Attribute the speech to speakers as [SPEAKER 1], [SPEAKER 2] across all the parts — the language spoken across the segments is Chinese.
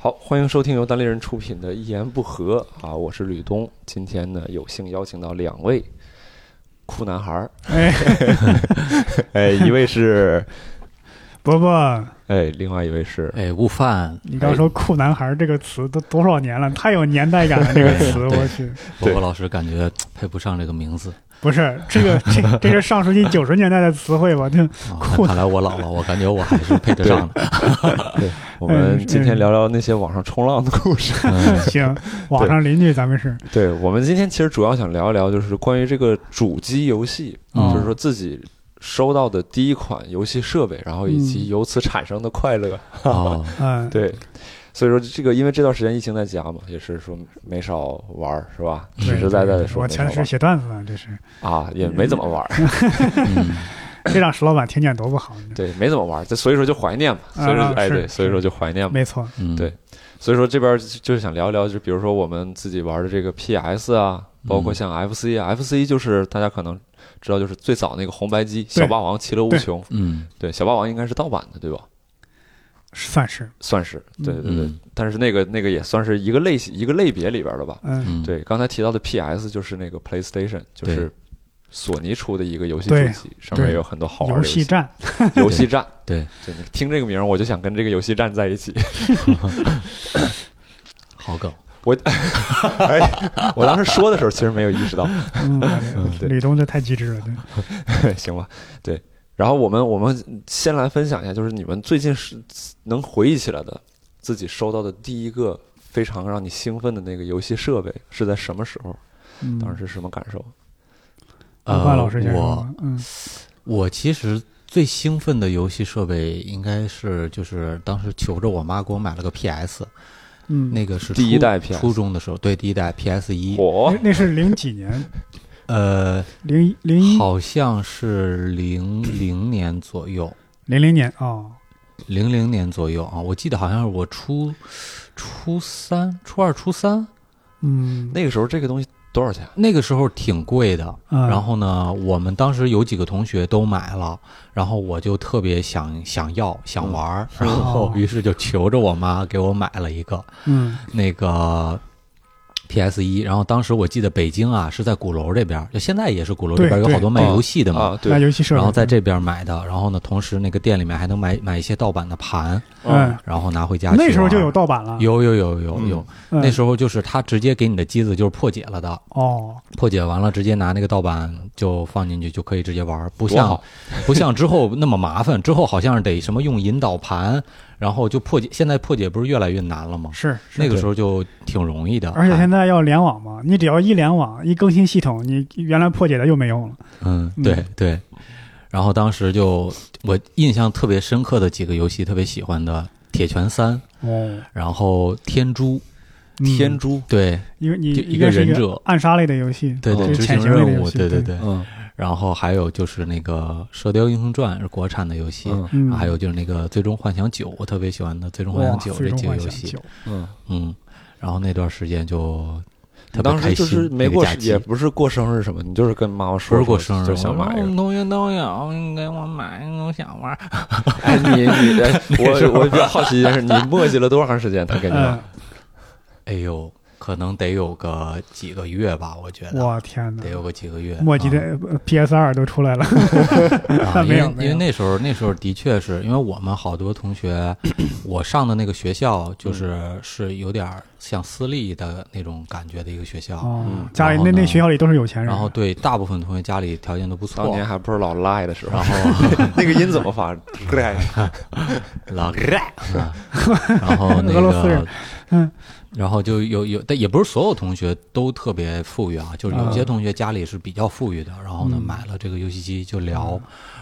[SPEAKER 1] 好，欢迎收听由单立人出品的《一言不合》啊，我是吕东。今天呢，有幸邀请到两位酷男孩儿，
[SPEAKER 2] 哎，一位是
[SPEAKER 3] 伯伯，
[SPEAKER 1] 哎，另外一位是
[SPEAKER 4] 哎，悟饭，
[SPEAKER 3] 你刚说“酷男孩”这个词都多少年了，太有年代感了。这个词，
[SPEAKER 4] 对
[SPEAKER 3] 我去，
[SPEAKER 4] 伯伯老师感觉配不上这个 名字。
[SPEAKER 3] 不是这个，这这是上世纪九十年代的词汇吧？就
[SPEAKER 4] 啊
[SPEAKER 3] 酷
[SPEAKER 4] 看来我老了，我感觉我还是配得 上的。
[SPEAKER 1] 我们今天聊聊那些网上冲浪的故事。
[SPEAKER 4] 嗯
[SPEAKER 3] 行，网上邻居咱们是
[SPEAKER 1] 对我们今天其实主要想聊一聊，就是关于这个主机游戏，
[SPEAKER 4] 嗯
[SPEAKER 1] 就是说自己收到的第一款游戏设备，然后以及由此产生的快乐。
[SPEAKER 4] 哦，
[SPEAKER 3] 嗯，
[SPEAKER 1] 对，所以说这个，因为这段时间疫情在家嘛，也是说没少玩儿，是吧？
[SPEAKER 3] 对
[SPEAKER 1] 实实在在的
[SPEAKER 3] 对
[SPEAKER 1] 说
[SPEAKER 3] 我
[SPEAKER 1] 没少
[SPEAKER 3] 前
[SPEAKER 1] 玩
[SPEAKER 3] 世
[SPEAKER 1] 儿，
[SPEAKER 3] 写段子呢，这是
[SPEAKER 1] 啊，也没怎么玩儿，
[SPEAKER 4] 嗯，
[SPEAKER 3] 这让石老板听见多不好。
[SPEAKER 1] 对，没怎么玩儿，这所以说就怀念嘛，所以说
[SPEAKER 3] 啊
[SPEAKER 1] 哎
[SPEAKER 3] 是
[SPEAKER 1] 对，所以说就怀念嘛。
[SPEAKER 3] 没错，
[SPEAKER 4] 嗯
[SPEAKER 1] 对所以说这边儿就就是想聊一聊，就比如说我们自己玩的这个 PS 啊，包
[SPEAKER 3] 嗯
[SPEAKER 1] 括像 FC 啊、f c 就是大家可能知道，就是最早那个红白机，小霸王其乐无穷，
[SPEAKER 4] 嗯
[SPEAKER 1] 对，小霸王应该是盗版的，对吧？
[SPEAKER 3] 算是，
[SPEAKER 1] 算是，对对对，
[SPEAKER 4] 嗯
[SPEAKER 1] 但是那个那个也算是一个类型一个类别里边的吧。
[SPEAKER 3] 嗯，
[SPEAKER 4] 嗯，
[SPEAKER 1] 对，刚才提到的 PS 就是那个 PlayStation，就是
[SPEAKER 4] 对
[SPEAKER 1] 索尼出的一个游戏主
[SPEAKER 3] 对
[SPEAKER 1] 机，上面
[SPEAKER 3] 对
[SPEAKER 1] 有很多好玩的
[SPEAKER 3] 游戏站，
[SPEAKER 1] 游戏站，
[SPEAKER 4] 对，
[SPEAKER 1] 就你听这个名儿，我就想跟这个游戏站在一 起。
[SPEAKER 4] 好梗，
[SPEAKER 1] 哎，我当时说的时候其实没有意识到，
[SPEAKER 3] 嗯，
[SPEAKER 1] 对
[SPEAKER 3] 吕东这太机智了，对，
[SPEAKER 1] 行吧，对。然后我们我们先来分享一下，就是你们最近是能回忆起来的自己收到的第一个非常让你兴奋的那个游戏设备是在什么时候？
[SPEAKER 3] 嗯，
[SPEAKER 1] 当时什么感受？
[SPEAKER 3] 文化老师先
[SPEAKER 4] 呃，
[SPEAKER 3] 说
[SPEAKER 4] 我
[SPEAKER 3] 吧，嗯
[SPEAKER 4] 我其实最兴奋的游戏设备应该是就是当时求着我妈给我买了个 PS，
[SPEAKER 3] 嗯，
[SPEAKER 4] 那个是
[SPEAKER 1] 第一
[SPEAKER 4] 初
[SPEAKER 1] 代 PS
[SPEAKER 4] 初中的时候，对，第一代 PS 一，
[SPEAKER 1] 我
[SPEAKER 3] 那那是零几年，
[SPEAKER 4] 呃，
[SPEAKER 3] 零零
[SPEAKER 1] 嗯
[SPEAKER 3] 一
[SPEAKER 4] 好像是零零年左右，
[SPEAKER 3] 零零年哦，
[SPEAKER 4] 零零年左右啊，我记得好像是我初初三、初二、初三
[SPEAKER 3] 嗯，
[SPEAKER 1] 那个时候这个东西多少钱？
[SPEAKER 4] 那个时候挺贵的，
[SPEAKER 3] 嗯
[SPEAKER 4] 然后呢，我们当时有几个同学都买了，然后我就特别想想要想玩儿，然后
[SPEAKER 3] 哦
[SPEAKER 4] 于是就求着我妈给我买了一个
[SPEAKER 3] 嗯
[SPEAKER 4] 那个 PS 一。然后当时我记得北京啊是在鼓楼这边儿，就现在也是鼓楼这边
[SPEAKER 3] 对
[SPEAKER 4] 有好多卖
[SPEAKER 1] 对
[SPEAKER 4] 游戏的嘛，
[SPEAKER 1] 啊，
[SPEAKER 3] 那
[SPEAKER 1] 对，
[SPEAKER 3] 游戏设备，
[SPEAKER 4] 然后在这边买的。然后呢，同时那个店里面还能买买一些盗版的盘，
[SPEAKER 3] 嗯，
[SPEAKER 4] 然后拿回家去玩。
[SPEAKER 3] 那时候就有盗版了，
[SPEAKER 4] 啊有有有有有，
[SPEAKER 3] 啊嗯
[SPEAKER 4] 那时候就是他直接给你的机子就是破解了的。
[SPEAKER 3] 哦，
[SPEAKER 4] 破解完了，直接拿那个盗版就放进去就可以直接玩儿，不
[SPEAKER 1] 多
[SPEAKER 4] 像
[SPEAKER 1] 好
[SPEAKER 4] 不像之后那么麻烦。之后好像是得什么用引导盘，然后就破解。现在破解不是越来越难了吗？
[SPEAKER 3] 是是
[SPEAKER 4] 那个时候就挺容易的，
[SPEAKER 3] 而且
[SPEAKER 4] 哎
[SPEAKER 3] 现在要联网嘛，你只要一联网，一更新系统，你原来破解的又没用了。
[SPEAKER 4] 嗯，
[SPEAKER 3] 嗯
[SPEAKER 4] 对对。然后当时就我印象特别深刻的几个游戏，特别喜欢的《铁拳三》，
[SPEAKER 3] 哦，
[SPEAKER 4] 然后《天诛》，
[SPEAKER 3] 嗯
[SPEAKER 1] 天，珠，
[SPEAKER 4] 对
[SPEAKER 3] 因为你
[SPEAKER 4] 就
[SPEAKER 3] 应
[SPEAKER 4] 一个
[SPEAKER 3] 该是
[SPEAKER 4] 忍者
[SPEAKER 3] 暗杀类的游戏，
[SPEAKER 4] 对
[SPEAKER 1] 哦
[SPEAKER 4] 对，
[SPEAKER 3] 就是
[SPEAKER 4] 执
[SPEAKER 3] 潜
[SPEAKER 4] 行
[SPEAKER 3] 行类的
[SPEAKER 4] 任
[SPEAKER 3] 游
[SPEAKER 4] 务，
[SPEAKER 3] 戏，
[SPEAKER 4] 对
[SPEAKER 3] 对，
[SPEAKER 4] 对。
[SPEAKER 1] 嗯
[SPEAKER 4] 然后还有就是那个《射雕英雄传》是国产的游戏，
[SPEAKER 1] 嗯
[SPEAKER 3] 嗯，
[SPEAKER 4] 还有就是那个《最终幻想九》，我特别喜欢的《最终
[SPEAKER 3] 哇
[SPEAKER 4] 幻想九》
[SPEAKER 3] 最
[SPEAKER 4] 这
[SPEAKER 3] 终
[SPEAKER 4] 几个
[SPEAKER 3] 幻
[SPEAKER 4] 游
[SPEAKER 3] 想
[SPEAKER 4] 戏
[SPEAKER 3] 九，，
[SPEAKER 1] 嗯，
[SPEAKER 4] 嗯，然后那段时间就特别
[SPEAKER 1] 当时
[SPEAKER 4] 开心，
[SPEAKER 1] 就是没
[SPEAKER 4] 那个
[SPEAKER 1] 过
[SPEAKER 4] 假，期
[SPEAKER 1] 也不是过生日什么，你就是跟妈妈
[SPEAKER 4] 不
[SPEAKER 1] 说
[SPEAKER 4] 是过生日，
[SPEAKER 1] 就想买一
[SPEAKER 4] 我
[SPEAKER 1] 个
[SPEAKER 4] 说。同学都有，你给我买，我想玩。
[SPEAKER 1] 哎，你你 哎我我比较好奇一件事， 你磨叽了多长时间？他给你买
[SPEAKER 3] 嗯，
[SPEAKER 4] 哎呦，可能得有个几个月吧，我觉得
[SPEAKER 3] 我嗯天哪
[SPEAKER 4] 得，有个几个月。
[SPEAKER 3] 墨迹
[SPEAKER 4] 啊
[SPEAKER 3] 的 PS 二都出来了，
[SPEAKER 4] 啊，因
[SPEAKER 3] 没
[SPEAKER 4] 为
[SPEAKER 3] 有
[SPEAKER 4] 因
[SPEAKER 3] 没有
[SPEAKER 4] 为那时候那时候的确是因为我们好多同学，我上的那个学
[SPEAKER 3] 嗯
[SPEAKER 4] 校就是是有点儿像私立的那种感觉的一个学校，
[SPEAKER 3] 哦
[SPEAKER 1] 嗯，
[SPEAKER 3] 家里
[SPEAKER 4] 啊然后
[SPEAKER 3] 那那
[SPEAKER 4] 呢
[SPEAKER 3] 学校里都是有钱人，
[SPEAKER 4] 然后对大部分同学家里条件都不错，
[SPEAKER 1] 当年还不是老赖的时候
[SPEAKER 4] 然，后
[SPEAKER 1] 那个音怎么发？赖，
[SPEAKER 4] 老赖， 啊然后那
[SPEAKER 3] 俄罗斯人
[SPEAKER 4] 个，
[SPEAKER 3] 嗯，
[SPEAKER 4] 然后就有有，但也不是所有同学都特别富裕啊，就是有些同学家里是比较富裕的，然后呢
[SPEAKER 3] 嗯
[SPEAKER 4] 买了这个游戏机就聊，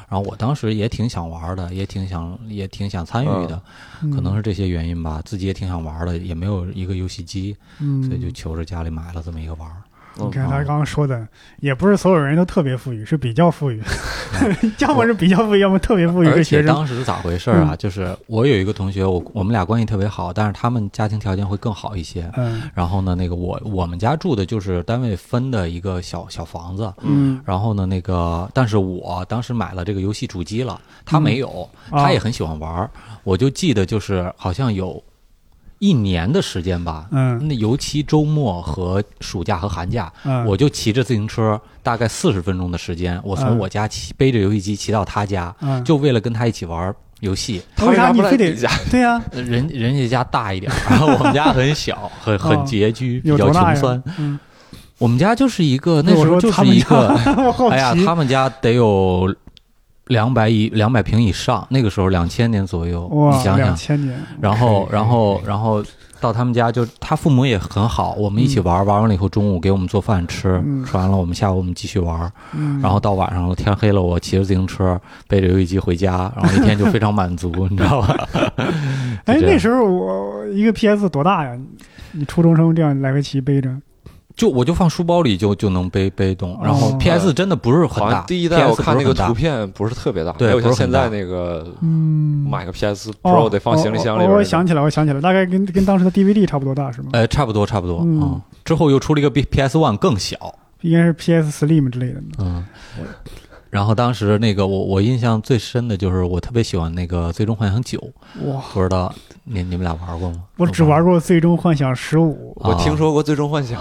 [SPEAKER 4] 然后我当时也挺想玩的，也挺想也挺想参与的，
[SPEAKER 3] 嗯
[SPEAKER 4] 可能是这些原因吧，自己也挺想玩的，也没有一个游戏机，
[SPEAKER 3] 嗯
[SPEAKER 4] 所以就求着家里买了这么一个玩儿。
[SPEAKER 1] 嗯
[SPEAKER 3] 你看他刚刚说的，也不是所有人都特别富裕，是比较富 裕，要么是比较富裕，要么特别富裕。
[SPEAKER 4] 而
[SPEAKER 3] 这
[SPEAKER 4] 且
[SPEAKER 3] 学生，
[SPEAKER 4] 当时咋回事儿啊？
[SPEAKER 3] 嗯
[SPEAKER 4] 就是我有一个同学，我我们俩关系特别好，但是他们家庭条件会更好一些。
[SPEAKER 3] 嗯
[SPEAKER 4] 然后呢，那个我我们家住的就是单位分的一个小小房子。
[SPEAKER 3] 嗯，
[SPEAKER 4] 然后呢，那个但是我当时买了这个游戏主机了，他没有，
[SPEAKER 3] 嗯
[SPEAKER 4] 他
[SPEAKER 3] 哦
[SPEAKER 4] 也很喜欢玩儿。我就记得就是好像有一年的时间吧，
[SPEAKER 3] 嗯
[SPEAKER 4] 那尤其周末和暑假和寒假，
[SPEAKER 3] 嗯，
[SPEAKER 4] 我就骑着自行车，大概四十分钟的时间，我从
[SPEAKER 3] 嗯
[SPEAKER 4] 我家骑背着游戏机骑到他家，
[SPEAKER 3] 嗯
[SPEAKER 4] 就为了跟他一起玩游戏。呃
[SPEAKER 1] 他
[SPEAKER 3] 为
[SPEAKER 1] 啥
[SPEAKER 3] 啥
[SPEAKER 1] 不
[SPEAKER 3] 你
[SPEAKER 1] 来
[SPEAKER 3] 非得
[SPEAKER 1] 你家？
[SPEAKER 3] 对呀、
[SPEAKER 4] 人人家家大一 点儿，然后我们家很小，很很
[SPEAKER 3] 哦
[SPEAKER 4] 拮据，比
[SPEAKER 3] 有
[SPEAKER 4] 较
[SPEAKER 3] 多大呀
[SPEAKER 4] 穷酸。？
[SPEAKER 3] 嗯，
[SPEAKER 4] 我们家就是一个那
[SPEAKER 3] 那我
[SPEAKER 4] 时
[SPEAKER 3] 说
[SPEAKER 4] 候就
[SPEAKER 3] 他
[SPEAKER 4] 是
[SPEAKER 3] 们
[SPEAKER 4] 一
[SPEAKER 3] 家
[SPEAKER 4] 个，
[SPEAKER 3] 我好奇。
[SPEAKER 4] 哎呀，他们家得有两百以两百平以上，那个时候两千年左右，你
[SPEAKER 3] 哇，
[SPEAKER 4] 想
[SPEAKER 3] 两
[SPEAKER 4] 想，
[SPEAKER 3] 千年，
[SPEAKER 4] 然后，
[SPEAKER 2] 可以
[SPEAKER 4] 然后
[SPEAKER 2] 可，以
[SPEAKER 4] 然后到他们家就他父母也很好，我们一起玩，玩完了以后中午给我们做饭吃，
[SPEAKER 3] 嗯
[SPEAKER 4] 吃完了我们下午我们继续玩，
[SPEAKER 3] 嗯，
[SPEAKER 4] 然后到晚上了天黑了，我骑着自行车背着游戏机回家，然后一天就非常满足， 你知道吧？
[SPEAKER 3] 哎，
[SPEAKER 4] 就这样
[SPEAKER 3] 那时候我一个 PS 多大呀？你初中生这样来回骑背着，
[SPEAKER 4] 就我就放书包里就就能背背动，然后
[SPEAKER 3] 哦
[SPEAKER 4] PS 真的不是很
[SPEAKER 1] 好
[SPEAKER 4] 大，
[SPEAKER 1] 像第一代我
[SPEAKER 4] PS
[SPEAKER 1] 看那个
[SPEAKER 4] 不是很大
[SPEAKER 1] 图片不是特别大，
[SPEAKER 4] 对
[SPEAKER 1] 没有像
[SPEAKER 4] 不是
[SPEAKER 1] 现
[SPEAKER 4] 很大
[SPEAKER 1] 在那个
[SPEAKER 3] 嗯，
[SPEAKER 1] 买个 PS
[SPEAKER 3] 哦
[SPEAKER 1] Pro 得放行李箱里
[SPEAKER 3] 哦
[SPEAKER 1] 边儿
[SPEAKER 3] 哦我
[SPEAKER 1] 那
[SPEAKER 3] 想
[SPEAKER 1] 种。
[SPEAKER 3] 起来，我想起来，大概跟跟当时的 DVD 差不多大是吗？
[SPEAKER 4] 呃，差不多差不多，
[SPEAKER 3] 嗯
[SPEAKER 4] 嗯。之后又出了一个比 PS One 更小，
[SPEAKER 3] 应该是 PS Slim 之类的。
[SPEAKER 4] 嗯，然后当时那个我我印象最深的就是我特别喜欢那个《最终幻想九》，
[SPEAKER 3] 哇，
[SPEAKER 4] 不知道你你们俩玩过吗？
[SPEAKER 3] 我只玩过《最终幻想十五》。
[SPEAKER 1] 我听说过《最终幻想》，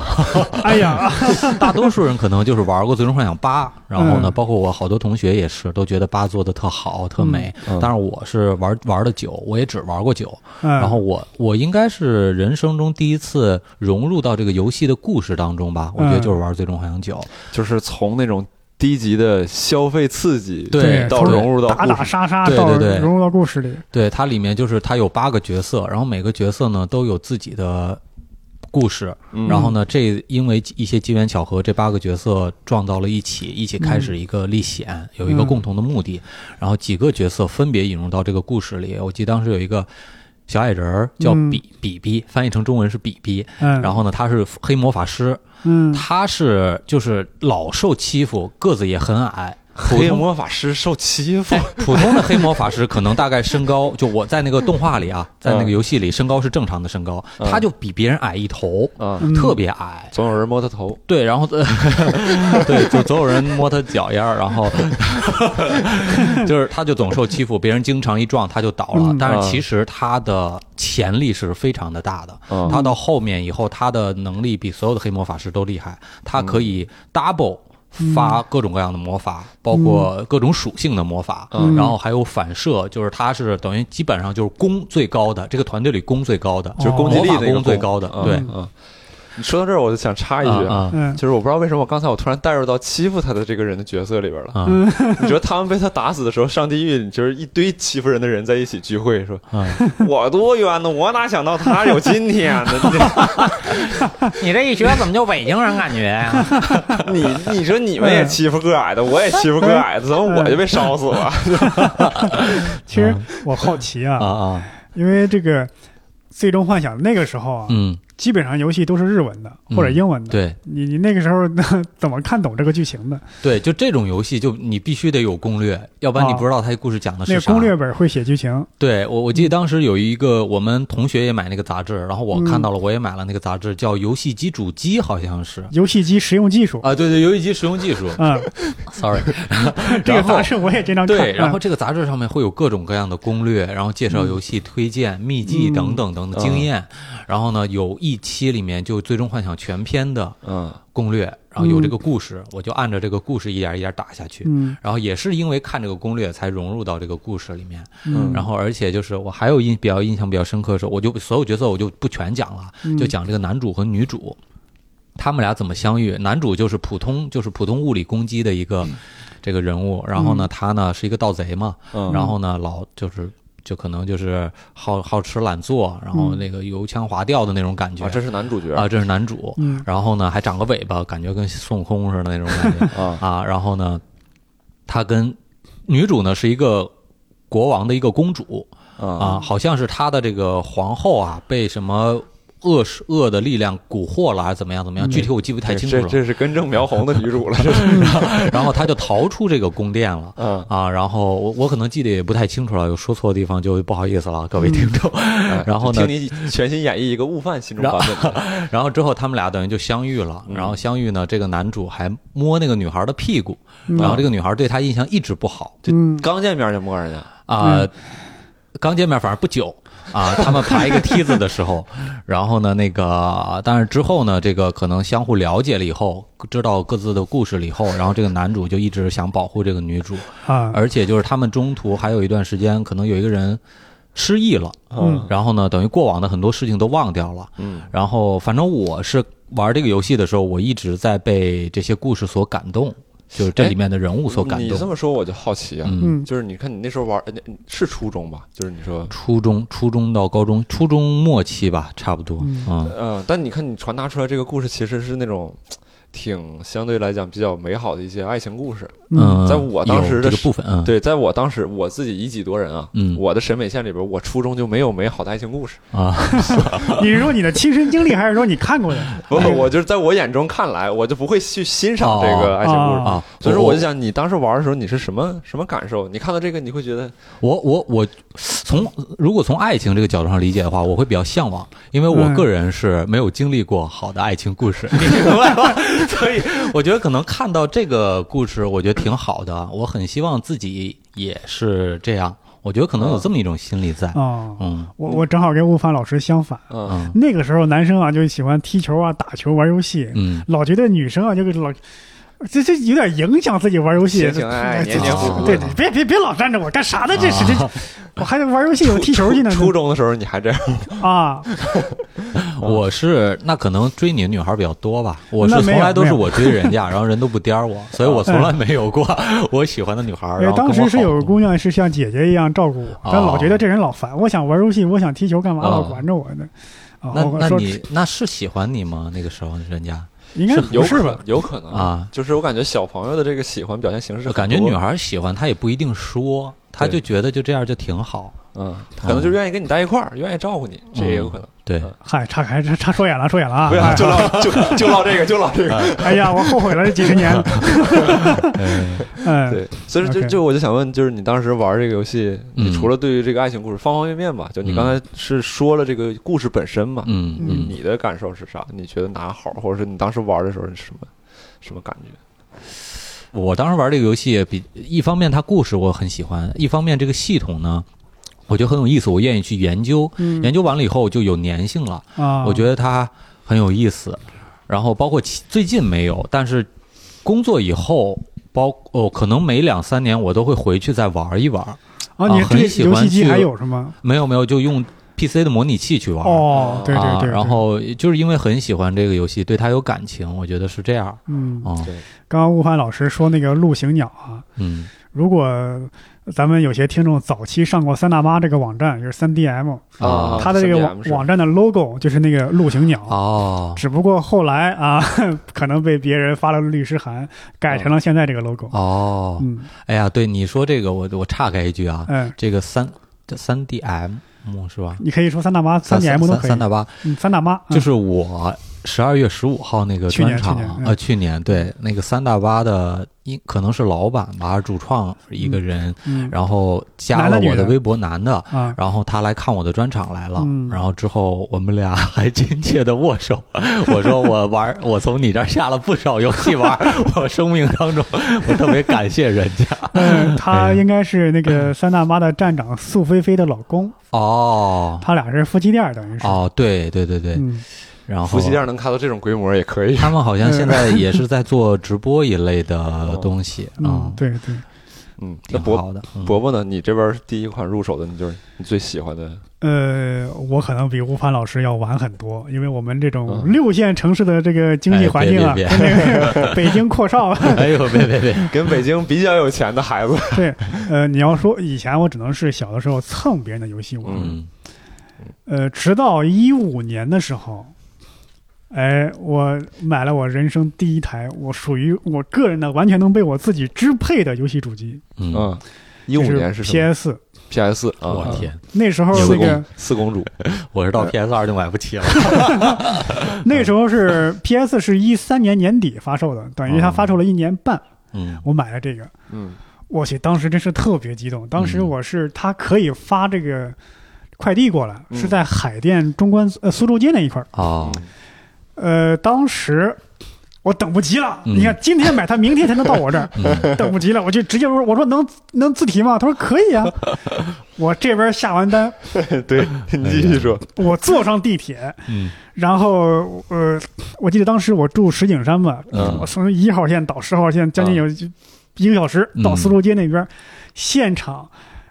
[SPEAKER 3] 哎 呀，
[SPEAKER 4] 过，大多数人可能就是玩过《最终幻想八》，然后呢，
[SPEAKER 3] 嗯
[SPEAKER 4] 包括我好多同学也是都觉得八做的特好特美，
[SPEAKER 1] 嗯
[SPEAKER 4] 但是我是玩玩的九，我也只玩过九，
[SPEAKER 3] 嗯，
[SPEAKER 4] 然后我我应该是人生中第一次融入到这个游戏的故事当中吧，我觉
[SPEAKER 3] 嗯
[SPEAKER 4] 得就是玩《最终幻想九》，
[SPEAKER 1] 就是从那种低级的消费刺激，
[SPEAKER 4] 对
[SPEAKER 1] 到
[SPEAKER 3] 从
[SPEAKER 1] 融入到
[SPEAKER 3] 打
[SPEAKER 1] 故
[SPEAKER 3] 打
[SPEAKER 1] 事，
[SPEAKER 3] 杀杀
[SPEAKER 4] 对
[SPEAKER 3] 到
[SPEAKER 4] 对对
[SPEAKER 3] 融入到故事里。
[SPEAKER 4] 对，它里面就是它有八个角色，然后每个角色呢都有自己的故事，
[SPEAKER 1] 嗯
[SPEAKER 4] 然后呢，这因为一些机缘巧合，这八个角色撞到了一起，一起开始一个历险，有一个共同的目的，然后几个角色分别引入到这个故事里。我记得当时有一个。小矮人儿叫
[SPEAKER 3] 嗯
[SPEAKER 4] 比比比，翻译成中文是比比。
[SPEAKER 3] 嗯，
[SPEAKER 4] 然后呢，他是黑魔法师，
[SPEAKER 3] 嗯，
[SPEAKER 4] 他是就是老受欺负，个子也很矮，普
[SPEAKER 1] 黑
[SPEAKER 4] 通
[SPEAKER 1] 魔法师受欺负
[SPEAKER 4] 哎， 普通的黑魔法师可能大概身高，就我在那个动画里啊，在那个游戏里身高是正常的身高，
[SPEAKER 1] 嗯
[SPEAKER 4] 他就比别人矮一头，
[SPEAKER 1] 啊，
[SPEAKER 3] 嗯
[SPEAKER 4] 特别矮。
[SPEAKER 1] 总有人摸他头，
[SPEAKER 4] 对，然后 对，就总有人摸他脚丫儿，然后 就是他就总受欺负，别人经常一撞他就倒了
[SPEAKER 3] 嗯。
[SPEAKER 4] 但是其实他的潜力是非常的大的，
[SPEAKER 1] 嗯
[SPEAKER 4] 他到后面以后，他的能力比所有的黑魔法师都厉害，他可以
[SPEAKER 1] 嗯
[SPEAKER 4] double 发各种各样的魔法，包括各种属性的魔法，
[SPEAKER 3] 嗯
[SPEAKER 4] 然后还有反射，就是他是等于基本上就是攻最高的，这个团队里攻最高的，
[SPEAKER 1] 就是攻击力那
[SPEAKER 4] 哦魔法
[SPEAKER 1] 个
[SPEAKER 4] 攻最高的
[SPEAKER 1] 嗯
[SPEAKER 4] 对
[SPEAKER 1] 嗯，你说到这儿，我就想插一句
[SPEAKER 4] 啊
[SPEAKER 3] 嗯
[SPEAKER 1] 就是我不知道为什么刚才我突然带入到欺负他的这个人的角色里边 了。
[SPEAKER 4] 啊
[SPEAKER 1] 你觉得他们被他打死的时候上地狱，你就是一堆欺负人的人在一起聚会，说
[SPEAKER 4] 啊！
[SPEAKER 1] 我多冤呢，我哪想到他有今天呢？
[SPEAKER 4] 你这一学怎么就北京人感啊觉呀？
[SPEAKER 1] 你你说你们也欺负个矮的，我也欺负个矮的，怎么我就被烧死了？
[SPEAKER 3] 其实我好奇
[SPEAKER 4] 啊
[SPEAKER 3] 啊，
[SPEAKER 4] 啊，
[SPEAKER 3] 因为这个《最终幻想》那个时候啊，
[SPEAKER 4] 嗯，
[SPEAKER 3] 基本上游戏都是日文的
[SPEAKER 4] 嗯
[SPEAKER 3] 或者英文的。
[SPEAKER 4] 对啊
[SPEAKER 3] 你你那个时候怎么看懂这个剧情的？
[SPEAKER 4] 对，就这种游戏，就你必须得有攻略，要不然你
[SPEAKER 3] 啊
[SPEAKER 4] 不知道他故事讲的
[SPEAKER 3] 那
[SPEAKER 4] 是
[SPEAKER 3] 个
[SPEAKER 4] 啥。
[SPEAKER 3] 攻略本会写剧情，
[SPEAKER 4] 对我，我记得当时有一个我们同学也买那个杂志，然后我看到了，我也买了那个杂志，叫《游戏机主机》，好像是
[SPEAKER 3] 游戏机实用技术。
[SPEAKER 4] 啊，对对，游戏机使用技术
[SPEAKER 3] 嗯，
[SPEAKER 4] ，sorry，
[SPEAKER 3] 这个
[SPEAKER 4] 然后
[SPEAKER 3] 杂志我也经常看。
[SPEAKER 4] 对，然后
[SPEAKER 3] 嗯
[SPEAKER 4] 这个杂志上面会有各种各样的攻略，然后介绍游戏推荐、秘籍等等等
[SPEAKER 1] 嗯
[SPEAKER 4] 等经验，然后呢，有一期里面就《最终幻想》全篇的
[SPEAKER 1] 嗯，
[SPEAKER 4] 攻略，然后有这个故事，我就按照这个故事一点一点打下去。
[SPEAKER 3] 嗯
[SPEAKER 4] 然后也是因为看这个攻略才融入到这个故事里面，
[SPEAKER 3] 嗯，
[SPEAKER 4] 然后而且就是我还有印比较印象比较深刻的是，我就所有角色我就不全讲了，
[SPEAKER 3] 嗯
[SPEAKER 4] 就讲这个男主和女主，他们俩怎么相遇。男主就是普通就是普通物理攻击的一个这个人物，然后呢他呢是一个盗贼嘛，
[SPEAKER 1] 嗯
[SPEAKER 4] 然后呢老就是。就可能就是好好吃懒做，然后那个油腔滑调的那种感
[SPEAKER 1] 嗯
[SPEAKER 4] 觉
[SPEAKER 1] 啊，这是男主角
[SPEAKER 4] 啊，这是男主。
[SPEAKER 3] 嗯
[SPEAKER 4] 然后呢，还长个尾巴，感觉跟孙悟空似的那种感 觉。
[SPEAKER 1] 啊，
[SPEAKER 4] 啊，然后呢，她跟女主呢是一个国王的一个公主
[SPEAKER 1] 啊
[SPEAKER 4] 啊，好像是她的这个皇后啊被什么恶是恶的力量蛊惑了，还是怎么样怎么样？
[SPEAKER 3] 嗯
[SPEAKER 4] 具体我记不太
[SPEAKER 1] 这
[SPEAKER 4] 清楚
[SPEAKER 1] 这
[SPEAKER 4] 了。
[SPEAKER 1] 这是根正苗红的女主了，这是
[SPEAKER 4] 然后他就逃出这个宫殿了。
[SPEAKER 1] 嗯，
[SPEAKER 4] 啊，然后我我可能记得也不太清楚了，有说错的地方就不好意思了，各位听众。
[SPEAKER 1] 哎
[SPEAKER 4] 然后呢
[SPEAKER 1] 听你全新演绎一个悟饭心中版本的，
[SPEAKER 4] 然后之后他们俩等于就相遇了，
[SPEAKER 1] 嗯
[SPEAKER 4] 然后相遇呢，这个男主还摸那个女孩的屁股，
[SPEAKER 3] 嗯
[SPEAKER 4] 然后这个女孩对他印象一直不好
[SPEAKER 3] 嗯，
[SPEAKER 1] 刚见面就摸人家，
[SPEAKER 4] 啊、
[SPEAKER 3] 嗯
[SPEAKER 4] 刚见面反而不久啊，他们爬一个梯子的时候，然后呢，那个但是之后呢，这个可能相互了解了以后，知道各自的故事了以后，然后这个男主就一直想保护这个女主，
[SPEAKER 3] 啊，
[SPEAKER 4] 而且就是他们中途还有一段时间，可能有一个人失忆了，
[SPEAKER 3] 嗯
[SPEAKER 4] 然后呢，等于过往的很多事情都忘掉了。
[SPEAKER 1] 嗯
[SPEAKER 4] 然后，反正我是玩这个游戏的时候，我一直在被这些故事所感动，就是这里面的人物所感
[SPEAKER 1] 哎你这
[SPEAKER 4] 动。
[SPEAKER 1] 么说我就好奇啊，
[SPEAKER 4] 嗯，
[SPEAKER 3] 嗯
[SPEAKER 1] 就是你看你那时候玩呃你是初中吧？就是你说，
[SPEAKER 4] 初中、初中到高中、初中末期吧，差不多。
[SPEAKER 3] 嗯
[SPEAKER 4] 嗯，
[SPEAKER 1] 嗯，但你看你传达出来这个故事其实是那种。挺相对来讲比较美好的一些爱情故事，
[SPEAKER 3] 嗯
[SPEAKER 4] 嗯
[SPEAKER 1] 在我当时
[SPEAKER 4] 有
[SPEAKER 1] 的
[SPEAKER 4] 这个
[SPEAKER 1] 时
[SPEAKER 4] 部分，嗯，，
[SPEAKER 1] 对，在我当时我自己以己度人啊，
[SPEAKER 4] 嗯
[SPEAKER 1] 我的审美线里边，我初中就没有美好的爱情故事，
[SPEAKER 4] 啊，
[SPEAKER 3] 你是说你的亲身经历，还是说你看过的？哎
[SPEAKER 1] 不， 我就是在我眼中看来，我就不会去欣赏这个爱情故事。
[SPEAKER 3] 哦
[SPEAKER 4] 啊，
[SPEAKER 1] 所以说，我就想，你当时玩的时候，你是什么什么感受？你看到这个，你会觉得
[SPEAKER 4] 我我我从如果从爱情这个角度上理解的话，我会比较向往，因为我
[SPEAKER 3] 嗯
[SPEAKER 4] 个人是没有经历过好的爱情故事，你明白吗？ 所以我觉得可能看到这个故事，我觉得挺好的，我很希望自己也是这样。我觉得可能
[SPEAKER 1] 嗯
[SPEAKER 4] 有这么一种心理在，
[SPEAKER 3] 哦，
[SPEAKER 4] 嗯
[SPEAKER 3] 我我正好跟悟饭老师相反，
[SPEAKER 1] 嗯，
[SPEAKER 4] 嗯
[SPEAKER 3] 那个时候男生啊就喜欢踢球啊、打球、玩游戏，
[SPEAKER 4] 嗯，
[SPEAKER 3] 老觉得女生啊，就是老。这这有点影响自己玩游戏，哎
[SPEAKER 1] 情情爱爱
[SPEAKER 3] 这
[SPEAKER 1] 黏
[SPEAKER 4] 黏糊糊
[SPEAKER 3] 对
[SPEAKER 1] 的
[SPEAKER 3] 对，别别别老站着我干啥呢？这是
[SPEAKER 4] 啊
[SPEAKER 3] 这，我还得玩游戏，我踢球去呢。
[SPEAKER 1] 初初中的时候你还这样，
[SPEAKER 3] 啊，
[SPEAKER 4] 我是那可能追你的女孩比较多吧，我是
[SPEAKER 3] 那没有
[SPEAKER 4] 从来都是
[SPEAKER 3] 没有
[SPEAKER 4] 我追人 家，然后人都不颠儿我，所以我从来没有过 我喜欢的女孩，
[SPEAKER 3] 因
[SPEAKER 4] 然
[SPEAKER 3] 为
[SPEAKER 4] 后跟
[SPEAKER 3] 哎当时
[SPEAKER 4] 我
[SPEAKER 3] 是
[SPEAKER 4] 好
[SPEAKER 3] 有个姑娘是像姐姐一样照顾我，但老觉得这人老烦，我想玩游戏，我想踢球，干嘛
[SPEAKER 4] 哦
[SPEAKER 3] 老管着我呢？啊，
[SPEAKER 4] 那
[SPEAKER 3] 我
[SPEAKER 4] 那
[SPEAKER 3] 说
[SPEAKER 4] 你那是喜欢你吗？那个时候人家
[SPEAKER 3] 应该
[SPEAKER 1] 有
[SPEAKER 3] 不是
[SPEAKER 1] 可
[SPEAKER 3] 吧？
[SPEAKER 1] 能有可能
[SPEAKER 4] 啊，呃
[SPEAKER 1] 就是我感觉小朋友的这个喜欢表现形式很多，
[SPEAKER 4] 感觉女孩喜欢她也不一定说，她就觉得就这样就挺好。
[SPEAKER 1] 嗯，可能就愿意跟你待一块儿，愿意照顾你，这也有可能。
[SPEAKER 4] 对，
[SPEAKER 1] 嗯
[SPEAKER 3] 嗨，岔开岔岔说远了，说远了啊！
[SPEAKER 1] 不要
[SPEAKER 4] 嗯
[SPEAKER 3] 哎
[SPEAKER 1] 就唠 就就唠这个，就唠这个。
[SPEAKER 3] 哎呀，我后悔了这几十 年。
[SPEAKER 4] 嗯
[SPEAKER 3] 嗯，
[SPEAKER 1] 对，所以说就
[SPEAKER 3] OK
[SPEAKER 1] 就我就想问，就是你当时玩这个游戏，
[SPEAKER 4] 嗯
[SPEAKER 1] 你除了对于这个爱情故事方方面面吧，就你刚才是说了这个故事本身嘛，
[SPEAKER 4] 嗯
[SPEAKER 1] 你
[SPEAKER 4] 嗯，
[SPEAKER 1] 你的感受是啥？你觉得哪好，或者是你当时玩的时候是什么什么感觉？
[SPEAKER 4] 我当时玩这个游戏比一方面它故事我很喜欢，一方面这个系统呢，我觉得很有意思，我愿意去研究。研
[SPEAKER 3] 嗯
[SPEAKER 4] 究完了以后就有粘性了，
[SPEAKER 3] 啊，
[SPEAKER 4] 哎我觉得它很有意思。然后包括其最近没有，但是工作以后。包哦，可能每两三年我都会回去再玩一玩。
[SPEAKER 3] 啊，
[SPEAKER 4] 啊
[SPEAKER 3] 你这
[SPEAKER 4] 很
[SPEAKER 3] 个
[SPEAKER 4] 喜
[SPEAKER 3] 游
[SPEAKER 4] 欢
[SPEAKER 3] 戏机
[SPEAKER 4] 去
[SPEAKER 3] 还有是吗？
[SPEAKER 4] 没有没有，就用 PC 的模拟器去玩。
[SPEAKER 3] 哦，对对
[SPEAKER 4] 啊
[SPEAKER 3] 对，，
[SPEAKER 4] 然后就是因为很喜欢这个游戏，对它有感情，我觉得是这样。
[SPEAKER 3] 嗯，
[SPEAKER 4] 哦，
[SPEAKER 1] 对，
[SPEAKER 3] 刚刚悟饭老师说那个陆行鸟啊，
[SPEAKER 4] 嗯
[SPEAKER 3] 如果咱们有些听众早期上过三大妈这个网站，就是三
[SPEAKER 4] 哦
[SPEAKER 3] DM，
[SPEAKER 1] 啊
[SPEAKER 3] 它的这个网
[SPEAKER 1] 3DM 是
[SPEAKER 3] 网站的 logo 就是那个陆行鸟。
[SPEAKER 4] 哦
[SPEAKER 3] 只不过后来啊， 可能被别人发了律师函，改成了现在这个 logo。
[SPEAKER 4] 哦，
[SPEAKER 3] 嗯
[SPEAKER 4] 哎呀，对你说这个，我我岔开一句啊，
[SPEAKER 3] 嗯，
[SPEAKER 4] 这个三这三 DM 是吧？
[SPEAKER 3] 你可以说三大妈、
[SPEAKER 4] 三
[SPEAKER 3] DM 都
[SPEAKER 4] 三
[SPEAKER 3] 可以。
[SPEAKER 4] 三大八，
[SPEAKER 3] 嗯，三大妈嗯
[SPEAKER 4] 就是我十二月十五号那个
[SPEAKER 3] 去
[SPEAKER 4] 专
[SPEAKER 3] 年
[SPEAKER 4] 场
[SPEAKER 3] 去年，嗯
[SPEAKER 4] 呃，去年对那个三大八的，应可能是老板吧，主创一个人，
[SPEAKER 3] 嗯
[SPEAKER 4] 然后加
[SPEAKER 3] 男
[SPEAKER 4] 了
[SPEAKER 3] 的女
[SPEAKER 4] 我
[SPEAKER 3] 的
[SPEAKER 4] 微博，男的，
[SPEAKER 3] 啊，
[SPEAKER 4] 然后他来看我的专场来了，
[SPEAKER 3] 嗯
[SPEAKER 4] 然后之后我们俩还亲切的握手。 我说我玩儿， 我从你这儿下了不少游戏玩儿， 我生命当中我特别感谢人 家。
[SPEAKER 3] 嗯，他
[SPEAKER 4] 哎
[SPEAKER 3] 应该是那个三大妈的站长素菲菲的老公，
[SPEAKER 4] 哦
[SPEAKER 3] 他俩是夫妻店儿，等于是。
[SPEAKER 4] 哦，对对对对，
[SPEAKER 3] 嗯，
[SPEAKER 4] 然后
[SPEAKER 1] 夫妻店能开到这种规模也可以。
[SPEAKER 4] 他们哦好像现在也是在做直播一类的东西啊
[SPEAKER 3] 嗯，，对对，
[SPEAKER 1] 嗯，那
[SPEAKER 4] 挺
[SPEAKER 1] 伯
[SPEAKER 4] 好的。嗯
[SPEAKER 1] 伯伯呢？你这边第一款入手的，你就是你最喜欢的
[SPEAKER 3] 呃，我可能比吴凡老师要晚很多，因为我们这种
[SPEAKER 1] 嗯
[SPEAKER 3] 六线城市的这个经济环境啊，
[SPEAKER 4] 哎别
[SPEAKER 3] 跟 那个北京阔少，
[SPEAKER 4] 哎呦，别别别，
[SPEAKER 1] 跟北京比较有钱的孩子。
[SPEAKER 3] 对，呃，你要说以前我只能是小的时候蹭别人的游戏玩，
[SPEAKER 4] 嗯
[SPEAKER 3] 呃，直到一五年的时候，哎，我买了我人生第一台，我属于我个人的，完全能被我自己支配的游戏主机，
[SPEAKER 4] 嗯
[SPEAKER 1] 嗯，一五年是什么
[SPEAKER 3] PS
[SPEAKER 1] PS
[SPEAKER 4] 我
[SPEAKER 1] 啊，
[SPEAKER 4] 天，
[SPEAKER 3] 那时候那
[SPEAKER 4] 有
[SPEAKER 1] 四
[SPEAKER 3] 个
[SPEAKER 1] 公四公主，
[SPEAKER 4] 我是到 PS 二就买不起了。
[SPEAKER 1] 嗯
[SPEAKER 3] 那时候 是 PS 是一三年年底发售的，等于
[SPEAKER 1] 哦
[SPEAKER 3] 它发售了一年半，
[SPEAKER 4] 嗯
[SPEAKER 3] 我买了这个，
[SPEAKER 1] 嗯，
[SPEAKER 3] 我去，当时真是特别激动。当时我是它可以发这个快递过来，
[SPEAKER 1] 嗯
[SPEAKER 3] 是在海淀中关呃苏州街那一块儿。
[SPEAKER 1] 哦
[SPEAKER 4] 啊，
[SPEAKER 3] 呃，当时我等不及了，
[SPEAKER 4] 嗯
[SPEAKER 3] 你看今天买它，明天才能到 我这儿，
[SPEAKER 4] 嗯
[SPEAKER 3] 等不及了，我就直接说，我说能能自提吗？他说可 以啊。我这边下完单，
[SPEAKER 1] 对，你继续说，
[SPEAKER 3] 我坐上地铁，
[SPEAKER 4] 嗯
[SPEAKER 3] 然后呃，我记得当时我住石景山吧，
[SPEAKER 4] 嗯
[SPEAKER 3] 我从一号线到十号线，将近有一个小时，
[SPEAKER 4] 嗯
[SPEAKER 3] 到丝路街那边，现场，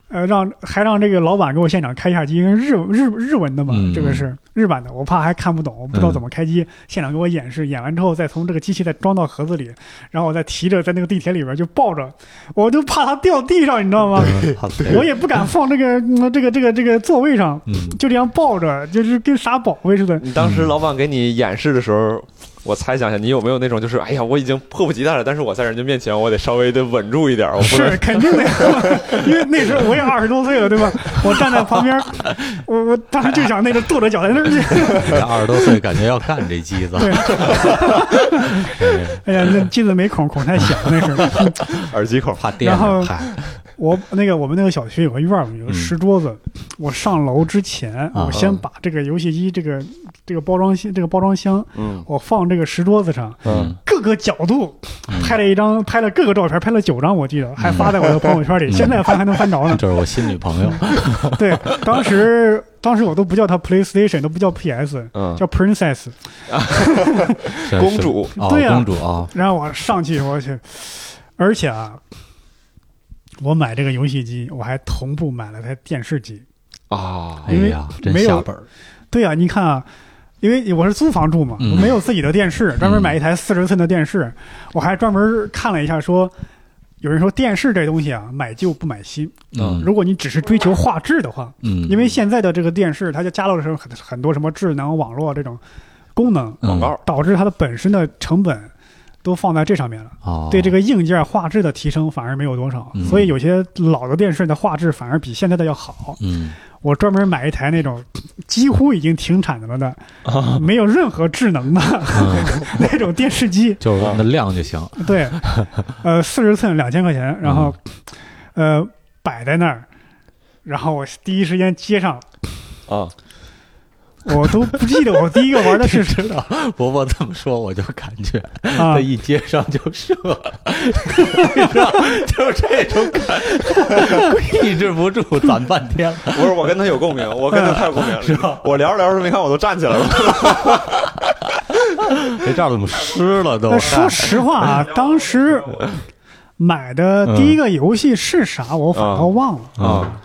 [SPEAKER 3] 呃，让还让这个老板给我现场开一下机，因为日日日文的嘛，
[SPEAKER 4] 嗯
[SPEAKER 3] 这个是日版的，我怕还看不懂，我不知道怎么开机，现场给我演示，演完之后再从这个机器再装到盒子里，然后我再提着在那个地铁里边就抱着，我就怕它掉地上，你知道吗？
[SPEAKER 4] 好的
[SPEAKER 3] 我也不敢放这个、嗯这个这个这个座位上。
[SPEAKER 4] 嗯
[SPEAKER 3] 就这样抱着，就是跟傻宝贝似的，
[SPEAKER 1] 你当时老板给你演示的时候，我猜想一下，你有没有那种就是，哎呀，我已经迫不及待了，但是我在人家面前，我得稍微得稳住一点，我不
[SPEAKER 3] 是
[SPEAKER 1] 能。
[SPEAKER 3] 肯定 的，因为那时候我也二十多岁了，对吧？我站在旁 边，我我当时就想那个跺着脚在那儿，
[SPEAKER 4] 二十多岁感觉要干这机子，
[SPEAKER 3] 哎呀，那机子没孔，孔太小那时 候。
[SPEAKER 1] 耳机孔，
[SPEAKER 4] 怕电
[SPEAKER 3] 然后
[SPEAKER 4] 着，嗨，
[SPEAKER 3] 我那个我们那个小区有个院儿，有个
[SPEAKER 4] 嗯
[SPEAKER 3] 石桌子。我上楼之前，
[SPEAKER 4] 啊
[SPEAKER 3] 我先把这个游戏机这个这个包装箱这个包装箱，
[SPEAKER 1] 嗯
[SPEAKER 3] 我放这个石桌子上，
[SPEAKER 1] 嗯，
[SPEAKER 3] 各个角度
[SPEAKER 4] 嗯
[SPEAKER 3] 拍了一张，拍了各个照片，拍了九张，我记得还发在我的朋友圈里。
[SPEAKER 4] 嗯
[SPEAKER 3] 现在翻还能翻着呢。
[SPEAKER 4] 这是我新女朋友，
[SPEAKER 3] 对，当时当时我都不叫它 PlayStation，都不叫 PS，
[SPEAKER 1] 嗯
[SPEAKER 3] 叫 Princess。
[SPEAKER 4] 真是
[SPEAKER 1] 公主
[SPEAKER 4] 哦，
[SPEAKER 3] 对啊
[SPEAKER 4] 公主啊，
[SPEAKER 3] 然后我上去，我去，而且啊，我买这个游戏机，我还同步买了台电视机。
[SPEAKER 1] 啊
[SPEAKER 4] 哎
[SPEAKER 3] 因为
[SPEAKER 4] 呀，真
[SPEAKER 3] 没有
[SPEAKER 4] 下本儿，
[SPEAKER 3] 对啊，你看啊，因为我是租房住嘛，
[SPEAKER 4] 嗯
[SPEAKER 3] 我没有自己的电视，专门买一台四十寸的电视。我还专门看了一下说。有人说电视这东西啊，买旧不买新。
[SPEAKER 4] 嗯
[SPEAKER 3] 如果你只是追求画质的话，
[SPEAKER 4] 嗯，
[SPEAKER 3] 因为现在的这个电视，它就加入了什么很很多什么智能网络这种功能，
[SPEAKER 1] 广
[SPEAKER 4] 嗯
[SPEAKER 1] 告
[SPEAKER 3] 导致它的本身的成本都放在这上面了。
[SPEAKER 4] 啊，
[SPEAKER 3] 对这
[SPEAKER 4] 个
[SPEAKER 3] 个硬件画质的提升反而没有多少，
[SPEAKER 4] 嗯
[SPEAKER 3] 所以有些老的电视的画质反而比现在的要好。
[SPEAKER 4] 嗯
[SPEAKER 3] 我专门买一台那种几乎已经停产的了的，
[SPEAKER 4] 啊
[SPEAKER 3] 没有任何智能的
[SPEAKER 4] 嗯，
[SPEAKER 3] 那种电视机。
[SPEAKER 4] 就是问的量就行，
[SPEAKER 3] 对，呃，四十寸两千块钱，然后、
[SPEAKER 4] 嗯
[SPEAKER 3] 呃摆在那儿，然后我第一时间接上，
[SPEAKER 1] 啊，
[SPEAKER 3] 我都不记得我第一个玩的 是什么
[SPEAKER 4] 伯伯这么说，我就感觉
[SPEAKER 3] 啊
[SPEAKER 4] 他。一接上就射， 就是这种感觉， 抑制不住，攒半天了。
[SPEAKER 1] 不是，我跟他有共鸣，我跟他太有共鸣了， 是吧？我聊着聊着，没看我都站起来了。
[SPEAKER 4] 这这儿怎么湿了都
[SPEAKER 3] 那？说实话啊，当时买的第一个游戏是啥，我反倒忘了。
[SPEAKER 4] 啊，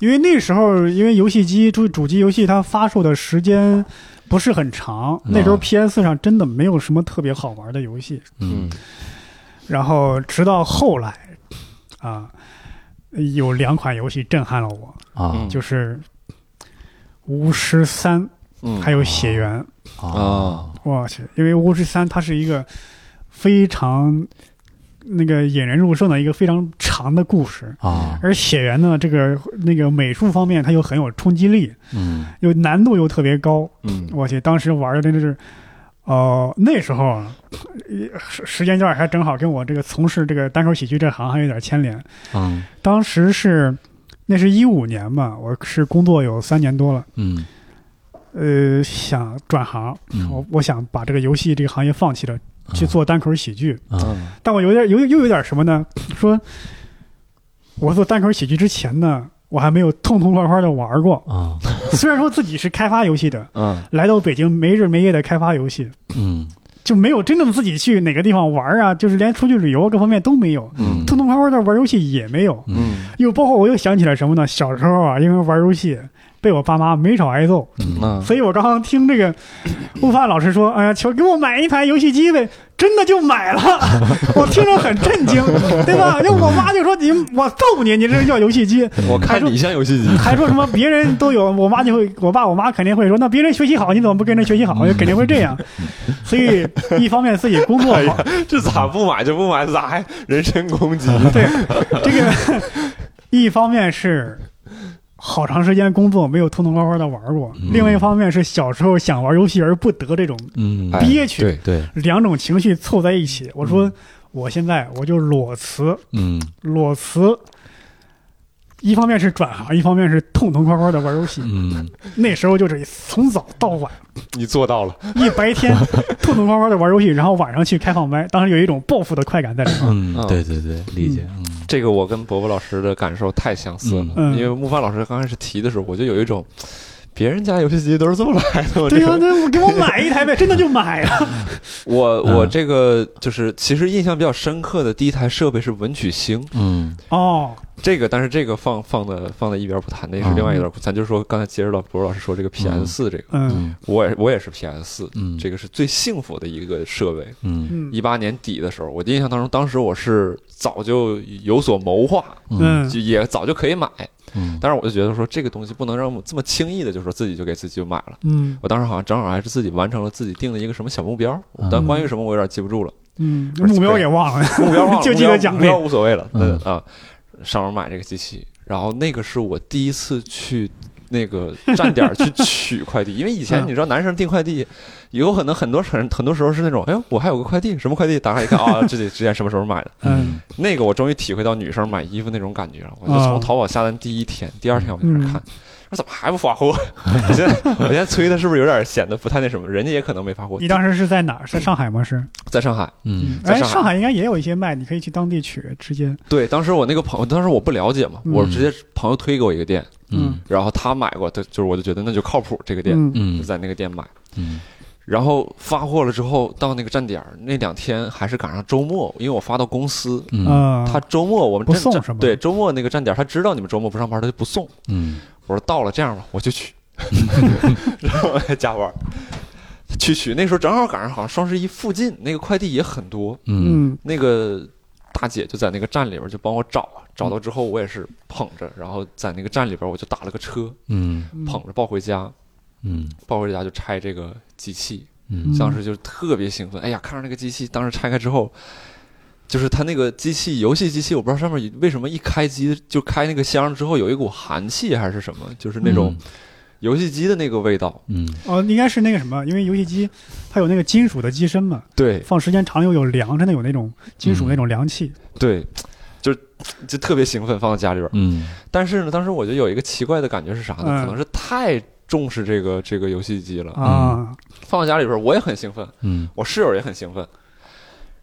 [SPEAKER 3] 因为那时候，因为游戏机主主机游戏它发售的时间不是很长，那时候
[SPEAKER 4] 嗯
[SPEAKER 3] PS 上真的没有什么特别好玩的游戏。
[SPEAKER 4] 嗯
[SPEAKER 3] 然后直到后来，啊，有两款游戏震撼了我，
[SPEAKER 4] 啊
[SPEAKER 1] 嗯
[SPEAKER 3] 就是《巫师三》
[SPEAKER 1] 嗯
[SPEAKER 3] 还有《血缘》
[SPEAKER 4] 啊
[SPEAKER 3] 我去，因为《巫师三》它是一个非常那个引人入胜的一个非常长的故事。
[SPEAKER 4] 啊，
[SPEAKER 3] 而《血缘》呢，这个那个美术方面，它又很有冲击力，
[SPEAKER 4] 嗯
[SPEAKER 3] 又难度又特别高。
[SPEAKER 1] 嗯
[SPEAKER 3] 我去，当时玩的真的是，哦、那时候啊呃时时间段还正好跟我这个从事这个单口喜剧这行还有点牵连。
[SPEAKER 4] 嗯
[SPEAKER 3] 当时是，那是一五年吧，我是工作有三年多了，
[SPEAKER 4] 嗯
[SPEAKER 3] 呃，想转行，
[SPEAKER 4] 嗯
[SPEAKER 3] 我我想把这个游戏这个行业放弃了，去做单口喜剧。
[SPEAKER 4] 啊
[SPEAKER 3] 但我有点有又有点什么呢？说，我做单口喜剧之前呢，我还没有痛痛快快的玩过。
[SPEAKER 4] 啊
[SPEAKER 3] 虽然说自己是开发游戏的，
[SPEAKER 1] 嗯
[SPEAKER 3] 来到北京没日没夜的开发游戏，
[SPEAKER 4] 嗯
[SPEAKER 3] 就没有真正自己去哪个地方玩啊，就是连出去旅游各方面都没有，
[SPEAKER 4] 嗯
[SPEAKER 3] 痛痛快快的玩游戏也没有。
[SPEAKER 1] 嗯
[SPEAKER 3] 又包括我又想起来什么呢？小时候啊，因为玩游戏被我爸妈没少挨揍，
[SPEAKER 1] 嗯
[SPEAKER 3] 所以我刚刚听这个 悟饭老师说，哎呀，求给我买一台游戏机呗， 真的就买了， 我听着很震惊，对吧？因为我妈就说你我揍你，你这叫游戏机，
[SPEAKER 1] 我看你像游戏机，
[SPEAKER 3] 还说什么别人都有，我妈就会，我爸我妈肯定会说，那别人学习好，你怎么不跟人学习好？就肯定会这样。所以一方面自己工作好，
[SPEAKER 1] 这咋不买就不买， 咋还人身攻击？
[SPEAKER 3] 对这个一方面是好长时间工作没有痛痛快快的玩过。
[SPEAKER 4] 嗯
[SPEAKER 3] 另外一方面是小时候想玩游戏而不得这种
[SPEAKER 4] 嗯，
[SPEAKER 1] 哎
[SPEAKER 3] 憋屈，
[SPEAKER 1] 对
[SPEAKER 4] 对，
[SPEAKER 3] 两种情绪凑在一
[SPEAKER 1] 嗯
[SPEAKER 3] 起。我说、我现在我就裸辞，
[SPEAKER 4] 嗯
[SPEAKER 3] 裸辞。一方面是转行，一方面是痛痛快快的玩游戏。
[SPEAKER 4] 嗯
[SPEAKER 3] 那时候就是从早到晚，
[SPEAKER 1] 你做到了，
[SPEAKER 3] 一 白天痛痛快快的玩游戏，然后晚上去开放麦，当时有一种报复的快感在里面。
[SPEAKER 4] 嗯，对对对，理解，嗯
[SPEAKER 1] 这个我跟伯伯老师的感受太相似了，
[SPEAKER 3] 嗯
[SPEAKER 1] 因为木帆老师刚开始提的时候，我就有一种别人家游戏机都是这么来的，我
[SPEAKER 3] 对
[SPEAKER 1] 这
[SPEAKER 3] 呀、
[SPEAKER 1] 个
[SPEAKER 3] 那我给我买一台呗，真的就买了。
[SPEAKER 1] 我
[SPEAKER 4] 嗯
[SPEAKER 1] 我这个就是其实印象比较深刻的第一台设备是文曲星，
[SPEAKER 4] 嗯
[SPEAKER 3] 哦，
[SPEAKER 1] 这个但是这个放放的放在一边不谈，那是另外一段，咱就说刚才接着到博老师说这个 PS 四这个，
[SPEAKER 3] 嗯
[SPEAKER 4] 嗯
[SPEAKER 1] 我也我也是 PS 四，
[SPEAKER 4] 嗯，
[SPEAKER 1] 这个是最幸福的一个设备。
[SPEAKER 4] 嗯
[SPEAKER 3] 嗯
[SPEAKER 1] 一八年底的时候，我印象当中，当时我是早就有所谋划，
[SPEAKER 4] 嗯
[SPEAKER 1] 就也早就可以买，
[SPEAKER 4] 嗯
[SPEAKER 1] 但是我就觉得说这个东西不能让我这么轻易的就说自己就给自己就买了。
[SPEAKER 3] 嗯
[SPEAKER 1] 我当时好像正好还是自己完成了自己定的一个什么小目标
[SPEAKER 4] 嗯，
[SPEAKER 1] 但关于什么我有点记不 住了，
[SPEAKER 3] 嗯，
[SPEAKER 1] 而且
[SPEAKER 3] 目标也忘了。
[SPEAKER 1] 目标忘了
[SPEAKER 3] 就记得奖励
[SPEAKER 1] 目标目标无所谓了。
[SPEAKER 4] 嗯
[SPEAKER 1] 嗯啊，上网买这个机器，然后那个是我第一次去。那个站点 儿去取快递，因为以前
[SPEAKER 3] 嗯
[SPEAKER 1] 你知道男生订快递，有可能很多很很多时候是那种，哎呦，我还有个快递，什么快递？打开一看啊，自己之前什么时候买的？
[SPEAKER 3] 嗯
[SPEAKER 1] 那个我终于体会到女生买衣服那种感觉了。我就
[SPEAKER 3] 啊
[SPEAKER 1] 从淘宝下单第一天，第二天我就开始看，
[SPEAKER 3] 嗯
[SPEAKER 1] 我怎么还不发货？ 我现在我现在催的是不是有点显得不太那什么？人家也可能没发货
[SPEAKER 3] 你。当时是在哪儿？在上海吗？是？
[SPEAKER 1] 在上海，
[SPEAKER 4] 嗯
[SPEAKER 1] 在
[SPEAKER 3] 哎，
[SPEAKER 1] 上海
[SPEAKER 3] 上海应该也有一些卖，你可以去当地取，直接。
[SPEAKER 1] 对，当时我那个朋友，当时我不了解嘛，
[SPEAKER 3] 嗯
[SPEAKER 1] 我直接朋友推给我一个店，
[SPEAKER 4] 嗯
[SPEAKER 1] 然后他买过，他就是我就觉得那就靠谱，这个店、
[SPEAKER 3] 嗯
[SPEAKER 1] 就
[SPEAKER 4] 嗯
[SPEAKER 1] 在那个店买。
[SPEAKER 4] 嗯
[SPEAKER 1] 然后发货了之后，到那个站点儿那两天还是赶上周末，因为我发到公司，
[SPEAKER 4] 嗯
[SPEAKER 3] 啊，
[SPEAKER 1] 他周末我们
[SPEAKER 3] 不
[SPEAKER 1] 站
[SPEAKER 3] 送
[SPEAKER 1] 站
[SPEAKER 3] 是吗
[SPEAKER 1] 对，周末那个站点儿他知道你们周末不上班，他就不送。
[SPEAKER 4] 嗯
[SPEAKER 1] 我说到了，这样吧，我就去， 然后我还加班儿去取。那时候正好赶上好像双十一附近那个快递也很多，
[SPEAKER 4] 嗯
[SPEAKER 3] 嗯
[SPEAKER 1] 那个大姐就在那个站里边儿就帮我找啊，找到之后我也是捧着，然后在那个站里边儿我就打了个车，
[SPEAKER 4] 嗯
[SPEAKER 3] 嗯
[SPEAKER 1] 捧着抱回家，
[SPEAKER 4] 嗯
[SPEAKER 1] 抱回家就拆这个机器，
[SPEAKER 4] 嗯
[SPEAKER 1] 当时就特别兴奋，哎呀，看上那个机器，当时拆开之后。就是它那个机器，游戏机器，我不知道上面为什么一开机就开那个箱之后有一股寒气还是什么，就是那种游戏机的那个味道。
[SPEAKER 4] 嗯
[SPEAKER 3] 哦，应该是那个什么，因为游戏机它有那个金属的机身嘛，
[SPEAKER 1] 对嗯
[SPEAKER 3] 放时间长了有凉，真的有那种金属那种凉气。
[SPEAKER 1] 对，就就特别兴奋，放到家里边儿。
[SPEAKER 4] 嗯
[SPEAKER 1] 但是呢，当时我就有一个奇怪的感觉是啥呢？
[SPEAKER 3] 嗯
[SPEAKER 1] 可能是太重视这个这个游戏机了，
[SPEAKER 3] 啊，
[SPEAKER 1] 放到家里边儿我也很兴奋，
[SPEAKER 4] 嗯
[SPEAKER 1] 我室友也很兴奋。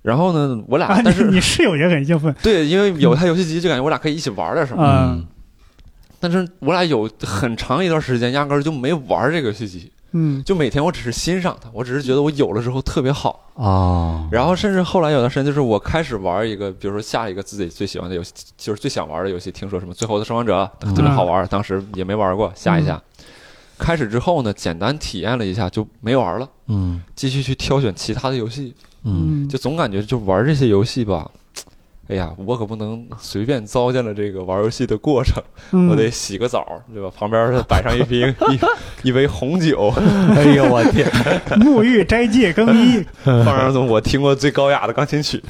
[SPEAKER 1] 然后呢，我俩、
[SPEAKER 3] 啊，
[SPEAKER 1] 但
[SPEAKER 3] 你
[SPEAKER 1] 是
[SPEAKER 3] 你室友也很兴奋
[SPEAKER 1] 对，因为有台游戏机，就感觉我俩可以一起玩点什么。
[SPEAKER 3] 啊，
[SPEAKER 4] 嗯
[SPEAKER 1] 但是我俩有很长一段时间压根儿就没玩这个游戏机，
[SPEAKER 3] 嗯
[SPEAKER 1] 就每天我只是欣赏它，我只是觉得我有了之后特别好。
[SPEAKER 4] 哦，
[SPEAKER 1] 然后甚至后来有段时间，就是我开始玩一个，比如说下一个自己最喜欢的游戏，就是最想玩的游戏，听说什么《最后的生还者》
[SPEAKER 4] 嗯
[SPEAKER 1] 特别好玩，当时也没玩过，下一下。开始之后呢，简单体验了一下就没玩了，
[SPEAKER 4] 嗯
[SPEAKER 1] 继续去挑选其他的游戏，
[SPEAKER 4] 嗯
[SPEAKER 1] 就总感觉就玩这些游戏吧。哎呀，我可不能随便糟践了这个玩游戏的过程，
[SPEAKER 3] 嗯
[SPEAKER 1] 我得洗个澡，对吧？旁边摆上一瓶 一一杯红酒，
[SPEAKER 4] 哎呦我天
[SPEAKER 3] 沐浴斋戒更 衣，
[SPEAKER 1] 放上我听过最高雅的钢琴曲，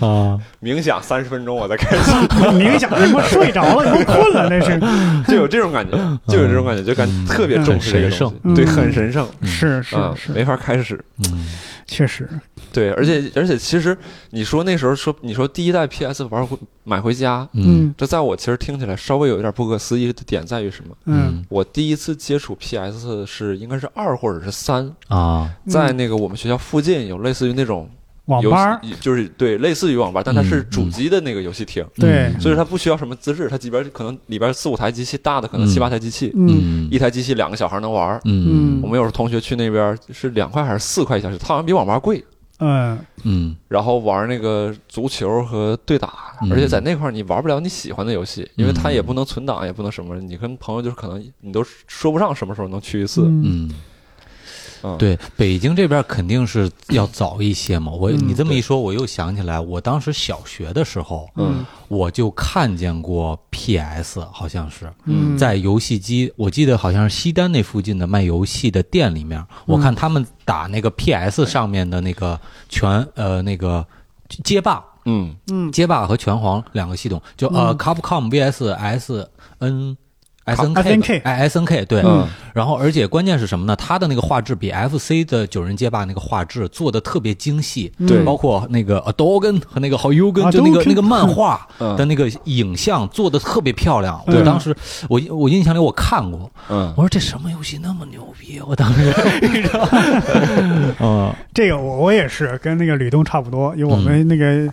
[SPEAKER 4] 啊，
[SPEAKER 1] 冥想三十分钟，我再开始
[SPEAKER 3] 冥想，你们睡着了，你们困了，那是
[SPEAKER 1] 就有这种 感觉，就有这种感觉，就感
[SPEAKER 4] 嗯
[SPEAKER 1] 觉特别重视这个东西，对，
[SPEAKER 3] 很神圣嗯
[SPEAKER 1] 很神圣，
[SPEAKER 3] 是是
[SPEAKER 1] 啊，
[SPEAKER 3] 是，
[SPEAKER 1] 没法开始，
[SPEAKER 4] 嗯
[SPEAKER 3] 确实，
[SPEAKER 1] 对，而且而且其实你说那时候说你说第一代 PS 玩回买回家，
[SPEAKER 4] 嗯
[SPEAKER 1] 这在我其实听起来稍微有一点不可思议的点在于什么？
[SPEAKER 3] 嗯，
[SPEAKER 1] 我第一次接触 PS 是应该是二或者是三，
[SPEAKER 3] 嗯
[SPEAKER 4] 啊
[SPEAKER 1] 在那个我们学校附近有类似于那种
[SPEAKER 3] 网
[SPEAKER 1] 游
[SPEAKER 3] 吧儿，
[SPEAKER 1] 戏，就是对，类似于网吧，但它是
[SPEAKER 4] 嗯
[SPEAKER 1] 主机的那个游戏厅，
[SPEAKER 3] 对
[SPEAKER 1] 所以它不需要什么资质，它里边可能里边四五台机器，大的可能
[SPEAKER 4] 嗯
[SPEAKER 1] 七八台机器，
[SPEAKER 3] 嗯
[SPEAKER 4] 嗯
[SPEAKER 1] 一台机器两个小孩能玩儿。
[SPEAKER 4] 嗯
[SPEAKER 1] 我们有时候同学去那边是两块还是四块一小时，它好像比网吧贵。
[SPEAKER 3] 嗯
[SPEAKER 4] 嗯
[SPEAKER 1] 然后玩那个足球和对打，
[SPEAKER 4] 嗯
[SPEAKER 1] 而且在那块儿你玩不了你喜欢的游戏，因为它
[SPEAKER 4] 嗯
[SPEAKER 1] 也不能存档，也不能什么，你跟朋友就是可能你都说不上什么时候能去一次。
[SPEAKER 3] 嗯
[SPEAKER 4] 嗯。
[SPEAKER 1] 嗯，
[SPEAKER 4] 对，北京这边肯定是要早一些嘛。我
[SPEAKER 3] 嗯
[SPEAKER 4] 你这么一说，我又想起来，我当时小学的时候，
[SPEAKER 1] 嗯
[SPEAKER 4] 我就看见过 PS，好像是
[SPEAKER 3] 嗯，
[SPEAKER 4] 在游戏机，我记得好像是西单那附近的卖游戏的店里面，我看他们打那个 PS 上面的那个拳，呃，那个街霸，
[SPEAKER 1] 嗯
[SPEAKER 3] 嗯
[SPEAKER 4] 街霸和拳皇两个系统，就呃
[SPEAKER 3] 嗯
[SPEAKER 4] ，Capcom VS S N S N
[SPEAKER 3] 卡 SNK
[SPEAKER 4] 哎 S N K 对，
[SPEAKER 1] 嗯
[SPEAKER 4] 然后而且关键是什么呢？它的那个画质比 F C 的九人街霸那个画质做的特别精细，
[SPEAKER 1] 对
[SPEAKER 4] 包括那个 a d o g e n 和那个 How You
[SPEAKER 3] 啊
[SPEAKER 4] n 就那个
[SPEAKER 3] Hadouken
[SPEAKER 4] 那个漫画
[SPEAKER 1] 嗯
[SPEAKER 4] 的那个影像做的特别漂亮。
[SPEAKER 3] 对
[SPEAKER 4] 我当时我我印象里我看过，
[SPEAKER 1] 嗯
[SPEAKER 4] 我说这什么游戏那么牛逼？我当时 你知道吗？嗯
[SPEAKER 3] 这个我我也是跟那个吕东差不多，因为我们
[SPEAKER 2] 嗯
[SPEAKER 3] 那个、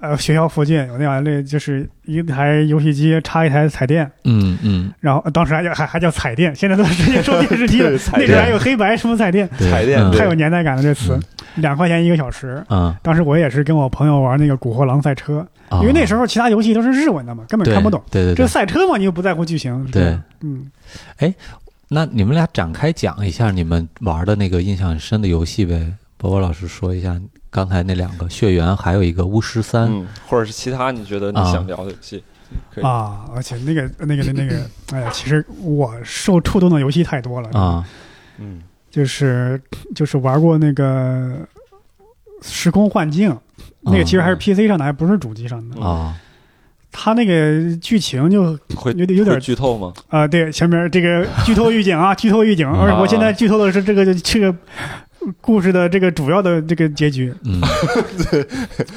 [SPEAKER 3] 呃学校附近有那玩意儿，就是一台游戏机插一台彩电，
[SPEAKER 4] 嗯嗯，
[SPEAKER 3] 然后呃当时还叫还还叫彩电，现在都直接说电视机了
[SPEAKER 2] 对，彩
[SPEAKER 3] 那
[SPEAKER 2] 电
[SPEAKER 3] 时候还有黑白什么彩电，
[SPEAKER 4] 对
[SPEAKER 2] 彩电
[SPEAKER 4] 嗯
[SPEAKER 2] 对嗯
[SPEAKER 3] 太有年代感了这词，两块钱一个小时。
[SPEAKER 4] 啊，
[SPEAKER 3] 当时我也是跟我朋友玩那个《古惑狼赛车》，
[SPEAKER 4] 啊
[SPEAKER 3] 因为那时候其他游戏都是日文的嘛，根本
[SPEAKER 4] 对
[SPEAKER 3] 看不懂。
[SPEAKER 4] 对对
[SPEAKER 3] 这
[SPEAKER 4] 对。
[SPEAKER 3] 赛车嘛，你又不在乎剧情。是吧
[SPEAKER 4] 对，
[SPEAKER 3] 嗯，
[SPEAKER 4] 那你们俩展开讲一下你们玩的那个印象很深的游戏呗。波波老师说一下刚才那两个《血缘》，还有一个《巫师三》。
[SPEAKER 1] 嗯，或者是其他你觉得你
[SPEAKER 4] 啊
[SPEAKER 1] 想聊的游戏，可以
[SPEAKER 3] 啊，而且那个那个那个，哎呀，其实我受触动的游戏太多了，
[SPEAKER 4] 啊，
[SPEAKER 1] 嗯
[SPEAKER 3] 就是就是玩过那个《时空幻境》，
[SPEAKER 1] 哦
[SPEAKER 3] 那个其实还是 PC 上的，还不是主机上的。
[SPEAKER 4] 嗯啊，
[SPEAKER 3] 它那个剧情就
[SPEAKER 1] 会
[SPEAKER 3] 有点有点
[SPEAKER 1] 会剧透吗？
[SPEAKER 3] 啊，对，前面这个剧透预警啊，剧透预警，而我现在剧透的是这个这个故事的这个主要的这个结局。
[SPEAKER 4] 嗯，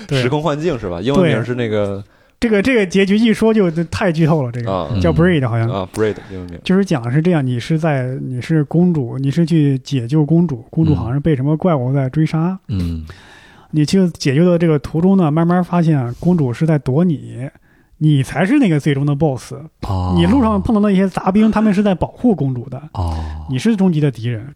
[SPEAKER 3] 对
[SPEAKER 1] 时空幻境是吧？英文
[SPEAKER 3] 对
[SPEAKER 1] 名是那个
[SPEAKER 3] 这个这个结局一说就太剧透了，这个、
[SPEAKER 1] 啊
[SPEAKER 3] 叫
[SPEAKER 4] 嗯
[SPEAKER 3] Braid 好像。
[SPEAKER 1] 啊 Braid 英文名
[SPEAKER 3] 就是讲的是这样，你是在你是公主，你是去解救公主，公
[SPEAKER 1] 嗯
[SPEAKER 3] 主好像是被什么怪物在追杀，
[SPEAKER 4] 嗯
[SPEAKER 3] 你去解救的这个途中呢，慢慢发现啊，公主是在躲你，你才是那个最终的 BOSS。
[SPEAKER 4] 哦，
[SPEAKER 3] 你路上碰到那些杂兵，他们是在保护公主的，
[SPEAKER 4] 哦，
[SPEAKER 3] 你是终极的敌人。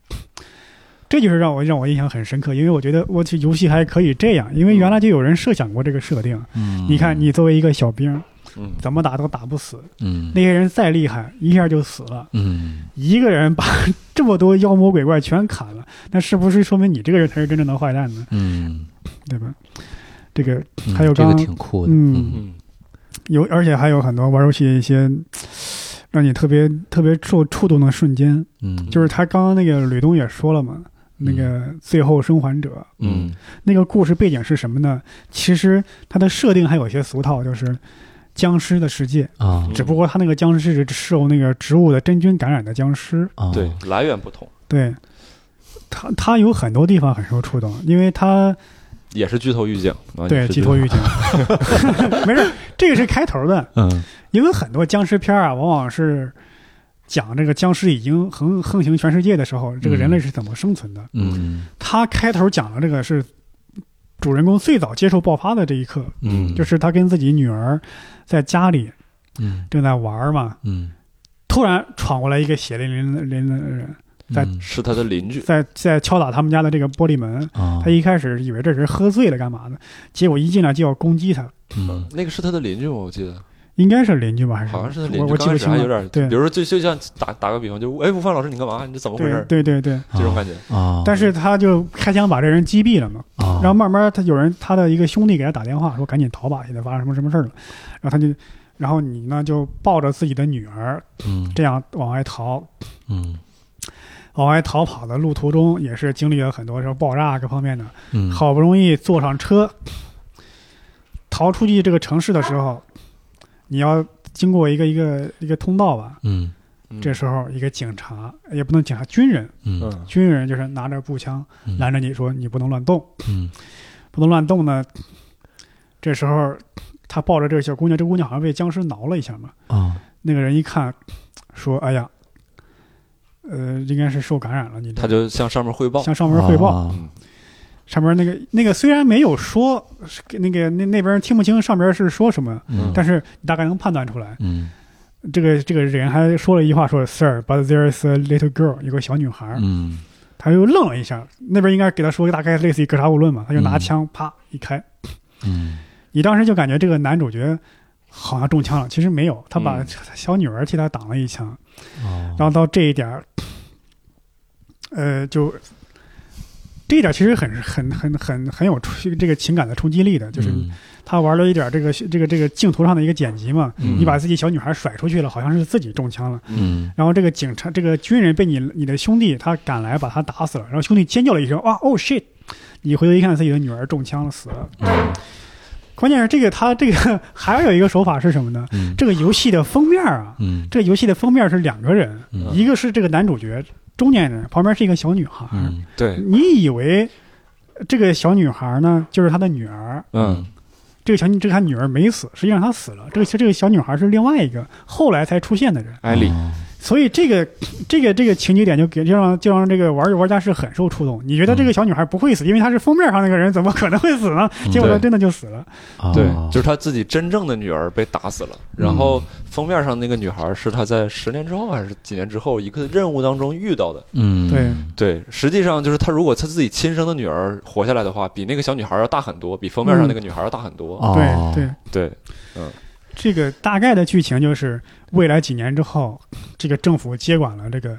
[SPEAKER 3] 这就是让我让我印象很深刻，因为我觉得我去游戏还可以这样，因为原来就有人设想过这个设定。
[SPEAKER 4] 嗯
[SPEAKER 3] 你看，你作为一个小兵，
[SPEAKER 1] 嗯
[SPEAKER 3] 怎么打都打不死，
[SPEAKER 4] 嗯
[SPEAKER 3] 那些人再厉害，一下就死了。
[SPEAKER 4] 嗯
[SPEAKER 3] 一个人把 这么多妖魔鬼怪全砍了，那是不是说明你这个人才是真正的坏蛋呢？
[SPEAKER 4] 嗯，
[SPEAKER 3] 对吧？这个
[SPEAKER 4] 嗯
[SPEAKER 3] 还有
[SPEAKER 4] 这个
[SPEAKER 3] 刚
[SPEAKER 4] 挺酷的，
[SPEAKER 3] 嗯
[SPEAKER 1] 嗯
[SPEAKER 3] 有，而且还有很多玩游戏一些让你特别特别受触动的瞬间，
[SPEAKER 4] 嗯
[SPEAKER 3] 就是他刚刚那个吕东也说了嘛，那个最后生还者
[SPEAKER 4] 嗯
[SPEAKER 3] 那个故事背景是什么呢？其实它的设定还有一些俗套，就是僵尸的世界，
[SPEAKER 4] 啊
[SPEAKER 3] 只不过它那个僵尸是受那个植物的真菌感染的僵尸，
[SPEAKER 4] 啊
[SPEAKER 1] 对来源不同，
[SPEAKER 3] 对，它它有很多地方很受触动，因为它
[SPEAKER 1] 也是剧透预警啊，也
[SPEAKER 3] 对
[SPEAKER 1] 是
[SPEAKER 3] 寄托预警，没事儿，这个是 开头的，
[SPEAKER 4] 嗯
[SPEAKER 3] 因为很多僵尸片儿啊，往往是讲这个僵尸已经横横行全世界的时候，这个
[SPEAKER 4] 嗯
[SPEAKER 3] 人类是怎么生存的。
[SPEAKER 4] 嗯
[SPEAKER 3] 它开头讲的这个是主人公最早接受爆发的这一刻，
[SPEAKER 4] 嗯，
[SPEAKER 3] 就是是他跟自己女儿在家里
[SPEAKER 4] 嗯
[SPEAKER 3] 正在玩儿嘛，
[SPEAKER 4] 嗯
[SPEAKER 3] 突然闯过来一个血淋淋淋的人，在
[SPEAKER 4] 嗯
[SPEAKER 1] 是他的邻居，
[SPEAKER 3] 在在敲打他们家的这个玻璃门。
[SPEAKER 4] 啊
[SPEAKER 3] 他一开始以为这人喝醉了干嘛的，结果一进来就要攻击他，
[SPEAKER 4] 嗯
[SPEAKER 1] 那个是他的邻居吗？我记得
[SPEAKER 3] 应该是邻居吧，还是
[SPEAKER 1] 好像是他邻
[SPEAKER 3] 我
[SPEAKER 1] 居，
[SPEAKER 3] 我
[SPEAKER 1] 刚
[SPEAKER 3] 记不
[SPEAKER 1] 开始
[SPEAKER 3] 清
[SPEAKER 1] 还
[SPEAKER 3] 了。
[SPEAKER 1] 有点，
[SPEAKER 3] 对
[SPEAKER 1] 比如说就就像打打个比方，就哎，吴凡老师你干嘛？你这怎么回
[SPEAKER 3] 对
[SPEAKER 1] 事？
[SPEAKER 3] 对对对，
[SPEAKER 1] 这种感觉，
[SPEAKER 4] 啊，
[SPEAKER 3] 但是他就开枪把这人击毙了嘛。
[SPEAKER 4] 啊，
[SPEAKER 3] 然后慢慢他有人他的一个兄弟给他打电话说赶紧逃吧，现在发生什么什么事儿了。然后他就，然后你呢就抱着自己的女儿
[SPEAKER 4] 嗯
[SPEAKER 3] 这样往外逃，
[SPEAKER 4] 嗯
[SPEAKER 3] 往外逃跑的路途中也是经历了很多什么爆炸各方面的，
[SPEAKER 4] 嗯
[SPEAKER 3] 好不容易坐上车，逃出去这个城市的时候，你要经过一个一个一个通道吧。
[SPEAKER 4] 嗯
[SPEAKER 1] 嗯
[SPEAKER 3] 这时候，一个警察也不能警察，军人，
[SPEAKER 4] 嗯
[SPEAKER 1] 嗯
[SPEAKER 3] 军人就是拿着步枪
[SPEAKER 4] 嗯
[SPEAKER 3] 拦着你说你不能乱动，
[SPEAKER 4] 嗯
[SPEAKER 3] 不能乱动呢。这时候，他抱着这个小姑娘，这姑娘好像被僵尸挠了一下嘛。
[SPEAKER 4] 啊
[SPEAKER 3] 那个人一看，说：“哎呀，呃，应该是受感染了。你这”
[SPEAKER 1] 他就向上面汇报，
[SPEAKER 3] 向上面汇报，
[SPEAKER 4] 啊
[SPEAKER 3] 上面那个那个虽然没有说是那个那那边听不清上边是说什么，
[SPEAKER 4] 嗯
[SPEAKER 3] 但是你大概能判断出来。
[SPEAKER 4] 嗯
[SPEAKER 3] 这个这个人还说了一句话，说：“Sir，but there's a little girl，有个小女孩。
[SPEAKER 4] 嗯
[SPEAKER 3] 他又愣了一下，那边应该给他说大概类似于格杀勿论嘛，他就拿
[SPEAKER 4] 嗯
[SPEAKER 3] 枪啪一开，
[SPEAKER 4] 嗯
[SPEAKER 3] 你当时就感觉这个男主角好像中枪了，其实没有，他把
[SPEAKER 1] 嗯
[SPEAKER 3] 小女儿替他挡了一枪。
[SPEAKER 4] 哦，
[SPEAKER 3] 然后到这一点儿，呃，就这一点其实很很很很很有冲这个情感的冲击力的，就是
[SPEAKER 4] 嗯
[SPEAKER 3] 他玩了一点这个这个这个镜头上的一个剪辑嘛，
[SPEAKER 4] 嗯
[SPEAKER 3] 你把自己小女孩甩出去了，好像是自己中枪了。
[SPEAKER 4] 嗯
[SPEAKER 3] 然后这个警察，这个军人被你你的兄弟他赶来把他打死了，
[SPEAKER 4] 嗯
[SPEAKER 3] 然后兄弟尖叫了一声，哇哦 shit！你回头一看，自己的女儿中枪了，死了。关键是这个它这个 还有一个手法是什么呢？
[SPEAKER 4] 嗯
[SPEAKER 3] 这个游戏的封面啊，
[SPEAKER 4] 嗯
[SPEAKER 3] 这个游戏的封面是两个人，
[SPEAKER 4] 嗯
[SPEAKER 3] 一个是这个男主角中年人，旁边是一个小女孩。
[SPEAKER 4] 嗯
[SPEAKER 1] 对，
[SPEAKER 3] 你以为这个小女孩呢就是他的女儿？
[SPEAKER 1] 嗯，
[SPEAKER 3] 这个小女这个他女儿没死，实际上她死了。这个这个小女孩是另外一个后来才出现的人，
[SPEAKER 1] 艾丽，
[SPEAKER 4] 哦
[SPEAKER 3] 所以这个这个这个情节点就给就让就让这个玩玩家是很受触动。你觉得这个小女孩不会死，因为她是封面上那个人，怎么可能会死呢？
[SPEAKER 4] 嗯
[SPEAKER 3] 结果她
[SPEAKER 1] 对
[SPEAKER 3] 真的就死了。
[SPEAKER 1] 对
[SPEAKER 4] 哦，
[SPEAKER 1] 就是他自己真正的女儿被打死了，然后封面上那个女孩是他在十年之后还是几年之后一个任务当中遇到的。
[SPEAKER 4] 嗯
[SPEAKER 3] 对
[SPEAKER 1] 对，实际上就是他如果他自己亲生的女儿活下来的话，比那个小女孩要大很多，比封面上那个女孩要大很多。
[SPEAKER 4] 哦
[SPEAKER 3] 对对，
[SPEAKER 1] 对，
[SPEAKER 3] 这个大概的剧情就是，未来几年之后，这个政府接管了这个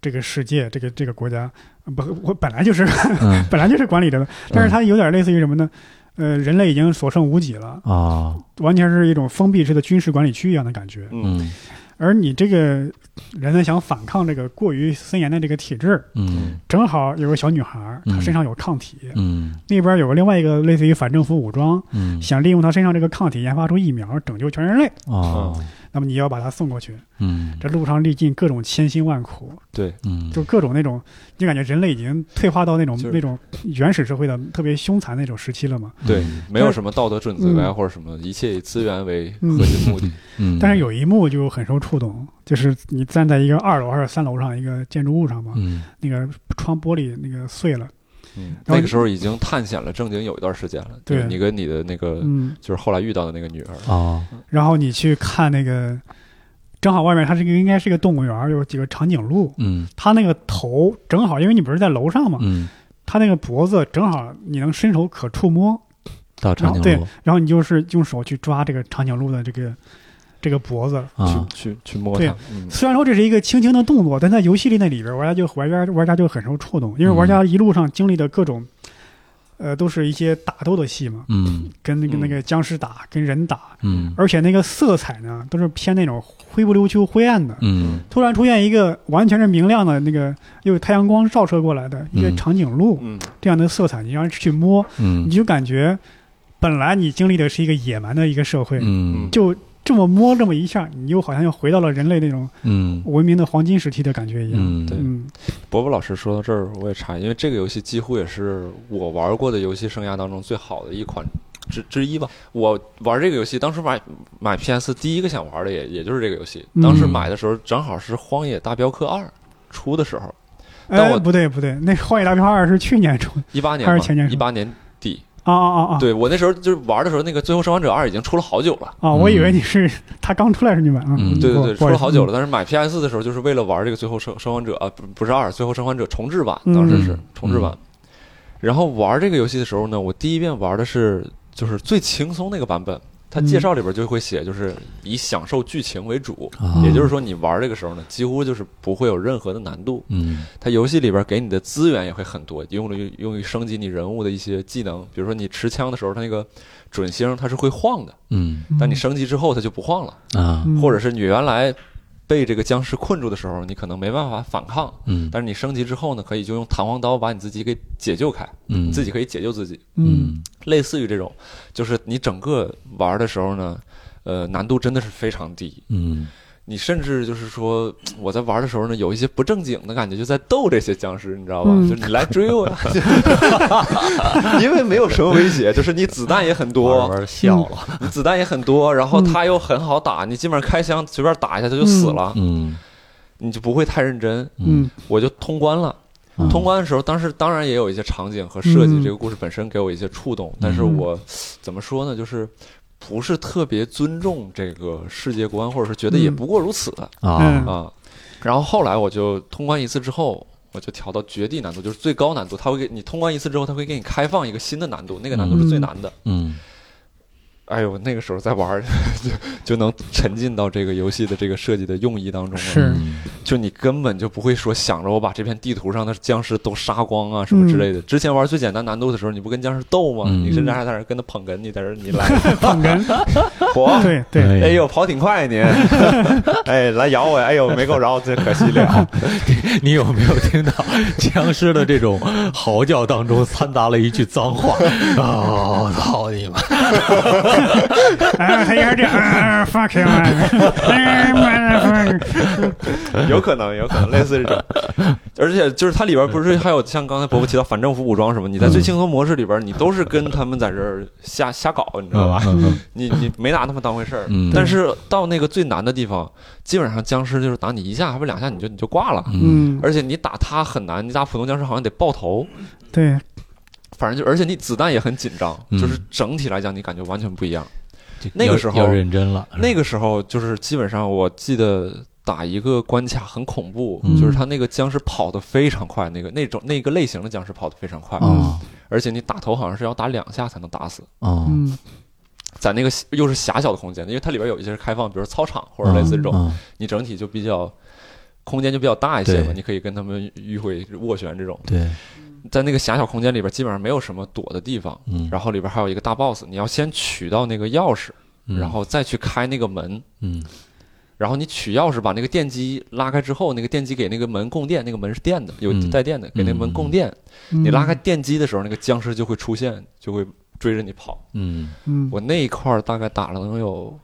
[SPEAKER 3] 这个世界，这个这个国家，呃不，我本来就是
[SPEAKER 4] 嗯
[SPEAKER 3] 本来就是管理着的，但是它有点类似于什么呢？呃，人类已经所剩无几了，
[SPEAKER 4] 啊
[SPEAKER 3] 完全是一种封闭式的军事管理区一样的感觉。
[SPEAKER 1] 嗯，
[SPEAKER 4] 嗯
[SPEAKER 3] 而你这个人呢，想反抗这个过于森严的这个体制，
[SPEAKER 4] 嗯
[SPEAKER 3] 正好有个小女孩儿，她
[SPEAKER 4] 嗯
[SPEAKER 3] 身上有抗体，
[SPEAKER 4] 嗯
[SPEAKER 3] 那边有个另外一个类似于反政府武装，
[SPEAKER 4] 嗯
[SPEAKER 3] 想利用她身上这个抗体研发出疫苗，拯救全人类。
[SPEAKER 4] 哦
[SPEAKER 3] 那么你要把她送过去。
[SPEAKER 4] 嗯
[SPEAKER 3] 这路上历尽各种千辛万苦，
[SPEAKER 1] 对，
[SPEAKER 4] 嗯
[SPEAKER 3] 就各种那种，就感觉人类已经退化到那种
[SPEAKER 1] 就是
[SPEAKER 3] 那种原始社会的特别凶残那种时期了
[SPEAKER 4] 嗯
[SPEAKER 3] 嘛。
[SPEAKER 1] 对，没有什么道德准则呀，
[SPEAKER 3] 嗯
[SPEAKER 1] 或者什么，一切以资源为核心目的。
[SPEAKER 4] 嗯，
[SPEAKER 3] 但是有一幕就很受触动，就是你站在一个二楼还是三楼上一个建筑物上嘛，
[SPEAKER 4] 嗯
[SPEAKER 3] 那个窗玻璃那个碎了，
[SPEAKER 1] 嗯，
[SPEAKER 3] 然后
[SPEAKER 1] 那个时候已经探险了，正经有一段时间了。
[SPEAKER 3] 对
[SPEAKER 1] 就是你跟你的那个，
[SPEAKER 3] 嗯，
[SPEAKER 1] 就是后来遇到的那个女儿。
[SPEAKER 4] 哦
[SPEAKER 3] 然后你去看那个，正好外面它是一个应该是一个动物园，有几个长颈鹿，
[SPEAKER 4] 嗯
[SPEAKER 3] 它那个头正好，因为你不是在楼上嘛，
[SPEAKER 4] 嗯
[SPEAKER 3] 它那个脖子正好你能伸手可触摸，
[SPEAKER 4] 到长
[SPEAKER 3] 然
[SPEAKER 4] 颈
[SPEAKER 3] 后
[SPEAKER 4] 鹿
[SPEAKER 3] 然后你就是用手去抓这个长颈鹿的这个这个脖子。
[SPEAKER 4] 啊
[SPEAKER 1] 去去去摸
[SPEAKER 3] 对
[SPEAKER 1] 它，嗯，
[SPEAKER 3] 虽然说这是一个轻轻的动作，但在游戏里那里边，玩家就玩家玩家就很受触动，因为
[SPEAKER 4] 嗯
[SPEAKER 3] 玩家一路上经历的各种，呃，都是一些打斗的戏嘛，
[SPEAKER 4] 嗯
[SPEAKER 3] 跟那个
[SPEAKER 1] 嗯
[SPEAKER 3] 那个僵尸打，跟人打，
[SPEAKER 4] 嗯
[SPEAKER 3] 而且那个色彩呢，都是偏那种灰不溜秋、灰暗的。
[SPEAKER 4] 嗯
[SPEAKER 3] 突然出现一个完全是明亮的那个，又有太阳光照射过来的一个
[SPEAKER 4] 嗯
[SPEAKER 3] 长颈鹿、
[SPEAKER 1] 嗯，
[SPEAKER 3] 这样的色彩，你让人去摸，你
[SPEAKER 4] 嗯
[SPEAKER 3] 就感觉本来你经历的是一个野蛮的一个社会，
[SPEAKER 4] 嗯
[SPEAKER 3] 就这么摸这么一下，你又好像又回到了人类那种
[SPEAKER 4] 嗯
[SPEAKER 3] 文明的黄金时期的感觉一样。
[SPEAKER 4] 嗯
[SPEAKER 1] 对
[SPEAKER 3] 嗯
[SPEAKER 1] 伯伯老师说到这儿，我也插，因为这个游戏几乎也是我玩过的游戏生涯当中最好的一款之之一吧。我玩这个游戏，当时买买 PS 第一个想玩的也也就是这个游戏。当时
[SPEAKER 4] 嗯
[SPEAKER 1] 买的时候正好是《荒野大镖客二》出的时候，但
[SPEAKER 3] 哎，
[SPEAKER 1] 我
[SPEAKER 3] 不对不对，那《荒野大镖客二》是去 年出的
[SPEAKER 1] 一八年
[SPEAKER 3] 还
[SPEAKER 1] 嘛
[SPEAKER 3] 是前年，是
[SPEAKER 1] 一
[SPEAKER 3] 吧
[SPEAKER 1] 八年底。
[SPEAKER 3] 啊啊啊啊！
[SPEAKER 1] 对我那时候就是玩的时候，那个《最后生还者二》已经出了好久了。
[SPEAKER 3] 啊，我以为你是他刚出来时你买啊，
[SPEAKER 4] 嗯
[SPEAKER 1] 对对对，
[SPEAKER 3] 不
[SPEAKER 1] 出了好久。
[SPEAKER 3] 不
[SPEAKER 1] 了。但是买 PS 的时候，就是为了玩这个《最后生生还者》啊，不不是二，《最后生还者》重置版，
[SPEAKER 3] 嗯
[SPEAKER 1] 当时是
[SPEAKER 4] 嗯
[SPEAKER 1] 重置版。然后玩这个游戏的时候呢，我第一遍玩的是就是最轻松那个版本。它
[SPEAKER 4] 嗯
[SPEAKER 1] 介绍里边就会写，就是以享受剧情为主，
[SPEAKER 4] 啊
[SPEAKER 1] 也就是说你玩这个时候呢，几乎就是不会有任何的难度。
[SPEAKER 4] 嗯
[SPEAKER 1] 它游戏里边给你的资源也会很多，用于用于升级你人物的一些技能，比如说你持枪的时候，它那个准星它是会晃的，
[SPEAKER 4] 嗯
[SPEAKER 3] 嗯
[SPEAKER 1] 但你升级之后它就不晃了。
[SPEAKER 4] 啊
[SPEAKER 3] 嗯
[SPEAKER 1] 或者是你原来被这个僵尸困住的时候，你可能没办法反抗，
[SPEAKER 4] 嗯
[SPEAKER 1] 但是你升级之后呢，可以就用弹簧刀把你自己给解救开，
[SPEAKER 4] 嗯
[SPEAKER 1] 自己可以解救自己，
[SPEAKER 3] 嗯
[SPEAKER 1] 类似于这种，就是你整个玩的时候呢，呃，难度真的是非常低，
[SPEAKER 4] 嗯
[SPEAKER 1] 你甚至就是说我在玩的时候呢，有一些不正经的感觉，就在逗这些僵尸，你知道吧？
[SPEAKER 3] 嗯
[SPEAKER 1] 就是你来追我 呀，因为没有什么威胁，就是你子弹也很多，
[SPEAKER 4] 玩玩笑了
[SPEAKER 1] 你子弹也很多，然后
[SPEAKER 3] 嗯
[SPEAKER 1] 它又很好打，你基本上开枪随便打一下它就死了，
[SPEAKER 4] 嗯
[SPEAKER 1] 你就不会太认真，
[SPEAKER 3] 嗯
[SPEAKER 1] 我就通关了。
[SPEAKER 4] 嗯
[SPEAKER 1] 通关的时候，当时当然也有一些场景和设计，
[SPEAKER 3] 嗯
[SPEAKER 1] 这个故事本身给我一些触动，但是我怎么说呢，就是不是特别尊重这个世界观，或者是觉得也不过如此
[SPEAKER 4] 啊
[SPEAKER 1] 啊。然后后来我就通关一次之后。我就调到绝地难度，就是最高难度。它会给你通关一次之后，它会给你开放一个新的难度，那个难度是最难的。
[SPEAKER 4] 嗯
[SPEAKER 1] 哎呦，那个时候在玩儿 就就能沉浸到这个游戏的这个设计的用意当中了。
[SPEAKER 3] 是
[SPEAKER 4] 嗯
[SPEAKER 1] 就你根本就不会说想着我把这片地图上的僵尸都杀光啊什么之类的。之前玩最简单难度的时候，你不跟僵尸斗吗？
[SPEAKER 4] 嗯
[SPEAKER 1] 你甚至还在那儿跟他捧哏，你在这儿你来
[SPEAKER 3] 捧 哏，
[SPEAKER 1] 火，
[SPEAKER 3] 对对，
[SPEAKER 1] 哎呦跑挺快你，
[SPEAKER 2] 哎，来咬我！哎呦，没够着，这可惜了。
[SPEAKER 4] 你有没有听到 僵尸的这种嚎叫当中掺杂了一句脏话？啊，我操你妈！
[SPEAKER 3] 哎，还还这样哎，fuck you，哎，motherfucker，
[SPEAKER 1] 有可能有可能类似这种。而且就是它里边不是还有像刚才伯伯提到反政府武装什么？你在最轻松模式里边，你都是跟他们在这儿瞎瞎搞，你知道吧？
[SPEAKER 4] 嗯
[SPEAKER 1] 你 你没拿他们当回事儿。
[SPEAKER 4] 嗯
[SPEAKER 1] 但是到那个最难的地方，基本上僵尸就是打你一下，还不两下你就你就挂了。
[SPEAKER 4] 嗯
[SPEAKER 3] 嗯，
[SPEAKER 1] 而且你打他很难，你打普通僵尸好像得爆头，
[SPEAKER 3] 对，
[SPEAKER 1] 反正就而且你子弹也很紧张，
[SPEAKER 4] 嗯
[SPEAKER 1] 就是整体来讲你感觉完全不一样。
[SPEAKER 4] 这
[SPEAKER 1] 那个
[SPEAKER 4] 要
[SPEAKER 1] 时候
[SPEAKER 4] 要认真了，
[SPEAKER 1] 那个时候就是基本上我记得打一个关卡很恐怖，
[SPEAKER 4] 嗯
[SPEAKER 1] 就是他那个僵尸跑得非常快，那个那种那个类型的僵尸跑得非常快，
[SPEAKER 4] 啊
[SPEAKER 1] 而且你打头好像是要打两下才能打死，
[SPEAKER 4] 啊，
[SPEAKER 3] 嗯
[SPEAKER 1] 在那个又是狭小的空间，因为它里边有一些是开放，比如操场或者类似这种，
[SPEAKER 4] 嗯
[SPEAKER 1] 你整体就比较。空间就比较大一些嘛，
[SPEAKER 4] 对
[SPEAKER 1] 你可以跟他们迂回斡旋这种，
[SPEAKER 4] 嗯对，
[SPEAKER 1] 在那个狭小空间里边，基本上没有什么躲的地方。
[SPEAKER 4] 嗯，
[SPEAKER 1] 然后里边还有一个大 boss，你要先取到那个钥匙，
[SPEAKER 4] 嗯
[SPEAKER 1] 然后再去开那个门。
[SPEAKER 4] 嗯
[SPEAKER 1] 然后你取钥匙，把那个电机拉开之后，那个电机给那个门供电，那个门是电的，有
[SPEAKER 4] 嗯
[SPEAKER 1] 带电的，给那个门供电。
[SPEAKER 3] 嗯
[SPEAKER 1] 你拉开，电机的时候，那个僵尸就会出现，就会追着你跑。
[SPEAKER 4] 嗯
[SPEAKER 3] 嗯，
[SPEAKER 1] 我那一块儿大概打了能有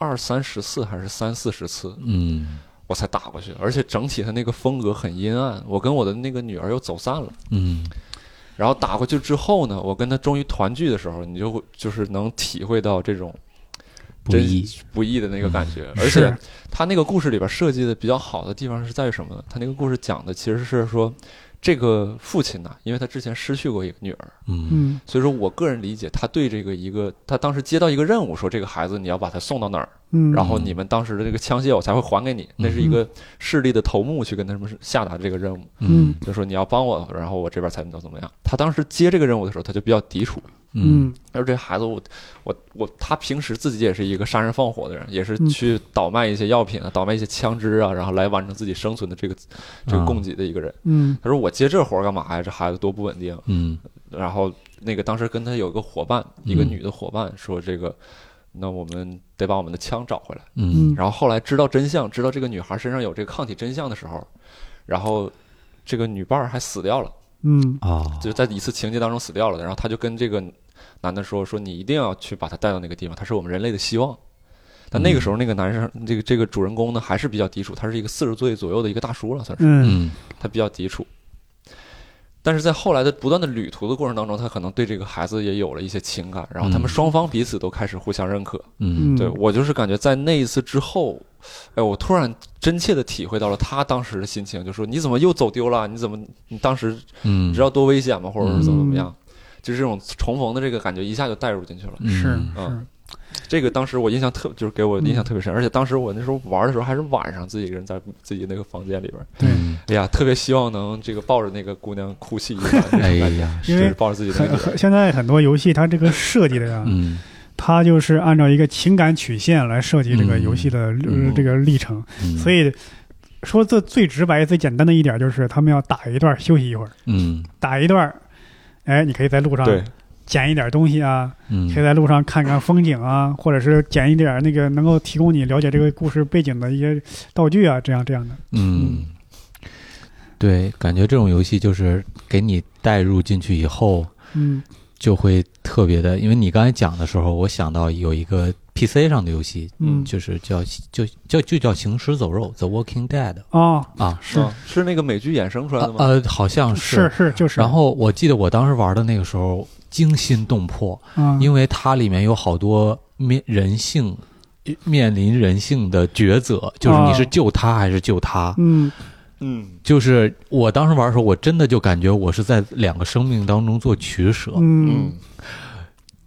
[SPEAKER 1] 二三十次还是三四十次，
[SPEAKER 4] 嗯
[SPEAKER 1] 我才打过去。而且整体它那个风格很阴暗，我跟我的那个女儿又走散了。
[SPEAKER 4] 嗯
[SPEAKER 1] 然后打过去之后呢，我跟他终于团聚的时候，你就会就是能体会到这种
[SPEAKER 4] 不
[SPEAKER 1] 真
[SPEAKER 4] 易，嗯
[SPEAKER 1] 不易的那个感觉。而
[SPEAKER 3] 是
[SPEAKER 1] 且他那个故事里边设计的比较好的地方是在于什么呢？他那个故事讲的其实是说，这个父亲呢、因为他之前失去过一个女儿，
[SPEAKER 4] 嗯
[SPEAKER 3] 嗯
[SPEAKER 1] 所以说我个人理解，他对这个一个他当时接到一个任务，说这个孩子你要把他送到哪儿，
[SPEAKER 3] 嗯，
[SPEAKER 1] 然后你们当时的这个枪械我才会还给你。那是一个势力的头目去跟他们下达这个任务，
[SPEAKER 3] 嗯
[SPEAKER 1] 就说你要帮我，然后我这边才能怎么样。他当时接这个任务的时候，他就比较抵触。
[SPEAKER 4] 嗯
[SPEAKER 3] 嗯
[SPEAKER 1] 他说：“这孩子我，我我他平时自己也是一个杀人放火的人，也是
[SPEAKER 3] 嗯
[SPEAKER 1] 去倒卖一些药品啊，倒卖一些枪支啊，然后来完成自己生存的这个这个
[SPEAKER 4] 啊
[SPEAKER 1] 供给的一个人。
[SPEAKER 3] 嗯
[SPEAKER 1] 他说：“我接这活儿干嘛呀？这孩子多不稳定。
[SPEAKER 4] 嗯”
[SPEAKER 1] 然后那个当时跟他有个伙伴，一个
[SPEAKER 4] 嗯
[SPEAKER 1] 女的伙伴说：“这个，那我们得把我们的枪找回来。”
[SPEAKER 4] 嗯
[SPEAKER 1] 然后后来知道真相，知道这个女孩身上有这个抗体真相的时候，然后这个女伴儿还死掉了。
[SPEAKER 3] 嗯
[SPEAKER 4] 啊，
[SPEAKER 1] 就在一次情节当中死掉了，然后他就跟这个男的说：“说你一定要去把他带到那个地方，他是我们人类的希望。”但那个时候，那个男生，这个这个主人公呢，还是比较抵触，他是一个四十岁左右的一个大叔了，算是
[SPEAKER 3] 嗯
[SPEAKER 4] 嗯
[SPEAKER 1] 他比较抵触。但是在后来的不断的旅途的过程当中，他可能对这个孩子也有了一些情感，然后他们
[SPEAKER 4] 嗯
[SPEAKER 1] 双方彼此都开始互相认可。
[SPEAKER 4] 嗯
[SPEAKER 1] 对我就是感觉在那一次之后，哎，我突然真切的体会到了他当时的心情，就说你怎么又走丢了？你怎么你当时
[SPEAKER 4] 嗯，
[SPEAKER 1] 你知道多危险吗？或者是怎么怎么
[SPEAKER 3] 嗯
[SPEAKER 1] 样？就是这种重逢的这个感觉，一下就带入进去了。
[SPEAKER 4] 嗯
[SPEAKER 3] 是
[SPEAKER 1] 嗯
[SPEAKER 3] 是，
[SPEAKER 1] 这个当时我印象特，就是给我印象特别深，而且当时我那时候玩的时候还是晚上，自己一个人在自己那个房间里边，
[SPEAKER 3] 对
[SPEAKER 4] 嗯
[SPEAKER 1] 哎呀，特别希望能这个抱着那个姑娘哭泣一番，
[SPEAKER 4] 哎
[SPEAKER 1] 那种感觉
[SPEAKER 4] 呀，
[SPEAKER 3] 因
[SPEAKER 1] 就
[SPEAKER 3] 为
[SPEAKER 1] 是抱着自己的那
[SPEAKER 3] 很
[SPEAKER 1] 个
[SPEAKER 3] 很现在很多游戏它这个设计的呀，
[SPEAKER 4] 嗯
[SPEAKER 3] 它就是按照一个情感曲线来设计这个
[SPEAKER 4] 嗯
[SPEAKER 3] 游戏的呃
[SPEAKER 1] 嗯
[SPEAKER 3] 这个历程，
[SPEAKER 4] 嗯，
[SPEAKER 3] 所以说这最直白、最简单的一点就是他们要打一段休息一会儿，
[SPEAKER 4] 嗯
[SPEAKER 3] 打一段，哎，你可以在路上
[SPEAKER 1] 对，
[SPEAKER 3] 捡一点东西啊，
[SPEAKER 4] 嗯
[SPEAKER 3] 可以在路上看看风景啊，或者是捡一点那个能够提供你了解这个故事背景的一些道具啊，这样这样的。
[SPEAKER 4] 嗯，对，感觉这种游戏就是给你带入进去以后，
[SPEAKER 3] 嗯
[SPEAKER 4] 就会特别的，因为你刚才讲的时候，我想到有一个 PC 上的游戏，
[SPEAKER 3] 嗯
[SPEAKER 4] 就是叫就就就叫《行尸走肉》（The Walking Dead）
[SPEAKER 3] 哦，
[SPEAKER 4] 啊，
[SPEAKER 3] 是
[SPEAKER 1] 嗯是那个美剧衍生出来的吗？
[SPEAKER 4] 呃，好像
[SPEAKER 3] 是
[SPEAKER 4] 是。
[SPEAKER 3] 是就是。
[SPEAKER 4] 然后我记得我当时玩的那个时候惊心动魄，
[SPEAKER 3] 啊，
[SPEAKER 4] 因为它里面有好多面人性。面临人性的抉择，就是你是
[SPEAKER 3] 哦
[SPEAKER 4] 救他还是救他？
[SPEAKER 3] 嗯
[SPEAKER 1] 嗯，
[SPEAKER 4] 就是我当时玩的时候，我真的就感觉我是在两个生命当中做取舍，
[SPEAKER 3] 嗯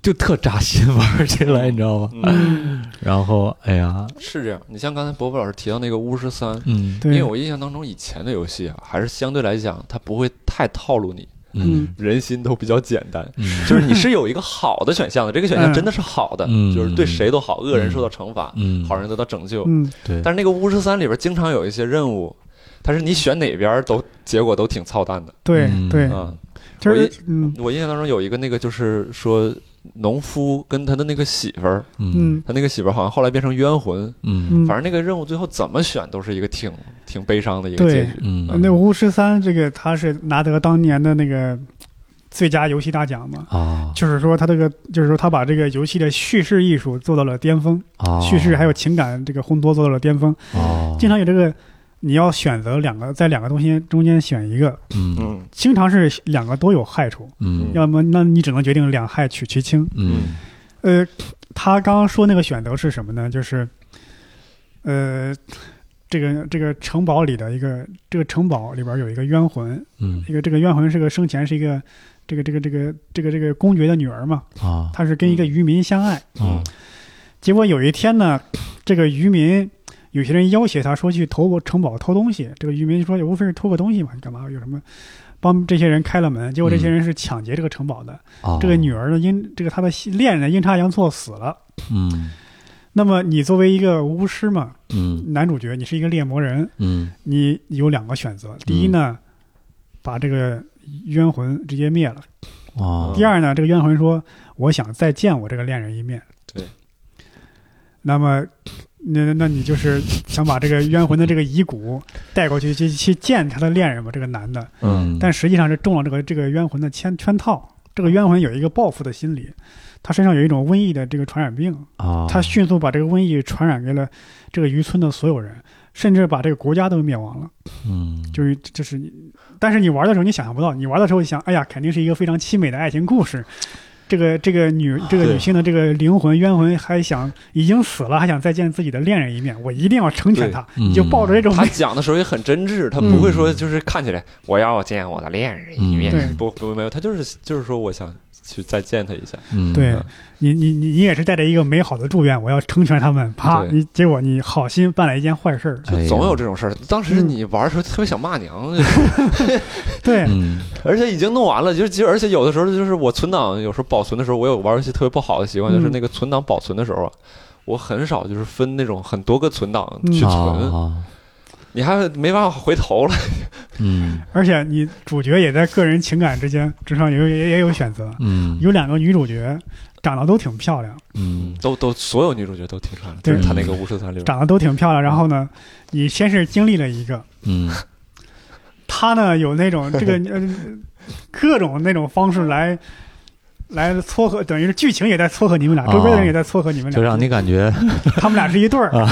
[SPEAKER 4] 就特扎心玩起来，你知道吗？
[SPEAKER 1] 嗯
[SPEAKER 3] 嗯
[SPEAKER 4] 然后，哎呀，
[SPEAKER 1] 是这样。你像刚才伯伯老师提到那个巫师三，
[SPEAKER 4] 嗯，
[SPEAKER 1] 因
[SPEAKER 3] 对
[SPEAKER 1] 为我印象当中以前的游戏啊，还是相对来讲它不会太套路你，
[SPEAKER 4] 嗯
[SPEAKER 1] 人心都比较简单，
[SPEAKER 4] 嗯
[SPEAKER 1] 就是你是有一个好的选项的，这个选项真的是好的，
[SPEAKER 4] 嗯
[SPEAKER 1] 就是对谁都好，恶人受到惩罚，
[SPEAKER 4] 嗯，
[SPEAKER 1] 好人得到拯救。
[SPEAKER 3] 嗯，
[SPEAKER 4] 对，
[SPEAKER 1] 但是那个巫师三里边经常有一些任务，但是你选哪边儿都结果都挺操蛋的
[SPEAKER 3] 对
[SPEAKER 4] 嗯
[SPEAKER 3] 对，
[SPEAKER 1] 啊。
[SPEAKER 3] 就
[SPEAKER 1] 我
[SPEAKER 3] 是
[SPEAKER 1] 一
[SPEAKER 3] 嗯
[SPEAKER 1] 我印象当中有一个那个就是说农夫跟他的那个媳妇儿，
[SPEAKER 4] 嗯
[SPEAKER 3] 嗯
[SPEAKER 1] 他那个媳妇儿好像后来变成冤魂，
[SPEAKER 4] 嗯
[SPEAKER 3] 嗯，
[SPEAKER 1] 反正那个任务最后怎么选都是一个挺挺悲伤的一个
[SPEAKER 3] 对
[SPEAKER 1] 结局。
[SPEAKER 4] 嗯，
[SPEAKER 3] 那《巫师三》这个他是拿得当年的那个最佳游戏大奖嘛，
[SPEAKER 4] 啊
[SPEAKER 3] 就是说他这个就是说他把这个游戏的叙事艺术做到了巅峰，
[SPEAKER 4] 啊，
[SPEAKER 3] 叙事还有情感这个烘托做到了巅峰。
[SPEAKER 4] 哦，
[SPEAKER 3] 经常有这个你要选择两个在两个东西中间选一个，
[SPEAKER 4] 嗯
[SPEAKER 1] 嗯
[SPEAKER 3] 经常是两个都有害处，
[SPEAKER 4] 嗯
[SPEAKER 3] 要么那你只能决定两害取其轻。
[SPEAKER 4] 嗯
[SPEAKER 3] 呃，他刚刚说那个选择是什么呢？就是，呃，这个这个城堡里的一个这个城堡里边有一个冤魂，
[SPEAKER 4] 嗯
[SPEAKER 3] 一个这个冤魂是个生前是一个这个这个这个这个这个公爵的女儿嘛，
[SPEAKER 4] 啊
[SPEAKER 3] 她是跟一个渔民相爱，
[SPEAKER 4] 啊
[SPEAKER 3] 结果有一天呢，这个渔民。有些人要挟他说去偷城堡偷东西，这个渔民说也无非是偷个东西嘛，你干嘛有什么？帮这些人开了门，结果这些人是抢劫这个城堡的。
[SPEAKER 4] 啊，
[SPEAKER 3] 这个女儿呢，因这个她的恋人阴差阳错死了，
[SPEAKER 4] 嗯
[SPEAKER 3] 那么你作为一个巫师嘛，
[SPEAKER 4] 嗯
[SPEAKER 3] 男主角，你是一个猎魔人，
[SPEAKER 4] 嗯
[SPEAKER 3] 你有两个选择：第一呢，把这个冤魂直接灭了；
[SPEAKER 4] 啊，
[SPEAKER 3] 第二呢，这个冤魂说我想再见我这个恋人一面。
[SPEAKER 1] 对。
[SPEAKER 3] 那么，那那你就是想把这个冤魂的这个遗骨带过去去去见他的恋人嘛？这个男的，
[SPEAKER 4] 嗯，
[SPEAKER 3] 但实际上是中了这个这个冤魂的圈圈套。这个冤魂有一个报复的心理，他身上有一种瘟疫的这个传染病，
[SPEAKER 4] 啊，
[SPEAKER 3] 他迅速把这个瘟疫传染给了这个渔村的所有人，甚至把这个国家都灭亡了。
[SPEAKER 4] 嗯
[SPEAKER 3] 就是就是你，但是你玩的时候你想象不到，你玩的时候想，哎呀，肯定是一个非常凄美的爱情故事。这个这个女
[SPEAKER 4] 啊
[SPEAKER 3] 这个
[SPEAKER 1] 对
[SPEAKER 3] 女性的这个灵魂冤魂还想已经死了，还想再见自己的恋人一面，我一定要成全她。
[SPEAKER 4] 嗯
[SPEAKER 3] 你就抱着这种
[SPEAKER 1] 他讲的时候也很真挚，他
[SPEAKER 3] 嗯
[SPEAKER 1] 不会说就是看起来我要见我的恋人一面，
[SPEAKER 3] 嗯对
[SPEAKER 1] 不不没有，他就是就是说我想去再见他一下，
[SPEAKER 4] 嗯
[SPEAKER 3] 对你你你你也是带着一个美好的祝愿，我要成全他们，啪，
[SPEAKER 1] 对
[SPEAKER 3] 你结果你好心办了一件坏事儿。
[SPEAKER 1] 就
[SPEAKER 4] 哎呀
[SPEAKER 1] 总有这种事儿。当时
[SPEAKER 3] 嗯
[SPEAKER 1] 你玩的时候特别想骂娘， 就是
[SPEAKER 3] 对，
[SPEAKER 4] 嗯
[SPEAKER 1] 而且已经弄完了，就是就而且有的时候就是我存档，有时候保存的时候，我有玩游戏特别不好的习惯，
[SPEAKER 3] 嗯
[SPEAKER 1] 就是那个存档保存的时候啊。我很少就是分那种很多个存档
[SPEAKER 3] 嗯
[SPEAKER 1] 去存，
[SPEAKER 4] 啊
[SPEAKER 1] 你还没办法回头了。
[SPEAKER 4] 嗯
[SPEAKER 3] 而且你主角也在个人情感之间之上也有也也有选择，
[SPEAKER 4] 嗯
[SPEAKER 3] 有两个女主角长得都挺漂亮，
[SPEAKER 4] 嗯
[SPEAKER 1] 都都所有女主角都挺漂亮，就是
[SPEAKER 3] 对
[SPEAKER 1] 她那个巫师三里边，
[SPEAKER 3] 长得都挺漂亮。然后呢，你先是经历了一个，
[SPEAKER 4] 嗯
[SPEAKER 3] 他呢有那种 这个呃各种那种方式来来撮合，等于是剧情也在撮合你们俩，
[SPEAKER 4] 哦
[SPEAKER 3] 周边的人也在撮合你们
[SPEAKER 4] 就
[SPEAKER 3] 俩，
[SPEAKER 4] 让你感觉
[SPEAKER 3] 他们俩是一对
[SPEAKER 4] 啊
[SPEAKER 3] 儿。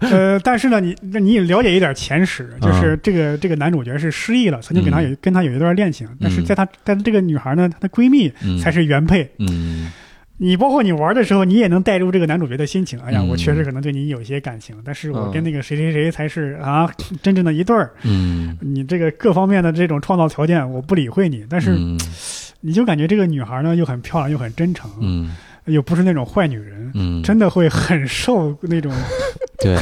[SPEAKER 3] 呃，但是呢，你那你也了解一点前史，
[SPEAKER 4] 啊
[SPEAKER 3] 就是这个这个男主角是失忆了，曾经跟
[SPEAKER 4] 嗯
[SPEAKER 3] 他有跟他有一段恋情，但是在他但是这个女孩呢，她的闺蜜
[SPEAKER 4] 嗯
[SPEAKER 3] 才是原配。
[SPEAKER 4] 嗯
[SPEAKER 3] 你包括你玩的时候，你也能带入这个男主角的心情。哎呀，
[SPEAKER 4] 嗯
[SPEAKER 3] 我确实可能对你有一些感情，但是我
[SPEAKER 1] 嗯
[SPEAKER 3] 跟那个谁谁谁才是 啊真正的一对儿。
[SPEAKER 4] 嗯，
[SPEAKER 3] 你这个各方面的这种创造条件，我不理会你，但
[SPEAKER 4] 嗯
[SPEAKER 3] 是你就感觉这个女孩呢又很漂亮，又很真诚，
[SPEAKER 4] 嗯
[SPEAKER 3] 又不是那种坏女人，
[SPEAKER 4] 嗯
[SPEAKER 3] 真的会很受那种，
[SPEAKER 4] 对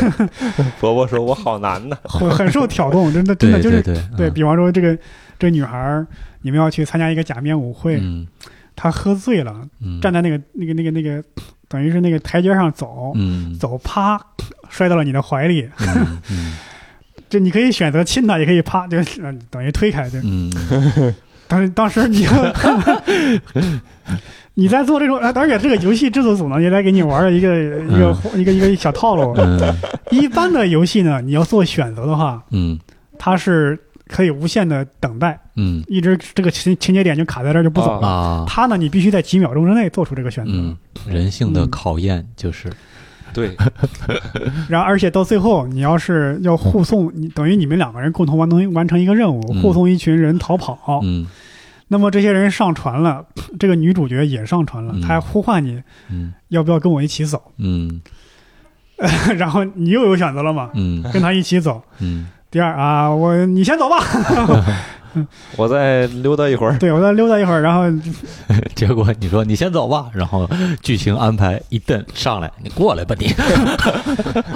[SPEAKER 1] 伯伯说：“我好难呐。
[SPEAKER 3] 会很受挑动，真的真的
[SPEAKER 4] 对
[SPEAKER 3] 就是
[SPEAKER 4] 对嗯
[SPEAKER 3] 对比方说这个这女孩儿，你们要去参加一个假面舞会，
[SPEAKER 4] 嗯
[SPEAKER 3] 她喝醉了，
[SPEAKER 4] 嗯
[SPEAKER 3] 站在那个那个那个那个，等于是那个台阶上走，
[SPEAKER 4] 嗯
[SPEAKER 3] 走啪摔到了你的怀里，
[SPEAKER 4] 嗯嗯
[SPEAKER 3] 这你可以选择亲她，也可以啪就呃等于推开，对，
[SPEAKER 4] 嗯
[SPEAKER 3] 当时当时你 就你在做这种，而且这个游戏制作组呢也在给你玩了一个一个一个一个小套 路。
[SPEAKER 4] 嗯
[SPEAKER 3] 一般的游戏呢，你要做选择的话，
[SPEAKER 4] 嗯
[SPEAKER 3] 它是可以无限的等待，
[SPEAKER 4] 嗯
[SPEAKER 3] 一直这个情情节点就卡在这儿就不走了。
[SPEAKER 4] 啊
[SPEAKER 3] 它呢，你必须在几秒钟之内做出这个选择，
[SPEAKER 4] 嗯，人性的考验就是”
[SPEAKER 1] 对，
[SPEAKER 3] 然后而且到最后，你要是要护送，你等于你们两个人共同完成完成一个任务，
[SPEAKER 4] 嗯
[SPEAKER 3] 护送一群人逃跑。
[SPEAKER 4] 嗯
[SPEAKER 3] 那么这些人上船了，这个女主角也上船了，
[SPEAKER 4] 嗯
[SPEAKER 3] 她还呼唤你
[SPEAKER 4] 嗯
[SPEAKER 3] 要不要跟我一起走，
[SPEAKER 4] 嗯
[SPEAKER 3] 然后你又有选择了嘛，
[SPEAKER 4] 嗯
[SPEAKER 3] 跟她一起走。
[SPEAKER 4] 嗯
[SPEAKER 3] 第二啊，我你先走吧，
[SPEAKER 1] 我再溜达一会儿。
[SPEAKER 3] 对我再溜达一会儿，然后
[SPEAKER 4] 结果你说你先走吧，然后剧情安排一顿上来，你过来吧你。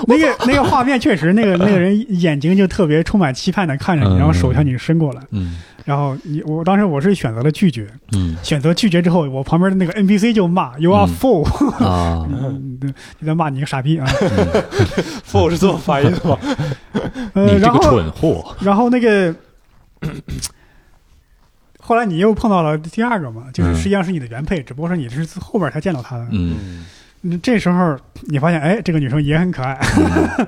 [SPEAKER 3] 那 个那个画面确实，那个那个人眼睛就特别充满期盼的看着你，
[SPEAKER 4] 嗯
[SPEAKER 3] 然后手向你伸过来，
[SPEAKER 4] 嗯
[SPEAKER 3] 然后你我当时我是选择了拒绝，
[SPEAKER 4] 嗯
[SPEAKER 3] 选择拒绝之后，我旁边的那个 NPC 就骂 “You are
[SPEAKER 4] 嗯
[SPEAKER 3] fool”，、
[SPEAKER 4] 啊，
[SPEAKER 3] 嗯对 就在骂你个傻逼啊，
[SPEAKER 1] f 嗯是这么发音吗？
[SPEAKER 3] 呃，
[SPEAKER 4] 你这
[SPEAKER 3] 然
[SPEAKER 4] 个
[SPEAKER 3] 后
[SPEAKER 4] 蠢啊货。
[SPEAKER 3] 然后那个。 后来你又碰到了第二个嘛，就是
[SPEAKER 4] 嗯
[SPEAKER 3] 实际上是你的原配，只不过是你是后边才见到他的。
[SPEAKER 4] 嗯，
[SPEAKER 1] 嗯，
[SPEAKER 3] 嗯这时候你发现，哎，这个女生也很 可爱，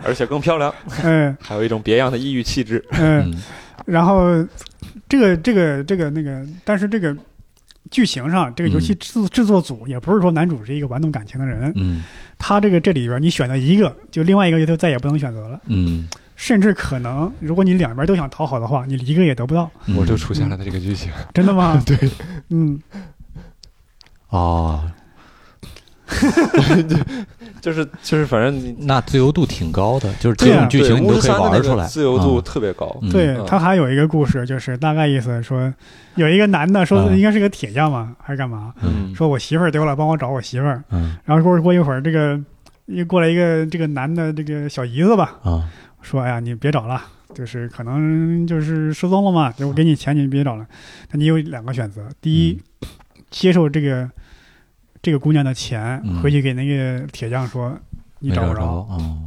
[SPEAKER 1] 而且更漂亮，
[SPEAKER 3] 嗯
[SPEAKER 1] 还有一种别样的异域气质。
[SPEAKER 3] 嗯，
[SPEAKER 4] 嗯
[SPEAKER 3] 然后这个这个这个那个，但是这个剧情上，这个游戏制制作组也不是说男主是一个玩弄感情的人，
[SPEAKER 4] 嗯
[SPEAKER 3] 他这个这里边你选择一个，就另外一个就再也不能选择了，
[SPEAKER 4] 嗯，
[SPEAKER 3] 甚至可能如果你两边都想讨好的话，你一个也得不到，
[SPEAKER 4] 嗯
[SPEAKER 1] 我就出现了这个剧情，
[SPEAKER 3] 真的吗？对，嗯，
[SPEAKER 4] 哦，
[SPEAKER 1] 就是就是，反正你
[SPEAKER 4] 那自由度挺高的，就是
[SPEAKER 3] 对
[SPEAKER 4] 这
[SPEAKER 3] 啊
[SPEAKER 4] 种剧情你
[SPEAKER 1] 对
[SPEAKER 4] 都
[SPEAKER 1] 巫师
[SPEAKER 4] 可以
[SPEAKER 1] 三的那
[SPEAKER 4] 玩
[SPEAKER 1] 个
[SPEAKER 4] 出来，
[SPEAKER 1] 自由度特别高。
[SPEAKER 4] 嗯
[SPEAKER 3] 对
[SPEAKER 1] 嗯
[SPEAKER 3] 他还有一个故事，就是大概意思说，有一个男的说
[SPEAKER 4] 嗯
[SPEAKER 3] 应该是个铁匠嘛，还是干嘛？
[SPEAKER 4] 嗯
[SPEAKER 3] 说我媳妇儿丢了，帮我找我媳妇儿。
[SPEAKER 4] 嗯
[SPEAKER 3] 然后过过一会儿，这个又过来一个这个男的这个小姨子吧，
[SPEAKER 4] 啊
[SPEAKER 3] 说哎呀你别找了，就是可能就是失踪了嘛，就我给你钱你别找了。那你有两个选择，第一，
[SPEAKER 4] 嗯
[SPEAKER 3] 接受这个这个姑娘的钱，
[SPEAKER 4] 嗯
[SPEAKER 3] 回去给那个铁匠说你找不
[SPEAKER 4] 没
[SPEAKER 3] 着；
[SPEAKER 4] 着哦，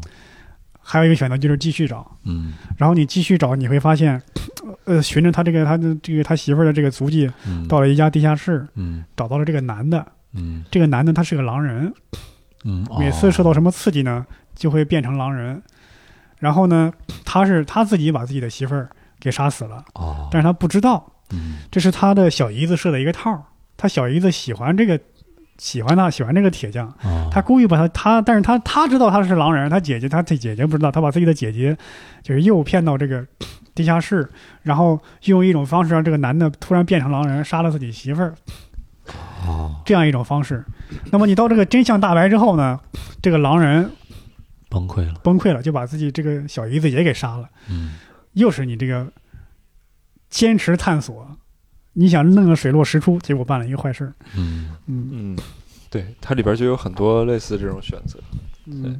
[SPEAKER 3] 还有一个选择就是继续找。
[SPEAKER 4] 嗯
[SPEAKER 3] 然后你继续找，你会发现，呃，循着他这个他的这个他媳妇儿的这个足迹，
[SPEAKER 4] 嗯，
[SPEAKER 3] 到了一家地下室，
[SPEAKER 4] 嗯
[SPEAKER 3] 找到了这个男的。
[SPEAKER 4] 嗯
[SPEAKER 3] 这个男的他是个狼人，
[SPEAKER 4] 嗯，哦
[SPEAKER 3] 每次受到什么刺激呢，就会变成狼人。然后呢，他是他自己把自己的媳妇儿给杀死了，
[SPEAKER 4] 哦，
[SPEAKER 3] 但是他不知道，
[SPEAKER 4] 嗯
[SPEAKER 3] 这是他的小姨子设的一个套儿。他小姨子喜欢这个，喜欢他，喜欢这个铁匠，
[SPEAKER 4] 哦
[SPEAKER 3] 他故意把他他，但是他他知道他是狼人，他姐姐他这姐姐不知道，他把自己的姐姐就是诱骗到这个地下室，然后用一种方式让这个男的突然变成狼人，杀了自己媳妇儿，
[SPEAKER 4] 哦
[SPEAKER 3] 这样一种方式。那么你到这个真相大白之后呢，这个狼人
[SPEAKER 4] 崩溃了，
[SPEAKER 3] 崩溃了，就把自己这个小姨子也给杀了。
[SPEAKER 4] 嗯
[SPEAKER 3] 又是你这个坚持探索，你想弄个水落石出，结果办了一个坏事儿。
[SPEAKER 4] 嗯。
[SPEAKER 3] 嗯
[SPEAKER 1] 嗯，对，它里边就有很多类似这种选择。
[SPEAKER 3] 嗯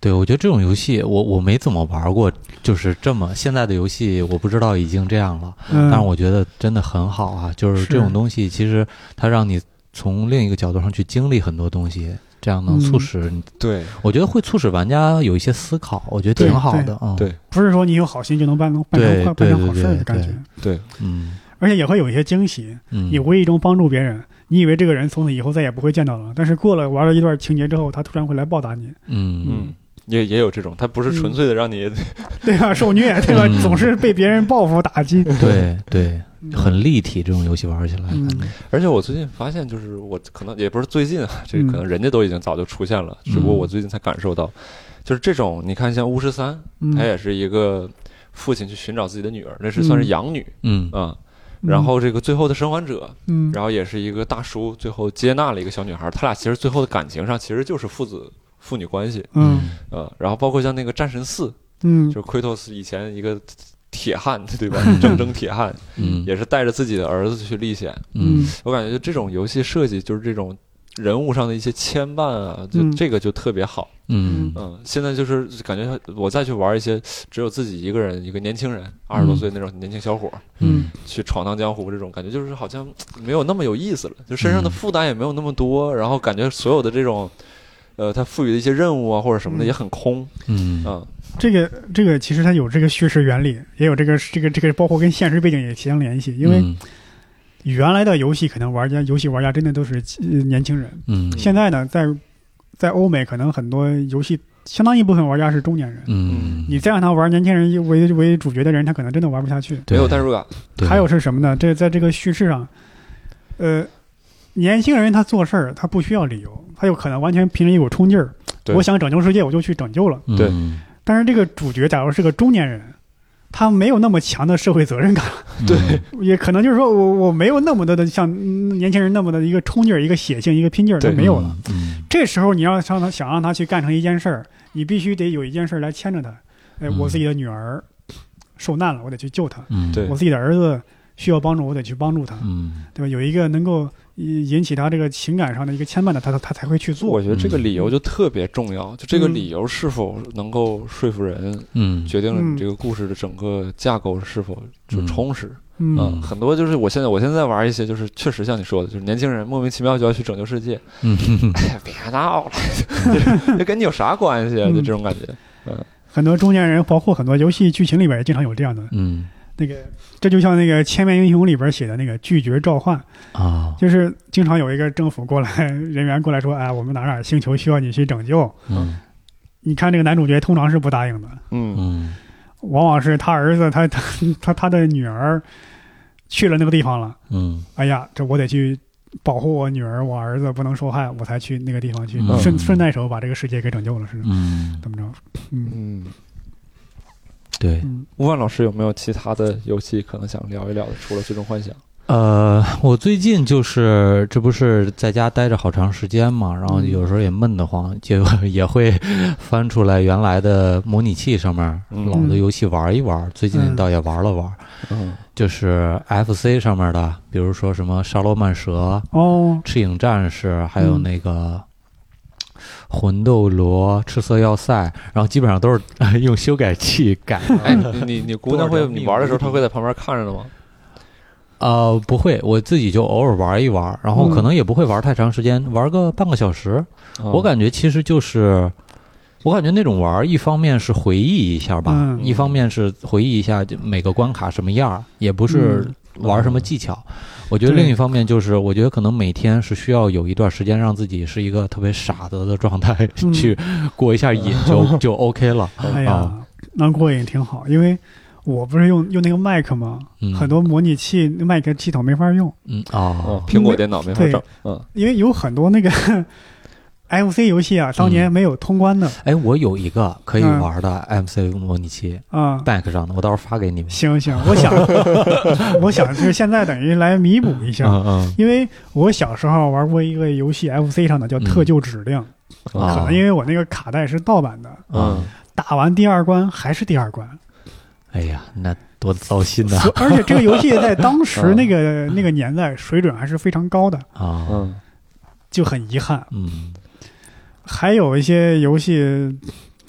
[SPEAKER 4] 对，我觉得这种游戏，我我没怎么玩过，就是这么现在的游戏，我不知道已经这样了，
[SPEAKER 3] 嗯，
[SPEAKER 4] 但是我觉得真的很好啊，就是这种东西，其实它让你从另一个角度上去经历很多东西，这样能
[SPEAKER 1] 嗯
[SPEAKER 4] 促使你，
[SPEAKER 1] 对，
[SPEAKER 4] 我觉得会促使玩家有一些思考，我觉得挺
[SPEAKER 3] 对
[SPEAKER 4] 好
[SPEAKER 3] 对
[SPEAKER 4] 的啊，
[SPEAKER 1] 对
[SPEAKER 3] 不是说你有好心就能办能办
[SPEAKER 4] 对
[SPEAKER 3] 成坏办
[SPEAKER 4] 对
[SPEAKER 3] 成
[SPEAKER 4] 对
[SPEAKER 3] 好事儿的
[SPEAKER 4] 对
[SPEAKER 3] 感觉
[SPEAKER 4] 对。嗯
[SPEAKER 3] 而且也会有一些惊喜，
[SPEAKER 4] 嗯，
[SPEAKER 3] 你无意中帮助别人，你以为这个人从此以后再也不会见到了，但是过了玩了一段情节之后，他突然会来报答 你，
[SPEAKER 4] 嗯
[SPEAKER 1] 嗯，也也有这种，它不是纯粹的让你，
[SPEAKER 3] 对吧？受虐，对吧
[SPEAKER 4] 嗯？
[SPEAKER 3] 总是被别人报复打 击，
[SPEAKER 4] 对对，
[SPEAKER 3] 嗯
[SPEAKER 4] 很立体，这种游戏玩起来，
[SPEAKER 3] 嗯
[SPEAKER 4] 感觉
[SPEAKER 1] 而且我最近发现，就是我可能也不是最近啊，
[SPEAKER 4] 嗯
[SPEAKER 1] 这个可能人家都已经早就出现了，只不过我最近才感受到，就是这种，你看像巫师三，
[SPEAKER 3] 嗯
[SPEAKER 4] 哎
[SPEAKER 1] 他也是一个父亲去寻找自己的女儿，那是算是养女
[SPEAKER 4] 嗯
[SPEAKER 1] 啊。然后这个最后的生还者，
[SPEAKER 3] 嗯
[SPEAKER 1] 然后也是一个大叔，最后接纳了一个小女孩，他俩其实最后的感情上其实就是父子父女关系，
[SPEAKER 3] 嗯
[SPEAKER 1] 嗯，然后包括像那个战神四，
[SPEAKER 3] 嗯
[SPEAKER 1] 就是奎托斯以前一个铁汉，对吧？铮铮铁汉，
[SPEAKER 4] 嗯
[SPEAKER 1] 也是带着自己的儿子去历险。
[SPEAKER 4] 嗯
[SPEAKER 1] 我感觉就这种游戏设计，就是这种人物上的一些牵绊啊，就
[SPEAKER 3] 嗯
[SPEAKER 1] 这个就特别好。
[SPEAKER 4] 嗯
[SPEAKER 1] 嗯，现在就是感觉我再去玩一些只有自己一个人，一个年轻人，二十多岁那种年轻小伙儿
[SPEAKER 4] 嗯
[SPEAKER 1] 去闯荡江湖，这种感觉就是好像没有那么有意思了，就身上的负担也没有那么多，然后感觉所有的这种。呃，他赋予的一些任务啊，或者什么的
[SPEAKER 3] 嗯
[SPEAKER 1] 也很空，
[SPEAKER 4] 嗯
[SPEAKER 1] 嗯，
[SPEAKER 3] 这个这个其实它有这个叙事原理，也有这个这个这个包括跟现实背景也相联系，因为
[SPEAKER 4] 嗯
[SPEAKER 3] 原来的游戏可能玩家游戏玩家真的都是呃年轻人，
[SPEAKER 4] 嗯
[SPEAKER 3] 现在呢，在在欧美可能很多游戏相当一部分玩家是中年人。
[SPEAKER 4] 嗯，
[SPEAKER 3] 你再让他玩年轻人为为主角的人，他可能真的玩不下去。
[SPEAKER 1] 没
[SPEAKER 4] 对
[SPEAKER 1] 有代入感，
[SPEAKER 4] 对
[SPEAKER 3] 还有是什么呢？这在这个叙事上，呃，年轻人他做事儿他不需要理由，他有可能完全凭着一股冲劲儿，
[SPEAKER 1] 对
[SPEAKER 3] 我想拯救世界，我就去拯救了。
[SPEAKER 1] 对
[SPEAKER 4] 嗯
[SPEAKER 3] 但是这个主角假如是个中年人，他没有那么强的社会责任感，
[SPEAKER 1] 对
[SPEAKER 4] 嗯
[SPEAKER 3] 也可能就是说我我没有那么多的像嗯年轻人那么的一个冲劲儿、一个血性、一个拼劲儿，他
[SPEAKER 1] 对
[SPEAKER 3] 没有了。，
[SPEAKER 4] 嗯
[SPEAKER 3] 这时候你要让他想让他去干成一件事儿，你必须得有一件事儿来牵着他。哎，
[SPEAKER 4] 嗯
[SPEAKER 3] 我自己的女儿受难了，我得去救她。
[SPEAKER 4] 嗯，
[SPEAKER 1] 对
[SPEAKER 3] 我自己的儿子需要帮助，我得去帮助他，
[SPEAKER 4] 嗯
[SPEAKER 3] 对吧？有一个能够引引起他这个情感上的一个牵绊的，他他他才会去做。
[SPEAKER 1] 我觉得这个理由就特别重要，就这个
[SPEAKER 3] 嗯
[SPEAKER 1] 理由是否能够说服人，
[SPEAKER 4] 嗯，
[SPEAKER 1] 决定了
[SPEAKER 3] 嗯
[SPEAKER 1] 你这个故事的整个架构是否就
[SPEAKER 4] 嗯
[SPEAKER 1] 充实。
[SPEAKER 3] 嗯
[SPEAKER 4] 嗯
[SPEAKER 1] 啊很多就是我现在我现在玩一些，就是确实像你说的，就是年轻人莫名其妙就要去拯救世 界，
[SPEAKER 4] 嗯哼哼
[SPEAKER 1] 哎呀，别 闹了，这这跟你有啥关系啊？
[SPEAKER 3] 嗯
[SPEAKER 1] 就这种感觉。
[SPEAKER 3] 很多中年人，包括很多游戏剧情里边也经常有这样的
[SPEAKER 4] 嗯
[SPEAKER 3] 那个，这就像那个《千面英雄》里边写的那个拒绝召唤，
[SPEAKER 4] 啊，
[SPEAKER 3] 就是经常有一个政府过来人员过来说，哎，我们哪哪星球需要你去拯救。
[SPEAKER 4] 嗯
[SPEAKER 3] 你看这个男主角通常是不答应的，
[SPEAKER 1] 嗯
[SPEAKER 4] 嗯
[SPEAKER 3] 往往是他儿子，他他 他他的女儿去了那个地方了，
[SPEAKER 4] 嗯
[SPEAKER 3] 哎呀，这我得去保护我女儿，我儿子不能受害，我才去那个地方去，
[SPEAKER 4] 嗯
[SPEAKER 3] 顺顺带手把这个世界给拯救了，是
[SPEAKER 4] 嗯，
[SPEAKER 3] 怎么着？嗯
[SPEAKER 1] 嗯，
[SPEAKER 4] 对，
[SPEAKER 3] 嗯
[SPEAKER 1] 悟饭老师有没有其他的游戏可能想聊一聊的？除了《最终幻想》，
[SPEAKER 4] 呃，我最近就是这不是在家待着好长时间嘛，然后有时候也闷得慌，就 也会翻出来原来的模拟器上面
[SPEAKER 1] 嗯
[SPEAKER 4] 老的游戏玩一玩。最近倒也玩了玩，
[SPEAKER 1] 嗯
[SPEAKER 4] 就是 FC 上面的，比如说什么《沙罗曼蛇》
[SPEAKER 3] 哦
[SPEAKER 4] 《赤影战士》，还有那个。魂斗罗、赤色要塞，然后基本上都是 用修改器改的。
[SPEAKER 1] 哎，你你你姑娘
[SPEAKER 4] 多
[SPEAKER 1] 会
[SPEAKER 4] 少条
[SPEAKER 1] 你玩的时候，
[SPEAKER 4] 命
[SPEAKER 1] 她会在旁边看着的吗？
[SPEAKER 4] 呃，不会，我自己就偶尔玩一玩，然
[SPEAKER 3] 嗯
[SPEAKER 4] 后可能也不会玩太长时间，玩个半个小时。
[SPEAKER 3] 嗯
[SPEAKER 4] 我感觉其实就是，我感觉那种玩儿，一方面是回忆一下吧，
[SPEAKER 3] 嗯
[SPEAKER 4] 一方面是回忆一下就每个关卡什么样儿，也不是玩什么技巧。我觉得
[SPEAKER 3] 嗯对
[SPEAKER 4] 另一方面就是，我觉得可能每天是需要有一段时间让自己是一个特别傻子的状态、
[SPEAKER 3] 嗯
[SPEAKER 4] 去过一下瘾 就，就 OK 了。
[SPEAKER 3] 哎呀，能过瘾挺好，因为我不是用用那个 Mac 吗？
[SPEAKER 4] 嗯，
[SPEAKER 3] 很多模拟器 Mac 系统没法用，
[SPEAKER 4] 嗯
[SPEAKER 1] 嗯
[SPEAKER 4] 哦，，
[SPEAKER 1] 苹果电脑没法整，嗯
[SPEAKER 3] 因为有很多那个 FC 游戏啊，当
[SPEAKER 4] 嗯
[SPEAKER 3] 年没有通关的
[SPEAKER 4] 哎，我有一个可以
[SPEAKER 3] 嗯
[SPEAKER 4] 玩的 MC 模拟器。
[SPEAKER 3] 啊。
[SPEAKER 4] Back 上的，我到时候发给你们。
[SPEAKER 3] 行行，我 想，我想就是现在等于来弥补一下，
[SPEAKER 4] 嗯
[SPEAKER 3] 因为我小时候玩过一个游戏 FC 上的叫《特救指令》，
[SPEAKER 4] 嗯
[SPEAKER 3] 可
[SPEAKER 4] 啊
[SPEAKER 3] 能因为我那个卡带是盗版的，啊
[SPEAKER 1] 嗯
[SPEAKER 4] 嗯，
[SPEAKER 3] 打完第二关还是第二关，
[SPEAKER 4] 哎呀， 那多糟心呐
[SPEAKER 3] 所而且这个游戏 在当时
[SPEAKER 1] 嗯
[SPEAKER 3] 那个那个年代水准还是非常高的，
[SPEAKER 4] 啊！
[SPEAKER 1] 嗯
[SPEAKER 3] 就很遗憾。
[SPEAKER 4] 嗯
[SPEAKER 3] 还有一些游戏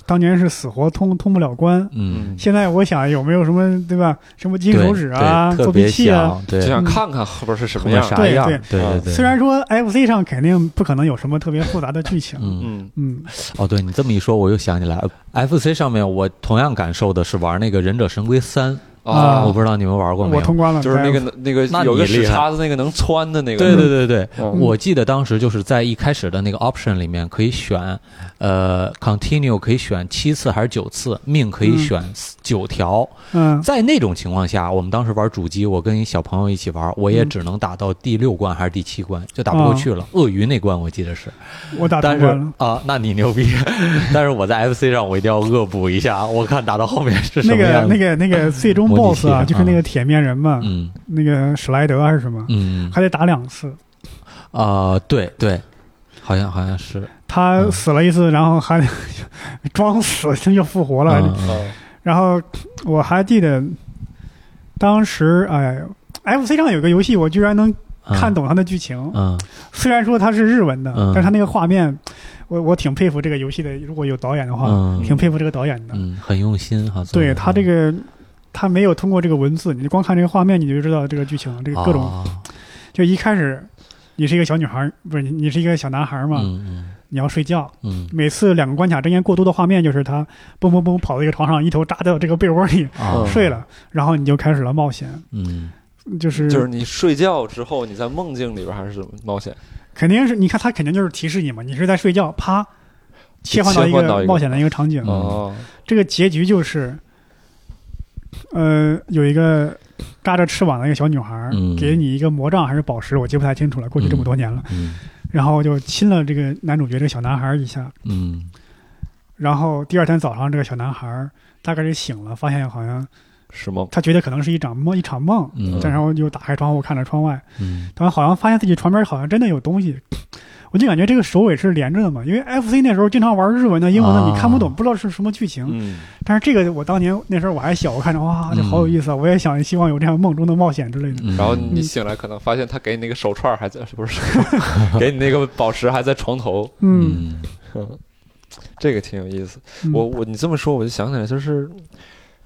[SPEAKER 3] 当年是死活通通不了关，
[SPEAKER 4] 嗯，
[SPEAKER 3] 现在我想有没有什么对吧？什么金
[SPEAKER 4] 对
[SPEAKER 3] 手指啊、
[SPEAKER 4] 对特
[SPEAKER 3] 作
[SPEAKER 4] 别
[SPEAKER 3] 弊器啊？
[SPEAKER 4] 想
[SPEAKER 1] 就
[SPEAKER 4] 对，
[SPEAKER 1] 想看看后边是什么
[SPEAKER 4] 后面
[SPEAKER 1] 样。嗯
[SPEAKER 4] 啥样
[SPEAKER 3] 对？
[SPEAKER 4] 对对对。
[SPEAKER 3] 虽然说 FC 上肯定不可能有什么特别复杂的剧情，
[SPEAKER 4] 嗯，
[SPEAKER 1] 嗯
[SPEAKER 3] 嗯
[SPEAKER 4] 哦，对你这么一说，我又想起来呃，FC 上面我同样感受的是玩那个《忍者神龟三》
[SPEAKER 3] 啊
[SPEAKER 4] 我不知道你们玩过没
[SPEAKER 3] 我
[SPEAKER 4] 有？
[SPEAKER 3] 通关了，
[SPEAKER 1] 哦就是那个那个
[SPEAKER 4] 那你
[SPEAKER 1] 有个
[SPEAKER 4] 厉
[SPEAKER 1] 屎
[SPEAKER 4] 害
[SPEAKER 1] 叉子那个能穿的那个，
[SPEAKER 4] 对对对对，
[SPEAKER 1] 嗯，
[SPEAKER 4] 我记得当时就是在一开始的那个 option 里面可以选，呃，continue 可以选七次还是九次，命可以
[SPEAKER 3] 嗯
[SPEAKER 4] 选九条，
[SPEAKER 3] 嗯
[SPEAKER 4] 在那种情况下，我们当时玩主机，我跟一小朋友一起玩，
[SPEAKER 3] 嗯
[SPEAKER 4] 我也只能打到第六关还是第七关，就打不过去了。鳄鱼那关我记得是，
[SPEAKER 3] 我啊打
[SPEAKER 4] 但
[SPEAKER 3] 通
[SPEAKER 4] 是
[SPEAKER 3] 关了。
[SPEAKER 4] 啊，那你牛逼！但是我在 FC 上我一定要恶补一下，我看打到后面是什
[SPEAKER 3] 那
[SPEAKER 4] 么
[SPEAKER 3] 个
[SPEAKER 4] 样
[SPEAKER 3] 那
[SPEAKER 4] 子。
[SPEAKER 3] 个那个最终
[SPEAKER 4] 模拟
[SPEAKER 3] BOSS
[SPEAKER 4] 器
[SPEAKER 3] 啊，
[SPEAKER 4] 啊
[SPEAKER 3] 就是那个铁面人嘛，
[SPEAKER 4] 嗯
[SPEAKER 3] 那个史莱德还是什么，
[SPEAKER 4] 嗯
[SPEAKER 3] 还得打两次。
[SPEAKER 4] 啊、对对，好像好像是
[SPEAKER 3] 他
[SPEAKER 4] 嗯
[SPEAKER 3] 死了一次，然后还 装死又复活了，
[SPEAKER 4] 嗯嗯
[SPEAKER 1] 嗯
[SPEAKER 3] 然后我还记得当时，哎，FC 上有个游戏，我居然能
[SPEAKER 4] 嗯
[SPEAKER 3] 看懂它的剧情。
[SPEAKER 4] 嗯
[SPEAKER 3] 虽然说它是日文的，
[SPEAKER 4] 嗯
[SPEAKER 3] 但是它那个画面，我我挺佩服这个游戏的。如果有导演的话，
[SPEAKER 4] 嗯
[SPEAKER 3] 挺佩服这个导演的。
[SPEAKER 4] 嗯，很用心哈。做
[SPEAKER 3] 对
[SPEAKER 4] 得
[SPEAKER 3] 他这个，他没有通过这个文字，你光看这个画面，你就知道这个剧情，这个各种。
[SPEAKER 4] 啊
[SPEAKER 3] 就一开始，你是一个小女孩，不是你你是一个小男孩嘛，
[SPEAKER 4] 嗯
[SPEAKER 3] 你要睡觉。
[SPEAKER 4] 嗯
[SPEAKER 3] 每次两个关卡之间过渡的画面就是他蹦蹦蹦跑到一个床上，一头扎到这个被窝里
[SPEAKER 4] 嗯啊
[SPEAKER 3] 睡了，然后你就开始了冒险。
[SPEAKER 4] 嗯
[SPEAKER 3] 就是
[SPEAKER 1] 就是你睡觉之后，你在梦境里边还是怎么冒险？
[SPEAKER 3] 肯定是你看他肯定就是提示你嘛，你是在睡觉，啪切换
[SPEAKER 1] 切
[SPEAKER 3] 一
[SPEAKER 1] 换到
[SPEAKER 3] 个
[SPEAKER 1] 一个
[SPEAKER 3] 冒险的一个场景，
[SPEAKER 4] 嗯
[SPEAKER 1] 哦，
[SPEAKER 3] 这个结局就是，呃，有一个扎着翅膀的一个小女孩儿，
[SPEAKER 4] 嗯
[SPEAKER 3] 给你一个魔杖还是宝石，我记不太清楚了，过去这么多年了，
[SPEAKER 4] 嗯
[SPEAKER 3] 然后就亲了这个男主角这个小男孩儿一下，
[SPEAKER 4] 嗯
[SPEAKER 3] 然后第二天早上这个小男孩儿大概是醒了，发现好像
[SPEAKER 1] 是吗？
[SPEAKER 3] 他觉得可能是一场梦，一场梦。
[SPEAKER 4] 嗯
[SPEAKER 3] 但然后就打开窗户看了窗外，
[SPEAKER 4] 嗯
[SPEAKER 3] 但好像发现自己床边好像真的有东西。我就感觉这个首尾是连着的嘛，因为 FC 那时候经常玩日文的、英文的，
[SPEAKER 4] 啊
[SPEAKER 3] 你看不懂，不知道是什么剧情。
[SPEAKER 1] 嗯，
[SPEAKER 3] 但是这个我当年那时候我还小，我看着哇，
[SPEAKER 4] 嗯
[SPEAKER 3] 这好有意思啊！我也想希望有这样梦中的冒险之类的。
[SPEAKER 4] 嗯
[SPEAKER 1] 然后你醒来可能发现他给你那个手串还在，不是 给你那个宝石还在床头，
[SPEAKER 3] 嗯，
[SPEAKER 4] 嗯
[SPEAKER 1] 这个挺有意思。
[SPEAKER 3] 嗯
[SPEAKER 1] 我我你这么说我就想起来，就是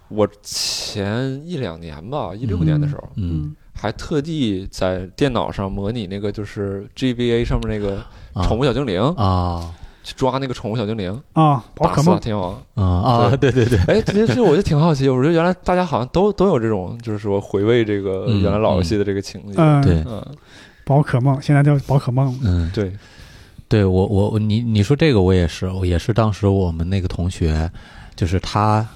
[SPEAKER 1] 我前一两年吧，一六年的时候，
[SPEAKER 4] 嗯，
[SPEAKER 1] 还特地在电脑上模拟那个就是 GBA 上面那个
[SPEAKER 4] 啊
[SPEAKER 1] 宠物小精灵，
[SPEAKER 4] 啊
[SPEAKER 1] 去抓那个宠物小精灵，
[SPEAKER 4] 嗯
[SPEAKER 3] 啊，宝
[SPEAKER 1] 打
[SPEAKER 3] 可
[SPEAKER 1] 死了
[SPEAKER 3] 梦，
[SPEAKER 1] 天王。
[SPEAKER 4] 啊啊！对对对，
[SPEAKER 1] 哎，其实这我就挺好奇，我觉得原来大家好像都都有这种，就是说回味这个
[SPEAKER 4] 嗯
[SPEAKER 1] 原来老游戏的这个情节。
[SPEAKER 3] 嗯，
[SPEAKER 4] 对
[SPEAKER 1] 嗯，
[SPEAKER 3] 宝可梦现在叫宝可梦了。
[SPEAKER 4] 嗯，
[SPEAKER 1] 对，
[SPEAKER 4] 对我我我你你说这个我也是，我也是当时我们那个同学，就是他。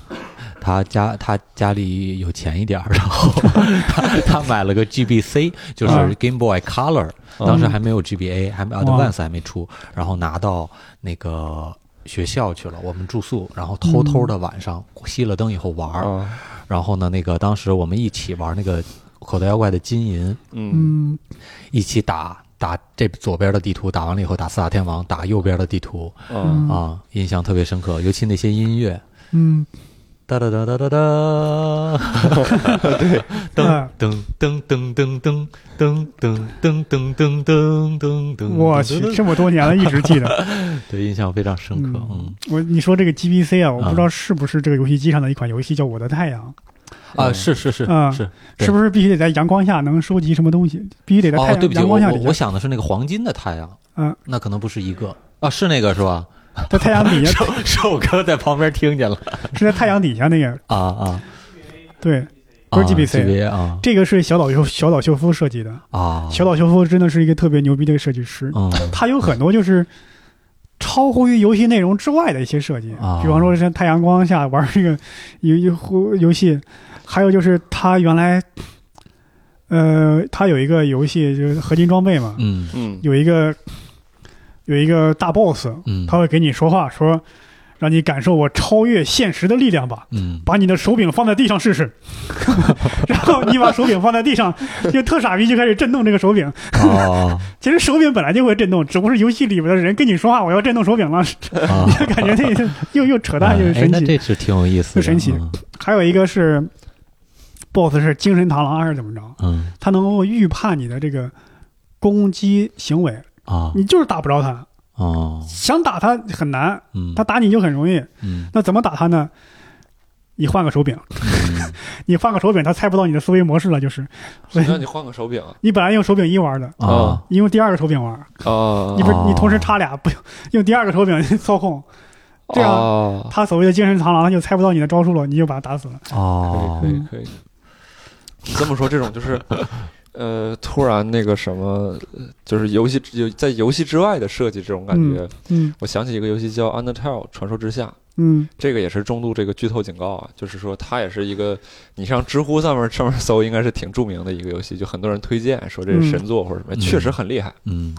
[SPEAKER 4] 他家他家里有钱一点儿，然后他他买了个 GBC，就
[SPEAKER 3] 啊
[SPEAKER 4] 是 Game Boy Color，
[SPEAKER 1] 嗯
[SPEAKER 4] 当时还没有 GBA，还没
[SPEAKER 3] 哇
[SPEAKER 4] Advance 还没出，然后拿到那个学校去了，我们住宿，然后偷偷的晚上熄了灯以后玩儿，
[SPEAKER 1] 啊，
[SPEAKER 4] 然后呢，那个当时我们一起玩那个口袋妖怪的金银，
[SPEAKER 1] 嗯
[SPEAKER 3] 嗯
[SPEAKER 4] 一起打打这左边的地图，打完了以后打四大天王，打右边的地图
[SPEAKER 1] 嗯，
[SPEAKER 4] 啊，印象特别深刻，尤其那些音乐，
[SPEAKER 3] 嗯，
[SPEAKER 4] 哒哒哒哒哒哒，
[SPEAKER 3] 啊
[SPEAKER 4] 噔噔噔噔噔噔噔噔噔噔噔噔噔，
[SPEAKER 3] 我去，这么多年了，一直记 得。
[SPEAKER 4] 对，印象非常深刻，嗯
[SPEAKER 3] 我你说这个 GBC 啊，我
[SPEAKER 4] 啊
[SPEAKER 3] 不知道是不是这个游戏机上的一款游戏叫《我的太阳嗯
[SPEAKER 4] 啊，是是是是，》，对
[SPEAKER 3] 是不是必须得在阳光下能收集什么东西？必须得在太
[SPEAKER 4] 哦，
[SPEAKER 3] 阳、
[SPEAKER 4] 对不起，
[SPEAKER 3] 阳
[SPEAKER 4] 我
[SPEAKER 3] 光下
[SPEAKER 4] 我
[SPEAKER 3] 底
[SPEAKER 4] 我
[SPEAKER 3] 下，
[SPEAKER 4] 想的是那个黄金的太阳，
[SPEAKER 3] 嗯，
[SPEAKER 4] 那可能不是一个啊，是那个是吧？
[SPEAKER 3] 在太阳底下
[SPEAKER 4] 瘦瘦哥在旁边听见了
[SPEAKER 3] 是在太阳底下那个，
[SPEAKER 4] 啊啊，
[SPEAKER 3] 对，不是 GBC。
[SPEAKER 4] GBA 啊
[SPEAKER 3] 这个是小岛秀小岛秀夫设计的，
[SPEAKER 4] 啊，
[SPEAKER 3] 小岛秀夫真的是一个特别牛逼的设计师，
[SPEAKER 4] 嗯
[SPEAKER 3] 他有很多就是超乎于游戏内容之外的一些设计，
[SPEAKER 4] 啊
[SPEAKER 3] 比方说是太阳光下玩这个游游游戏，还有就是他原来，呃，他有一个游戏就是合金装备嘛，
[SPEAKER 4] 嗯
[SPEAKER 1] 嗯，
[SPEAKER 3] 有一个有一个大 boss，
[SPEAKER 4] 嗯，
[SPEAKER 3] 他会给你说话，说让你感受我超越现实的力量吧。
[SPEAKER 4] 嗯
[SPEAKER 3] 把你的手柄放在地上试 试，然后你把手柄放在地上，就特傻逼就开始震动这个手柄。
[SPEAKER 4] 哦
[SPEAKER 3] 其实手柄本来就会震动，只不过是游戏里边的人跟你说话，我要震动手柄了，
[SPEAKER 4] 啊，
[SPEAKER 3] 就感觉那又又扯淡又
[SPEAKER 4] 哎，
[SPEAKER 3] 神
[SPEAKER 4] 那
[SPEAKER 3] 奇。
[SPEAKER 4] 这是挺有意思，
[SPEAKER 3] 还有一个是，BOSS 是精神螳螂还是怎么着？
[SPEAKER 4] 嗯
[SPEAKER 3] 它能够预判你的这个攻击行为，
[SPEAKER 4] 啊
[SPEAKER 3] 你就是打不着它，
[SPEAKER 4] 哦
[SPEAKER 3] 想打它很难，
[SPEAKER 4] 嗯，
[SPEAKER 3] 它打你就很容易。
[SPEAKER 4] 嗯
[SPEAKER 3] 那怎么打它呢？你换个手柄，你换个手柄，它猜不到你的思维模式了，就是。所以
[SPEAKER 1] 那你换个手柄啊
[SPEAKER 3] 你本来用手柄一玩的，
[SPEAKER 4] 啊
[SPEAKER 3] 你用第二个手柄玩，
[SPEAKER 1] 哦
[SPEAKER 3] 你不是
[SPEAKER 4] 哦
[SPEAKER 3] 你同时插俩，不用第二个手柄 操控， 这样
[SPEAKER 1] 哦
[SPEAKER 4] 啊
[SPEAKER 3] 他所谓的精神螳螂，他就猜不到你的招数了，你就把他打死了。
[SPEAKER 4] 哦
[SPEAKER 1] 可以可以可以。你这么说，这种就是，呃，突然那个什么，呃就是游戏有在游戏之外的设计这种感觉。
[SPEAKER 3] 嗯
[SPEAKER 1] 我想起一个游戏叫《Undertale》传说之下，
[SPEAKER 3] 嗯
[SPEAKER 1] 这个也是中度这个剧透警告啊，就是说它也是一个，你上知乎上面上面搜，应该是挺著名的一个游戏，就很多人推荐说这是神作或者什么，
[SPEAKER 4] 嗯
[SPEAKER 1] 确实很厉害。
[SPEAKER 4] 嗯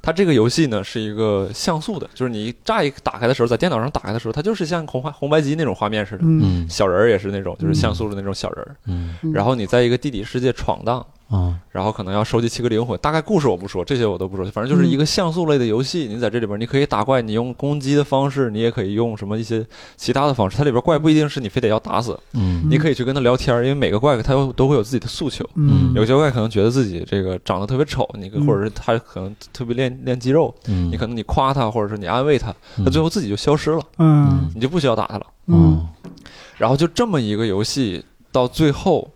[SPEAKER 1] 它这个游戏呢是一个像素的，就是你乍一打开的时候，在电脑上打开的时候，它就是像红花红白机那种画面似的，
[SPEAKER 3] 嗯
[SPEAKER 4] 嗯
[SPEAKER 1] 小人儿也是那种就是
[SPEAKER 3] 嗯
[SPEAKER 1] 像素的那种小人儿。
[SPEAKER 4] 嗯
[SPEAKER 3] 嗯，
[SPEAKER 1] 然后你在一个地底世界闯荡，
[SPEAKER 4] 啊
[SPEAKER 1] 然后可能要收集七个灵魂。大概故事我不说，这些我都不说，反正就是一个像素类的游戏。你在这里边，你可以打怪，你用攻击的方式，你也可以用什么一些其他的方式。它里边怪不一定是你非得要打死，
[SPEAKER 4] 嗯
[SPEAKER 1] 你可以去跟他聊天儿，因为每个怪它有都会有自己的诉求。
[SPEAKER 3] 嗯
[SPEAKER 1] 有些怪可能觉得自己这个长得特别丑，你可
[SPEAKER 3] 嗯
[SPEAKER 1] 或者是他可能特别练练肌肉，
[SPEAKER 4] 嗯，
[SPEAKER 1] 你可能你夸他，或者是你安慰他，他最后自己就消失了，
[SPEAKER 3] 嗯
[SPEAKER 1] 你就不需要打他了。
[SPEAKER 3] 嗯
[SPEAKER 4] 嗯
[SPEAKER 1] 然后就这么一个游戏到最后，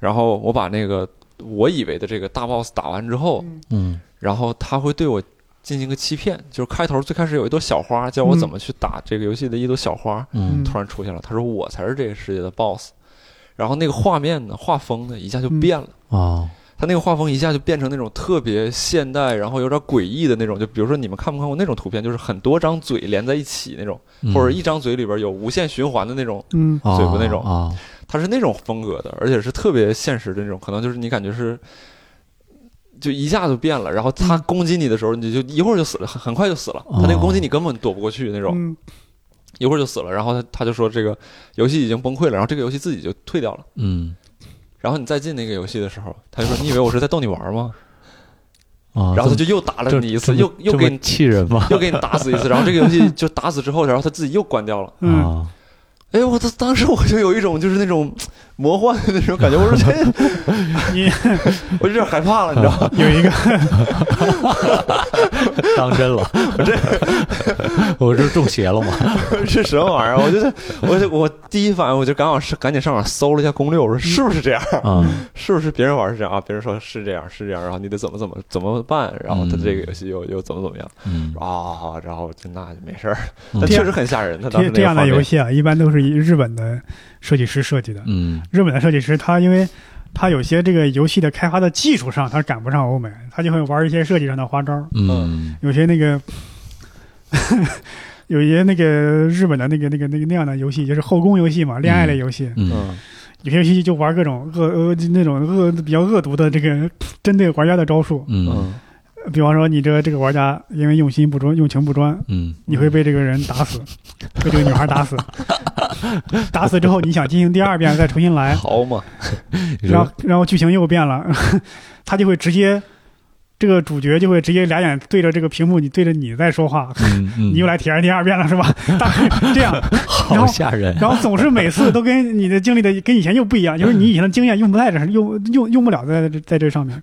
[SPEAKER 1] 然后我把那个我以为的这个大 boss 打完之后，
[SPEAKER 4] 嗯
[SPEAKER 1] 然后他会对我进行一个欺骗，就是开头最开始有一朵小花，教我怎么去打这个游戏的一朵小花，
[SPEAKER 4] 嗯
[SPEAKER 1] 突然出现了，他说我才是这个世界的 boss，然后那个画面呢，画风呢一下就变了。
[SPEAKER 4] 哦
[SPEAKER 1] 他那个画风一下就变成那种特别现代，然后有点诡异的那种，就比如说你们看没看过那种图片，就是很多张嘴连在一起那种，
[SPEAKER 4] 嗯
[SPEAKER 1] 或者一张嘴里边有无限循环的那种
[SPEAKER 3] 嗯
[SPEAKER 4] 啊
[SPEAKER 1] 它是那种风格的，而且是特别现实的那种，可能就是你感觉是，就一下就变了。然后它攻击你的时候，你就一会儿就死了，很很快就死了。
[SPEAKER 4] 哦
[SPEAKER 1] 它那个攻击你根本躲不过去那种，
[SPEAKER 3] 嗯
[SPEAKER 1] 一会儿就死了。然后他他就说这个游戏已经崩溃了，然后这个游戏自己就退掉了。
[SPEAKER 4] 嗯
[SPEAKER 1] 然后你再进那个游戏的时候，他就说：“你以为我是在逗你玩吗？”
[SPEAKER 4] 啊，
[SPEAKER 1] 然后他
[SPEAKER 4] 这
[SPEAKER 1] 就又打了
[SPEAKER 4] 这
[SPEAKER 1] 你一次，
[SPEAKER 4] 这
[SPEAKER 1] 又又
[SPEAKER 4] 这
[SPEAKER 1] 给
[SPEAKER 4] 么
[SPEAKER 1] 你
[SPEAKER 4] 气人吗？
[SPEAKER 1] 又给你打死一次，然后这个游戏就打死之后，然后他自己又关掉了。
[SPEAKER 3] 嗯，
[SPEAKER 4] 啊，
[SPEAKER 1] 哎，我当当时我就有一种就是那种魔幻的那种感觉，我说 这
[SPEAKER 3] 你
[SPEAKER 1] 我有点害怕了，你知 道吗？
[SPEAKER 3] 有一个
[SPEAKER 4] 当真了，我这我是中邪了吗？
[SPEAKER 1] 是什么玩意儿？我就我就我第一反应我就赶往赶紧上网搜了一下攻略，我说
[SPEAKER 3] 嗯
[SPEAKER 1] 是不是这样？
[SPEAKER 4] 啊，
[SPEAKER 1] 是不是别人玩是这样啊？别人说是这样，是这样，然后你得怎么怎么怎么办？然后他这个游戏又又怎么怎么样
[SPEAKER 4] 嗯，
[SPEAKER 1] 啊？然后就那就没事儿，
[SPEAKER 4] 嗯
[SPEAKER 1] 但确实很吓人。 他当时
[SPEAKER 3] 这
[SPEAKER 1] 那
[SPEAKER 3] 这
[SPEAKER 1] 个
[SPEAKER 3] 样的
[SPEAKER 1] 画面
[SPEAKER 3] 游戏啊，一般都是以日本的设计师设计的。
[SPEAKER 4] 嗯
[SPEAKER 3] 日本的设计师他因为他有些这个游戏的开发的技术上他赶不上欧美，他就会玩一些设计上的花招，
[SPEAKER 4] 嗯
[SPEAKER 3] 有些那个。 有一些那个日本的那个那个那个那样的游戏，就是后宫游戏嘛，恋爱类游戏。
[SPEAKER 4] 嗯
[SPEAKER 1] 嗯，
[SPEAKER 3] 有些游戏就玩各种恶呃那种恶比较恶毒的这个针对玩家的招数，
[SPEAKER 4] 嗯
[SPEAKER 1] 嗯
[SPEAKER 3] 比方说你这个这个玩家因为用心不专、用情不专，
[SPEAKER 4] 嗯
[SPEAKER 3] 你会被这个人打死，被这个女孩打死。打死之后，你想进行第二遍再重新来，
[SPEAKER 1] 逃嘛，
[SPEAKER 3] 然后然后剧情又变了， 他就会直接这个主角就会直接俩眼对着这个屏幕，你对着你在说话，
[SPEAKER 4] 嗯嗯，
[SPEAKER 3] 你又来体验第二遍了是吧？ 大概这样，然
[SPEAKER 4] 好
[SPEAKER 3] 后
[SPEAKER 4] 吓 人，
[SPEAKER 3] 然后总是每次都跟你的经历的跟以前又不一样，就是你以前的经验用不在这上，用用用不了在这在这上面。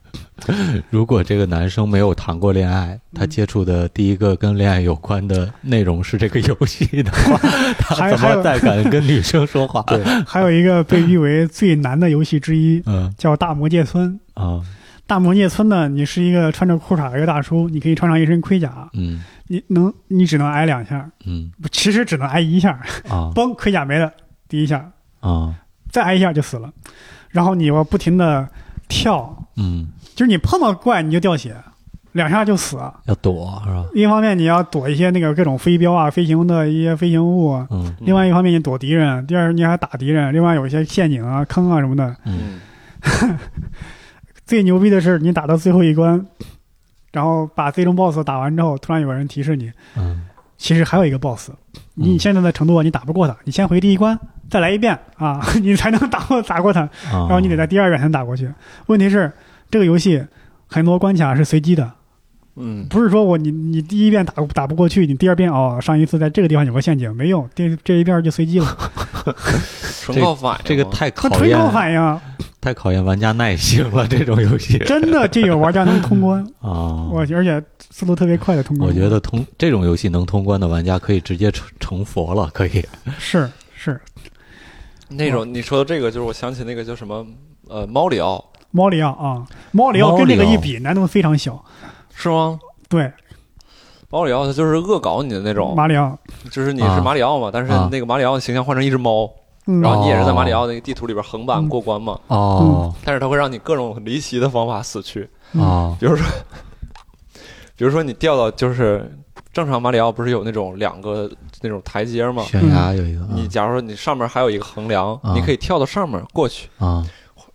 [SPEAKER 4] 如果这个男生没有谈过恋爱，
[SPEAKER 3] 嗯
[SPEAKER 4] 他接触的第一个跟恋爱有关的内容是这个游戏的 话，他
[SPEAKER 3] 还
[SPEAKER 4] 怎
[SPEAKER 3] 还
[SPEAKER 4] 么
[SPEAKER 3] 有
[SPEAKER 4] 再敢跟女生说话？对，
[SPEAKER 3] 还有一个被誉为最难的游戏之一，
[SPEAKER 4] 嗯
[SPEAKER 3] 叫《大魔界村》。
[SPEAKER 4] 啊，
[SPEAKER 3] 大魔界村呢，你是一个穿着裤衩的一个大叔，你可以穿上一身盔甲，
[SPEAKER 4] 嗯
[SPEAKER 3] 你能你只能挨两下，
[SPEAKER 4] 嗯
[SPEAKER 3] 不其实只能挨一下，
[SPEAKER 4] 啊
[SPEAKER 3] 嘣，盔甲没了，第一下，
[SPEAKER 4] 啊
[SPEAKER 3] 再挨一下就死了。然后你要不停的跳，
[SPEAKER 4] 嗯，
[SPEAKER 3] 就是你碰到怪你就掉血，两下就死。
[SPEAKER 4] 要躲是吧？
[SPEAKER 3] 一方面你要躲一些那个各种飞镖啊、飞行的一些飞行物啊，
[SPEAKER 4] 嗯
[SPEAKER 3] 另外一方面你躲敌人，第二你还打敌人，另外有一些陷阱啊、坑啊什么的。
[SPEAKER 4] 嗯
[SPEAKER 1] 嗯
[SPEAKER 3] 最牛逼的是你打到最后一关，然后把最终 BOSS 打完之后，突然有个人提示你，
[SPEAKER 4] 嗯
[SPEAKER 3] 其实还有一个 BOSS，你现在的程度啊你打不过他，你先回第一关，再来一遍啊， 你才能打过打过他，
[SPEAKER 4] 啊，然
[SPEAKER 3] 然后你得在第二遍才能打过去。问题是这个游戏很多关卡是随机的，
[SPEAKER 1] 嗯
[SPEAKER 3] 不是说我你你第一遍打打不过去，你第二遍哦上一次在这个地方有个陷阱没用，这这一遍就随机了，
[SPEAKER 1] 纯靠反应
[SPEAKER 4] 这个
[SPEAKER 1] 嘛
[SPEAKER 4] 太
[SPEAKER 3] 他
[SPEAKER 4] 考
[SPEAKER 3] 纯
[SPEAKER 4] 验
[SPEAKER 3] 靠反应啊，
[SPEAKER 4] 太考验玩家耐性了，这种游戏
[SPEAKER 3] 真的这有玩家能通关，
[SPEAKER 4] 啊，
[SPEAKER 3] 我而且速度特别快的通关。
[SPEAKER 4] 我 觉得通这种游戏能通关的玩家可以直接成成佛了，可以。
[SPEAKER 3] 是是
[SPEAKER 1] 那种你说的这个，就是我想起那个叫什么呃猫里奥
[SPEAKER 3] 猫里奥啊，猫里奥跟这个一比难度非常小，
[SPEAKER 1] 是吗？
[SPEAKER 3] 对
[SPEAKER 1] 猫里奥他就是恶搞你的那种，
[SPEAKER 3] 马里奥，
[SPEAKER 1] 就是你是马里奥嘛，但是
[SPEAKER 4] 啊
[SPEAKER 1] 那个马里奥的形象换成一只猫，
[SPEAKER 3] 嗯
[SPEAKER 1] 然后你也是在马里奥那个地图里边横版过关嘛，
[SPEAKER 4] 哦
[SPEAKER 1] 但是它会让你各种离奇的方法死去，
[SPEAKER 3] 嗯
[SPEAKER 4] 哦，
[SPEAKER 1] 比如说，比如说你掉到就是正常马里奥不是有那种两个那种台阶嘛，
[SPEAKER 4] 悬崖有一个
[SPEAKER 1] 你假如说你上面还有一个横梁，
[SPEAKER 4] 嗯啊
[SPEAKER 1] 你可以跳到上面过去，
[SPEAKER 4] 啊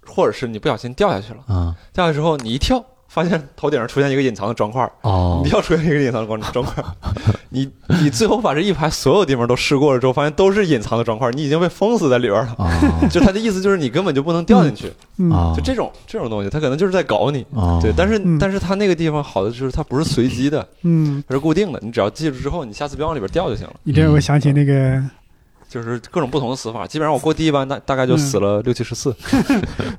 [SPEAKER 1] 或者是你不小心掉下去了，
[SPEAKER 4] 啊
[SPEAKER 1] 掉下去之后你一跳，发现头顶上出现一个隐藏的砖块，
[SPEAKER 4] 哦
[SPEAKER 1] 你，要出现一个隐藏的砖砖块， 你你最后把这一排所有地方都试过了之后，发现都是隐藏的砖块，你已经被封死在里边了。
[SPEAKER 4] 啊
[SPEAKER 1] 就他的意思就是你根本就不能掉进去，
[SPEAKER 3] 嗯
[SPEAKER 4] 啊，
[SPEAKER 1] 就这种这种东西，他可能就是在搞你。
[SPEAKER 4] 哦，
[SPEAKER 1] 对，但是、
[SPEAKER 3] 嗯
[SPEAKER 1] 但是他那个地方好的就是它不是随机的，
[SPEAKER 3] 嗯，
[SPEAKER 1] 它是固定的，你只要记住之后，你下次别往里边掉就行了。
[SPEAKER 3] 你这让我想起那个
[SPEAKER 1] 就是各种不同的死法，基本上我过第一关大大概就死了六七十次。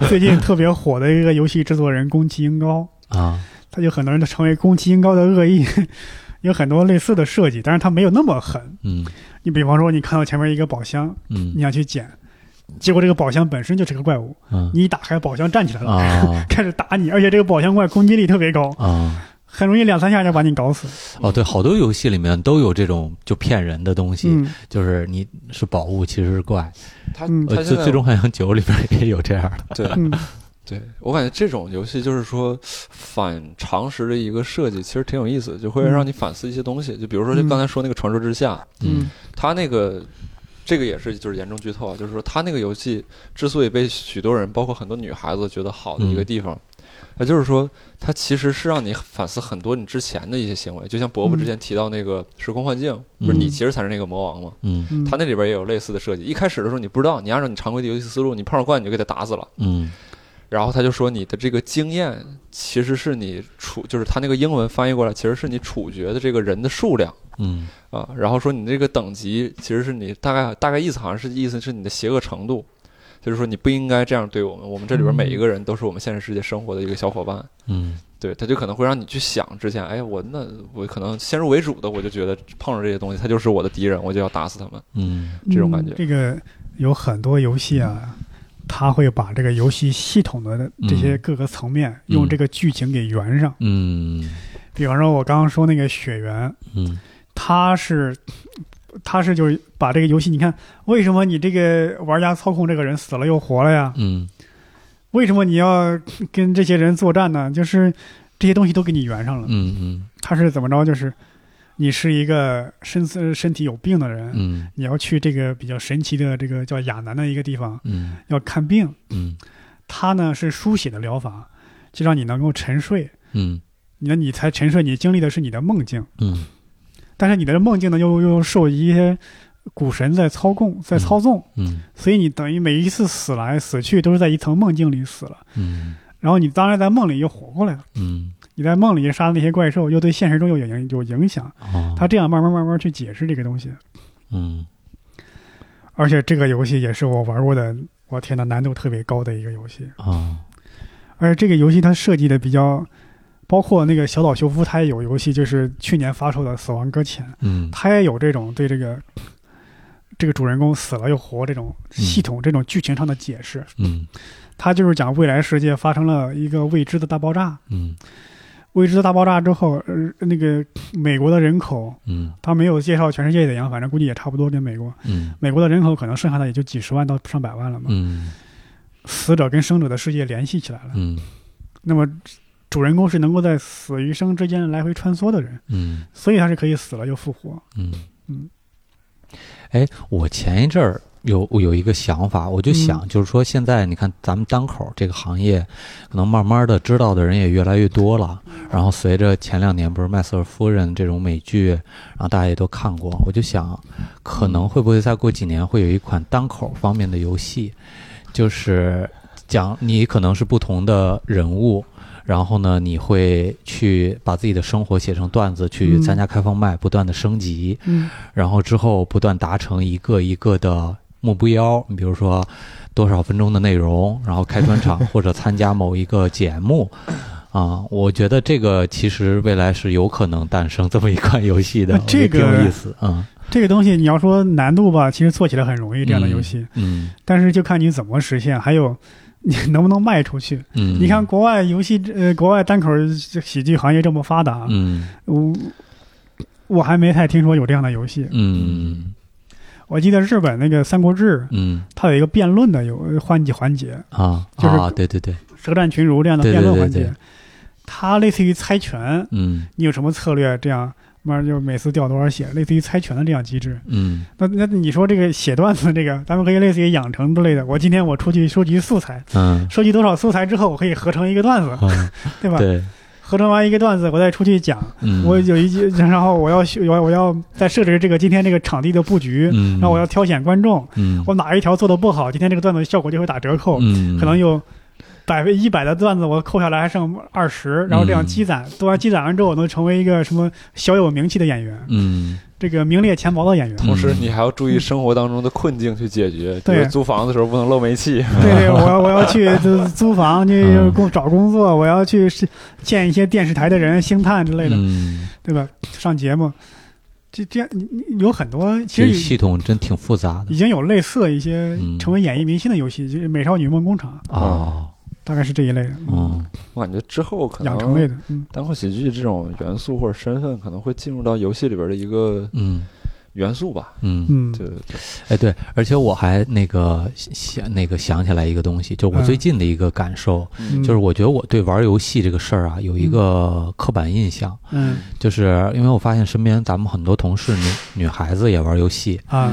[SPEAKER 3] 最近特别火的一个游戏制作人宫崎英高，
[SPEAKER 4] 啊，
[SPEAKER 3] 他就很多人都成为宫崎英高的恶意， 有很多类似的设计，但是他没有那么狠。
[SPEAKER 4] 嗯
[SPEAKER 3] 你比方说，你看到前面一个宝箱，你
[SPEAKER 4] 嗯
[SPEAKER 3] 想去捡，结果这个宝箱本身就是个怪物，
[SPEAKER 4] 嗯
[SPEAKER 3] 你一打开宝箱站起来了，
[SPEAKER 4] 啊
[SPEAKER 3] 开始打你，而且这个宝箱怪攻击力特别高，
[SPEAKER 4] 啊
[SPEAKER 3] 很容易两三下就把你搞死。
[SPEAKER 4] 哦，对，好多游戏里面都有这种就骗人的东 西，
[SPEAKER 3] 嗯，
[SPEAKER 4] 就是你是宝物，其实是怪。
[SPEAKER 1] 他
[SPEAKER 3] 嗯
[SPEAKER 1] 他
[SPEAKER 4] 呃，
[SPEAKER 1] 现
[SPEAKER 4] 最
[SPEAKER 1] 在
[SPEAKER 4] 最终幻想九里边也有这样的。
[SPEAKER 1] 对
[SPEAKER 3] 嗯，
[SPEAKER 1] 对我感觉这种游戏就是说反常识的一个设计，其实挺有意思，就会
[SPEAKER 3] 嗯
[SPEAKER 1] 让你反思一些东西。就比如说，就刚才说那个《传说之下》，
[SPEAKER 3] 嗯
[SPEAKER 1] 他那个这个也是就是严重剧透啊，就是说他那个游戏之所以被许多人，包括很多女孩子觉得好的
[SPEAKER 3] 嗯
[SPEAKER 1] 一个地方，那、就是说它其实是让你反思很多你之前的一些行为，就像伯伯之前提到那个时空幻境，不是
[SPEAKER 3] 嗯
[SPEAKER 1] 你其实才是那个魔王嘛。
[SPEAKER 4] 嗯
[SPEAKER 3] 嗯，
[SPEAKER 1] 他那里边也有类似的设计，一开始的时候你不知道，你按照你常规的游戏思路，你碰上怪你就给他打死了，
[SPEAKER 4] 嗯
[SPEAKER 1] 然后他就说你的这个经验其实是你处，就是他那个英文翻译过来其实是你处决的这个人的数量
[SPEAKER 4] 嗯
[SPEAKER 1] 啊，然后说你这个等级其实是你大概大概意思好像是意思是你的邪恶程度。就是说，你不应该这样对我们。我们这里边每一个人都是我们现实世界生活的一个小伙伴，
[SPEAKER 4] 嗯
[SPEAKER 1] 对，他就可能会让你去想之前，哎，我那我可能先入为主的，我就觉得碰上这些东西，他就是我的敌人，我就要打死他们。
[SPEAKER 4] 嗯
[SPEAKER 1] 这种感觉
[SPEAKER 3] 嗯这个有很多游戏啊，它会把这个游戏系统的这些
[SPEAKER 1] 嗯
[SPEAKER 3] 各个层面用这个剧情给圆上。
[SPEAKER 4] 嗯
[SPEAKER 3] 比方说，我刚刚说那个血缘，
[SPEAKER 4] 嗯
[SPEAKER 3] 它是它是就是把这个游戏，你看为什么你这个玩家操控这个人死了又活了呀？
[SPEAKER 4] 嗯
[SPEAKER 3] 为什么你要跟这些人作战呢？ 就是这些东西都给你圆上了。
[SPEAKER 4] 嗯
[SPEAKER 3] 他是怎么着？就是你是一个身呃身体有病的人，
[SPEAKER 4] 嗯
[SPEAKER 3] 你要去这个比较神奇的这个叫亚南的一个地方
[SPEAKER 4] 嗯
[SPEAKER 3] 要看病。
[SPEAKER 4] 嗯
[SPEAKER 3] 它呢是书写的疗法，就让你能够沉睡。
[SPEAKER 4] 嗯
[SPEAKER 3] 那你才沉睡，你经历的是你的梦境，
[SPEAKER 4] 嗯
[SPEAKER 3] 但是你的梦境呢又又受一些古神在操控，在操纵，
[SPEAKER 4] 嗯
[SPEAKER 3] 所以你等于每一次死来死去都是在一层梦境里死了。
[SPEAKER 4] 嗯
[SPEAKER 3] 然后你当然在梦里又活过来了，
[SPEAKER 4] 嗯
[SPEAKER 3] 你在梦里杀那些怪兽，又对现实中有影有影响。
[SPEAKER 4] 哦，
[SPEAKER 3] 他这样慢慢慢慢去解释这个东西，
[SPEAKER 4] 嗯
[SPEAKER 3] 而且这个游戏也是我玩过的，我天呐，难度特别高的一个游戏。
[SPEAKER 4] 啊
[SPEAKER 3] 而且这个游戏它设计的比较，包括那个小岛秀夫他也有游戏，就是去年发售的《死亡搁浅》，
[SPEAKER 4] 嗯
[SPEAKER 3] 他也有这种对这个这个主人公死了又活这种系统、这种剧情上的解释。
[SPEAKER 4] 嗯
[SPEAKER 3] 他就是讲未来世界发生了一个未知的大爆炸，
[SPEAKER 4] 嗯
[SPEAKER 3] 未知的大爆炸之后，呃，那个美国的人口，
[SPEAKER 4] 嗯
[SPEAKER 3] 他没有介绍全世界怎样，反正估计也差不多跟美国。
[SPEAKER 4] 嗯
[SPEAKER 3] 美国的人口可能剩下的也就几十万到上百万了嘛，
[SPEAKER 4] 嗯
[SPEAKER 3] 死者跟生者的世界联系起来了。
[SPEAKER 4] 嗯
[SPEAKER 3] 那么，主人公是能够在死与生之间来回穿梭的人，
[SPEAKER 4] 嗯。
[SPEAKER 3] 所以他是可以死了又复活。
[SPEAKER 4] 嗯
[SPEAKER 3] 嗯，
[SPEAKER 4] 哎，我前一阵儿有我有一个想法，我就想，就是说现在你看咱们单口这个行业，可能慢慢的知道的人也越来越多了。然后随着前两年不是《麦瑟尔夫人》这种美剧，然后大家也都看过，我就想，可能会不会再过几年会有一款单口方面的游戏，就是讲你可能是不同的人物。然后呢，你会去把自己的生活写成段子，去
[SPEAKER 3] 嗯
[SPEAKER 4] 参加开放麦，不断的升级。
[SPEAKER 3] 嗯
[SPEAKER 4] 然后之后不断达成一个一个的目标，你比如说多少分钟的内容，然后开专场或者参加某一个节目。啊，我觉得这个其实未来是有可能诞生这么一款游戏的，
[SPEAKER 3] 那这个
[SPEAKER 4] 我觉得挺有意思，嗯
[SPEAKER 3] 这个东西你要说难度吧，其实做起来很容易这样的游戏，
[SPEAKER 4] 嗯
[SPEAKER 3] 但是就看你怎么实现，还有你 能不能卖出去。
[SPEAKER 4] 嗯，
[SPEAKER 3] 你看，国外游戏，呃，国外单口喜剧行业这么发达，
[SPEAKER 4] 嗯
[SPEAKER 3] 我我还没太听说有这样的游戏。
[SPEAKER 4] 嗯
[SPEAKER 3] 我记得日本那个《三国志》，
[SPEAKER 4] 嗯
[SPEAKER 3] 它有一个辩论的有呃环节环节，
[SPEAKER 4] 啊
[SPEAKER 3] 就是
[SPEAKER 4] 啊，对对对，
[SPEAKER 3] 舌战群儒这样的
[SPEAKER 4] 对对
[SPEAKER 3] 辩论环
[SPEAKER 4] 对
[SPEAKER 3] 节
[SPEAKER 4] 对，
[SPEAKER 3] 它类似于猜拳，
[SPEAKER 4] 嗯
[SPEAKER 3] 你有什么策略？这样，慢慢就每次掉多少血，类似于猜拳的这样机制。
[SPEAKER 4] 嗯
[SPEAKER 3] 那那你说这个写段子这个，咱们可以类似于养成之类的。我今天我出去收集素材，
[SPEAKER 4] 嗯
[SPEAKER 3] 收集多少素材之后，我可以合成一个段子，
[SPEAKER 4] 嗯，
[SPEAKER 3] 对吧？
[SPEAKER 4] 对，
[SPEAKER 3] 合成完一个段子，我再出去讲。
[SPEAKER 4] 嗯
[SPEAKER 3] 我有一句， 然后我要我我要再设置这个今天这个场地的布局，
[SPEAKER 4] 嗯，
[SPEAKER 3] 然后我要挑选观众，
[SPEAKER 4] 嗯
[SPEAKER 3] 我哪一条做的不好，今天这个段子效果就会打折扣。
[SPEAKER 4] 嗯
[SPEAKER 3] 可能有百分一百的段子，我扣下来还剩二十，然后
[SPEAKER 4] 嗯
[SPEAKER 3] 这样积攒，做完积攒完之后，我能成为一个什么小有名气的演员，
[SPEAKER 4] 嗯
[SPEAKER 3] 这个名列前茅的演员。
[SPEAKER 1] 同时，你还要注意生活当中的困境去解决，比
[SPEAKER 3] 嗯对
[SPEAKER 1] 如租房的时候不能漏煤气。
[SPEAKER 3] 对对，我要我要去租租房，
[SPEAKER 4] 嗯
[SPEAKER 3] 去工找工作，我要去是见一些电视台的人、星探之类的，
[SPEAKER 4] 嗯，
[SPEAKER 3] 对吧？上节目，这这样你你有很多，
[SPEAKER 4] 这
[SPEAKER 3] 其实
[SPEAKER 4] 系统真挺复杂的
[SPEAKER 3] 已经有类似一些
[SPEAKER 4] 嗯
[SPEAKER 3] 成为演艺明星的游戏，就是《美少女梦工厂》，
[SPEAKER 4] 啊，
[SPEAKER 3] 大概是这一类的，
[SPEAKER 4] 嗯。
[SPEAKER 1] 我感觉之后可
[SPEAKER 3] 养成类
[SPEAKER 1] 能
[SPEAKER 3] 的，嗯
[SPEAKER 1] 单口喜剧这种元素或者身份，可能会进入到游戏里边的一个
[SPEAKER 4] 嗯
[SPEAKER 1] 元素吧。
[SPEAKER 4] 嗯，
[SPEAKER 3] 嗯
[SPEAKER 1] 就
[SPEAKER 4] 哎，对，而且我还那个想那个想起来一个东西，就是我
[SPEAKER 3] 嗯
[SPEAKER 4] 最近的一个感受，
[SPEAKER 3] 嗯
[SPEAKER 4] 就是我觉得我对玩游戏这个事儿啊有一个刻板印象，
[SPEAKER 3] 嗯
[SPEAKER 4] 就是因为我发现身边咱们很多同事女女孩子也玩游戏，
[SPEAKER 3] 啊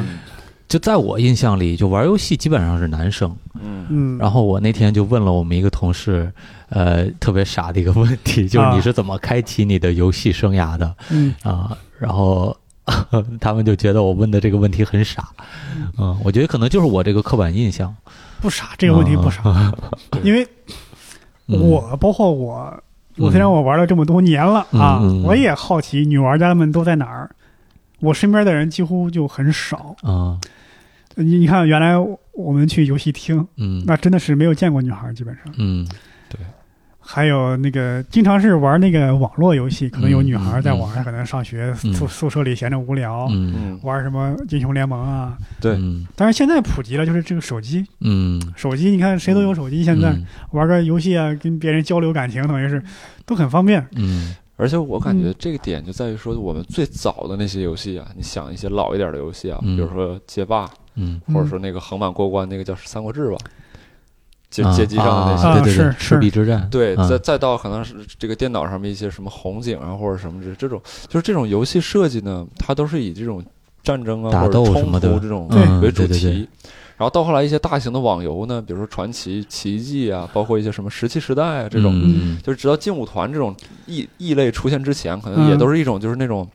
[SPEAKER 4] 就在我印象里，就玩游戏基本上是男生。
[SPEAKER 1] 嗯，
[SPEAKER 3] 嗯，
[SPEAKER 4] 然后我那天就问了我们一个同事，呃，特别傻的一个问 题，就是你
[SPEAKER 3] 啊
[SPEAKER 4] 是怎么开启你的游戏生涯的？
[SPEAKER 3] 嗯
[SPEAKER 4] 啊，然后 啊他们就觉得我问的这个问题很傻，嗯，我觉得可能就是我这个刻板印象，
[SPEAKER 3] 不傻，这个问题不傻，因为
[SPEAKER 4] 啊嗯
[SPEAKER 3] 我包括我，我
[SPEAKER 4] 嗯
[SPEAKER 3] 虽然我玩了这么多年了啊
[SPEAKER 4] 嗯嗯嗯，
[SPEAKER 3] 我也好奇女玩家们都在哪儿。我身边的人几乎就很少。
[SPEAKER 4] 啊
[SPEAKER 3] 你你看，原来我们去游戏厅，
[SPEAKER 4] 嗯
[SPEAKER 3] 那真的是没有见过女孩，基本上。
[SPEAKER 4] 嗯
[SPEAKER 3] 还有那个，经常是玩那个网络游戏，可能有女孩在玩，
[SPEAKER 4] 嗯嗯
[SPEAKER 3] 可能上学
[SPEAKER 4] 嗯
[SPEAKER 3] 宿宿舍里闲着无聊，
[SPEAKER 4] 嗯
[SPEAKER 1] 嗯，
[SPEAKER 3] 玩什么英雄联盟啊。
[SPEAKER 1] 对
[SPEAKER 4] 嗯
[SPEAKER 3] 但是现在普及了，就是这个手机，
[SPEAKER 4] 嗯，
[SPEAKER 3] 手机你看谁都有手机，现在
[SPEAKER 4] 嗯
[SPEAKER 3] 玩个游戏啊，跟别人交流感情，等于是都很方便。
[SPEAKER 4] 嗯
[SPEAKER 1] 而且我感觉
[SPEAKER 3] 嗯
[SPEAKER 1] 这个点就在于说，我们最早的那些游戏啊，你想一些老一点的游戏啊，
[SPEAKER 4] 嗯
[SPEAKER 1] 比如说街霸，
[SPEAKER 4] 嗯
[SPEAKER 1] 或者说那个横版过关那个叫《三国志》吧，街
[SPEAKER 4] 啊
[SPEAKER 1] 街机上的那些。
[SPEAKER 4] 啊
[SPEAKER 3] 啊
[SPEAKER 4] 对对对，
[SPEAKER 3] 是
[SPEAKER 4] 赤壁之战，
[SPEAKER 1] 对，
[SPEAKER 4] 啊
[SPEAKER 1] 再再到可能是这个电脑上面一些什么红警啊，或者什么这这种，就是这种游戏设计呢，它都是以这种战争啊
[SPEAKER 4] 打
[SPEAKER 1] 或者
[SPEAKER 4] 斗
[SPEAKER 1] 冲
[SPEAKER 4] 什么的
[SPEAKER 1] 突这种
[SPEAKER 4] 嗯
[SPEAKER 1] 为主
[SPEAKER 4] 对对
[SPEAKER 1] 题。
[SPEAKER 4] 对
[SPEAKER 1] 然后到后来一些大型的网游呢，比如说《传奇》《奇迹》啊，包括一些什么《石器时代》啊这种，
[SPEAKER 4] 嗯
[SPEAKER 1] 就是直到劲舞团这种异异类出现之前，可能也
[SPEAKER 3] 嗯
[SPEAKER 1] 都是一种就是那种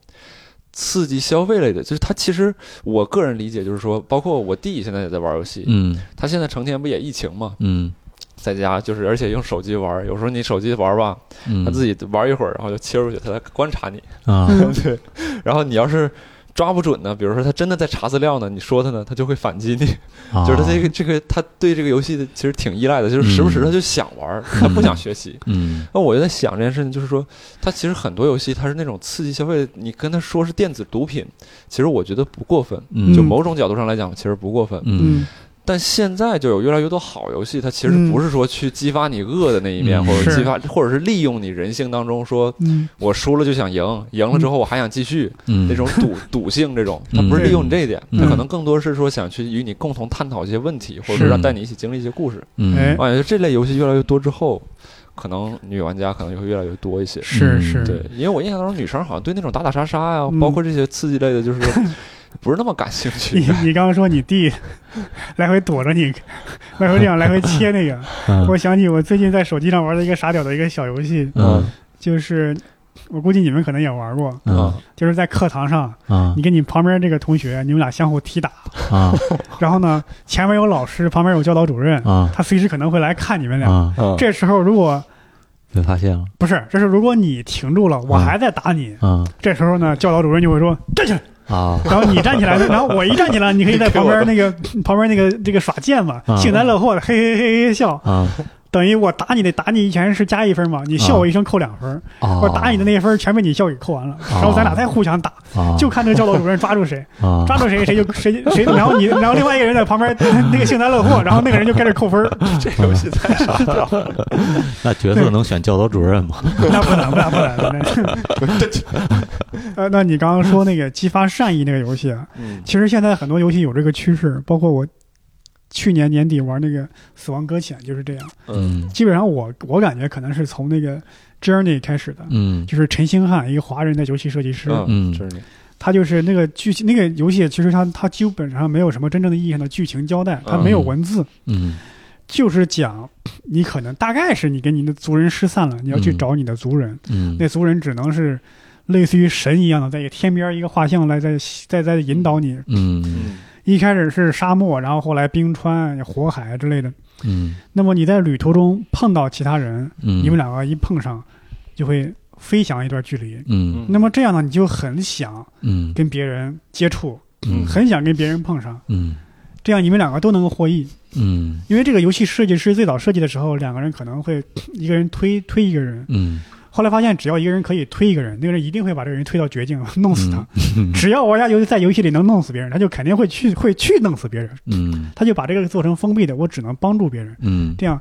[SPEAKER 1] 刺激消费类的。就是它其实我个人理解就是说，包括我弟现在也在玩游戏，
[SPEAKER 4] 嗯
[SPEAKER 1] 他现在成天不也疫情嘛，
[SPEAKER 4] 嗯
[SPEAKER 1] 在家就是而且用手机玩，有时候你手机玩吧，
[SPEAKER 4] 嗯，
[SPEAKER 1] 他自己玩一会儿，然后就切出去，他来观察你。
[SPEAKER 4] 啊，
[SPEAKER 3] 嗯
[SPEAKER 1] 对，然后你要是。抓不准呢，比如说他真的在查资料呢，你说他呢，他就会反击你。
[SPEAKER 4] 啊
[SPEAKER 1] 就是他这个这个，他对这个游戏的其实挺依赖的，就是时不时他就想玩儿，他不想学习。
[SPEAKER 4] 嗯
[SPEAKER 1] 那我就在想这件事情，就是说，它其实很多游戏它是那种刺激消费，你跟他说是电子毒品，其实我觉得不过分。
[SPEAKER 4] 嗯
[SPEAKER 1] 就某种角度上来讲，其实不过分。
[SPEAKER 4] 嗯
[SPEAKER 1] 但现在就有越来越多好游戏，它其实
[SPEAKER 3] 嗯
[SPEAKER 1] 不是说去激发你恶的那一面，
[SPEAKER 4] 嗯
[SPEAKER 1] 或者
[SPEAKER 3] 是
[SPEAKER 1] 激发，或者是利用你人性当中说，
[SPEAKER 3] 嗯
[SPEAKER 1] 我输了就想赢，赢了之后我还想继续、
[SPEAKER 4] 嗯
[SPEAKER 1] 那种 赌赌性，这种
[SPEAKER 4] 嗯
[SPEAKER 1] 它不是利用你这一点，
[SPEAKER 4] 嗯
[SPEAKER 1] 它可能更多是说想去与你共同探讨一些问题，或者
[SPEAKER 4] 是
[SPEAKER 1] 是让带你一起经历一些故事。
[SPEAKER 4] 嗯
[SPEAKER 3] 哎
[SPEAKER 1] 我感觉这类游戏越来越多之后，可能女玩家可能就会越来越多一些。
[SPEAKER 3] 是
[SPEAKER 4] 嗯
[SPEAKER 3] 是，
[SPEAKER 1] 对，因为我印象当中，女生好像对那种打打杀杀呀、
[SPEAKER 3] 嗯
[SPEAKER 1] 包括这些刺激类的，就是不是那么感兴趣。
[SPEAKER 3] 你 你刚刚说你弟 来回躲着你， 来回这样来回切那个，
[SPEAKER 1] 嗯
[SPEAKER 3] 我想起我最近在手机上玩了一个傻屌的一个小游戏，
[SPEAKER 4] 嗯
[SPEAKER 3] 就是我估计你们可能也玩过，
[SPEAKER 4] 嗯
[SPEAKER 3] 就是在课堂上，
[SPEAKER 1] 嗯
[SPEAKER 4] 啊
[SPEAKER 3] 你跟你旁边这个同学，你们俩相互踢打，
[SPEAKER 4] 啊
[SPEAKER 3] 然后呢，
[SPEAKER 1] 嗯
[SPEAKER 3] 前面有老师，旁边有教导主任，
[SPEAKER 4] 啊
[SPEAKER 3] 他随时可能会来看你们俩。
[SPEAKER 4] 啊！
[SPEAKER 1] 嗯
[SPEAKER 3] 这时候如果
[SPEAKER 4] 被发现了
[SPEAKER 3] 不是，这是如果你停住了，我
[SPEAKER 1] 嗯
[SPEAKER 3] 还在打你，
[SPEAKER 4] 啊
[SPEAKER 3] 这时候呢，教导主任就会说站起来，
[SPEAKER 4] 啊
[SPEAKER 3] 然后你站起来，然后我一站起来，你可以在旁边那个旁边那个这个耍贱嘛
[SPEAKER 4] 啊，
[SPEAKER 3] 幸灾乐祸的嘿嘿嘿嘿笑，
[SPEAKER 4] 啊
[SPEAKER 3] 等于我打你得打你一拳是加一分嘛，你笑我一声扣两分，
[SPEAKER 4] 啊！
[SPEAKER 3] 我打你的那一分全被你笑给扣完了，然后咱俩再互相打，
[SPEAKER 4] 啊，
[SPEAKER 3] 就看这个教导主任抓住谁，
[SPEAKER 4] 啊
[SPEAKER 3] 抓住谁谁就谁谁，然后你然后另外一个人在旁边那个幸灾乐祸，然后那个人就开始扣分，
[SPEAKER 1] 这游戏太傻屌了，
[SPEAKER 4] 那角色能选教导主任吗？
[SPEAKER 3] 那不能不能不能。 呃，那 你刚刚说那个激发善意那个游戏啊，
[SPEAKER 1] 嗯
[SPEAKER 3] 其实现在很多游戏有这个趋势，包括我去年年底玩那个《死亡搁浅》就是这样。
[SPEAKER 4] 嗯
[SPEAKER 3] 基本上我我感觉可能是从那个 Journey 开始的，
[SPEAKER 4] 嗯
[SPEAKER 3] 就是陈星汉一个华人的游戏设计师，
[SPEAKER 4] 嗯
[SPEAKER 1] 就是你，
[SPEAKER 3] 他就是那个剧情那个游戏，其实他他基本上没有什么真正的意义上的剧情交代，他没有文字，
[SPEAKER 4] 嗯
[SPEAKER 3] 就是讲你可能大概是你跟你的族人失散了，你要去
[SPEAKER 4] 嗯
[SPEAKER 3] 找你的族人，
[SPEAKER 4] 嗯
[SPEAKER 3] 那族人只能是。类似于神一样的，在一个天边一个画像来在在在引导你，
[SPEAKER 4] 嗯
[SPEAKER 1] 嗯
[SPEAKER 3] 一开始是沙漠，然后后来冰川、火海之类的。
[SPEAKER 4] 嗯
[SPEAKER 3] 那么你在旅途中碰到其他人，
[SPEAKER 4] 嗯，
[SPEAKER 3] 你们两个一碰上，就会飞翔一段距离。
[SPEAKER 4] 嗯
[SPEAKER 3] 那么这样呢，你就很想
[SPEAKER 4] 嗯
[SPEAKER 3] 跟别人接触，
[SPEAKER 4] 嗯
[SPEAKER 3] 很想跟别人碰上，
[SPEAKER 4] 嗯
[SPEAKER 3] 这样你们两个都能够获益。
[SPEAKER 4] 嗯
[SPEAKER 3] 因为这个游戏设计师最早设计的时候，两个人可能会一个人推推一个人，
[SPEAKER 4] 嗯
[SPEAKER 3] 后来发现只要一个人可以推一个人，那个人一定会把这个人推到绝境，弄死他。
[SPEAKER 4] 嗯
[SPEAKER 3] 只要玩家游在游戏里能弄死别人，他就肯定会去会去弄死别人，
[SPEAKER 4] 嗯
[SPEAKER 3] 他就把这个做成封闭的，我只能帮助别人。
[SPEAKER 4] 嗯
[SPEAKER 3] 这样，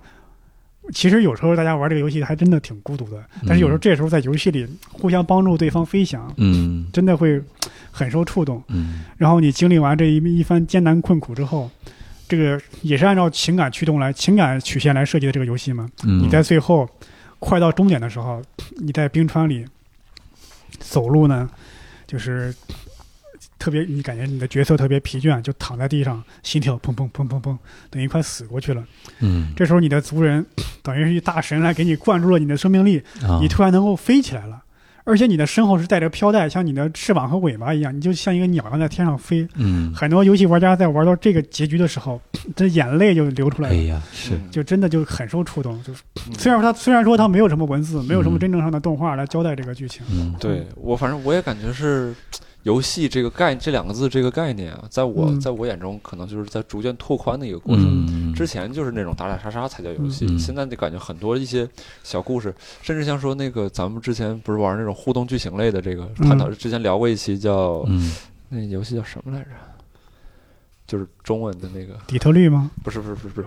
[SPEAKER 3] 其实有时候大家玩这个游戏还真的挺孤独的，但是有时候这时候在游戏里互相帮助对方飞翔，
[SPEAKER 4] 嗯
[SPEAKER 3] 真的会很受触动。
[SPEAKER 4] 嗯
[SPEAKER 3] 然后你经历完这一一番艰难困苦之后，这个也是按照情感驱动来、情感曲线来设计的这个游戏嘛。
[SPEAKER 4] 嗯，
[SPEAKER 3] 你在最后快到终点的时候，你在冰川里走路呢，就是。特别，你感觉你的角色特别疲倦，就躺在地上，心跳砰砰砰砰砰，等于快死过去了。
[SPEAKER 4] 嗯
[SPEAKER 3] 这时 候你的族人等于是一大神来给你灌注了你的生命力，
[SPEAKER 4] 啊
[SPEAKER 3] 你突然能够飞起来了，而且你的身后是带着飘带，像你的翅膀和尾巴一样，你就像一个鸟一样在天上飞。
[SPEAKER 4] 嗯，
[SPEAKER 3] 很多游戏玩家在玩到这个结局的时候， 这眼泪就流出来
[SPEAKER 4] 哎
[SPEAKER 3] 了，
[SPEAKER 4] 呀，是，
[SPEAKER 3] 就真的就很受触动。就是
[SPEAKER 1] 嗯
[SPEAKER 3] 虽然说它虽然说它没有什么文字，没有什么真正上的动画来交代这个剧情，
[SPEAKER 4] 嗯，
[SPEAKER 1] 对我反正我也感觉是。游戏这个概这两个字这个概念啊，在我、
[SPEAKER 3] 嗯
[SPEAKER 1] 在我眼中，可能就是在逐渐拓宽的一个过程。
[SPEAKER 4] 嗯，
[SPEAKER 1] 之前就是那种打打杀杀才叫游戏，
[SPEAKER 4] 嗯
[SPEAKER 1] 现在就感觉很多一些小故事，甚至像说那个咱们之前不是玩那种互动剧情类的这个
[SPEAKER 3] 嗯
[SPEAKER 1] 探讨，之前聊过一期叫、
[SPEAKER 4] 嗯，
[SPEAKER 1] 那游戏叫什么来着？就是中文的那个，
[SPEAKER 3] 底特律吗？
[SPEAKER 1] 不是不是不是不是，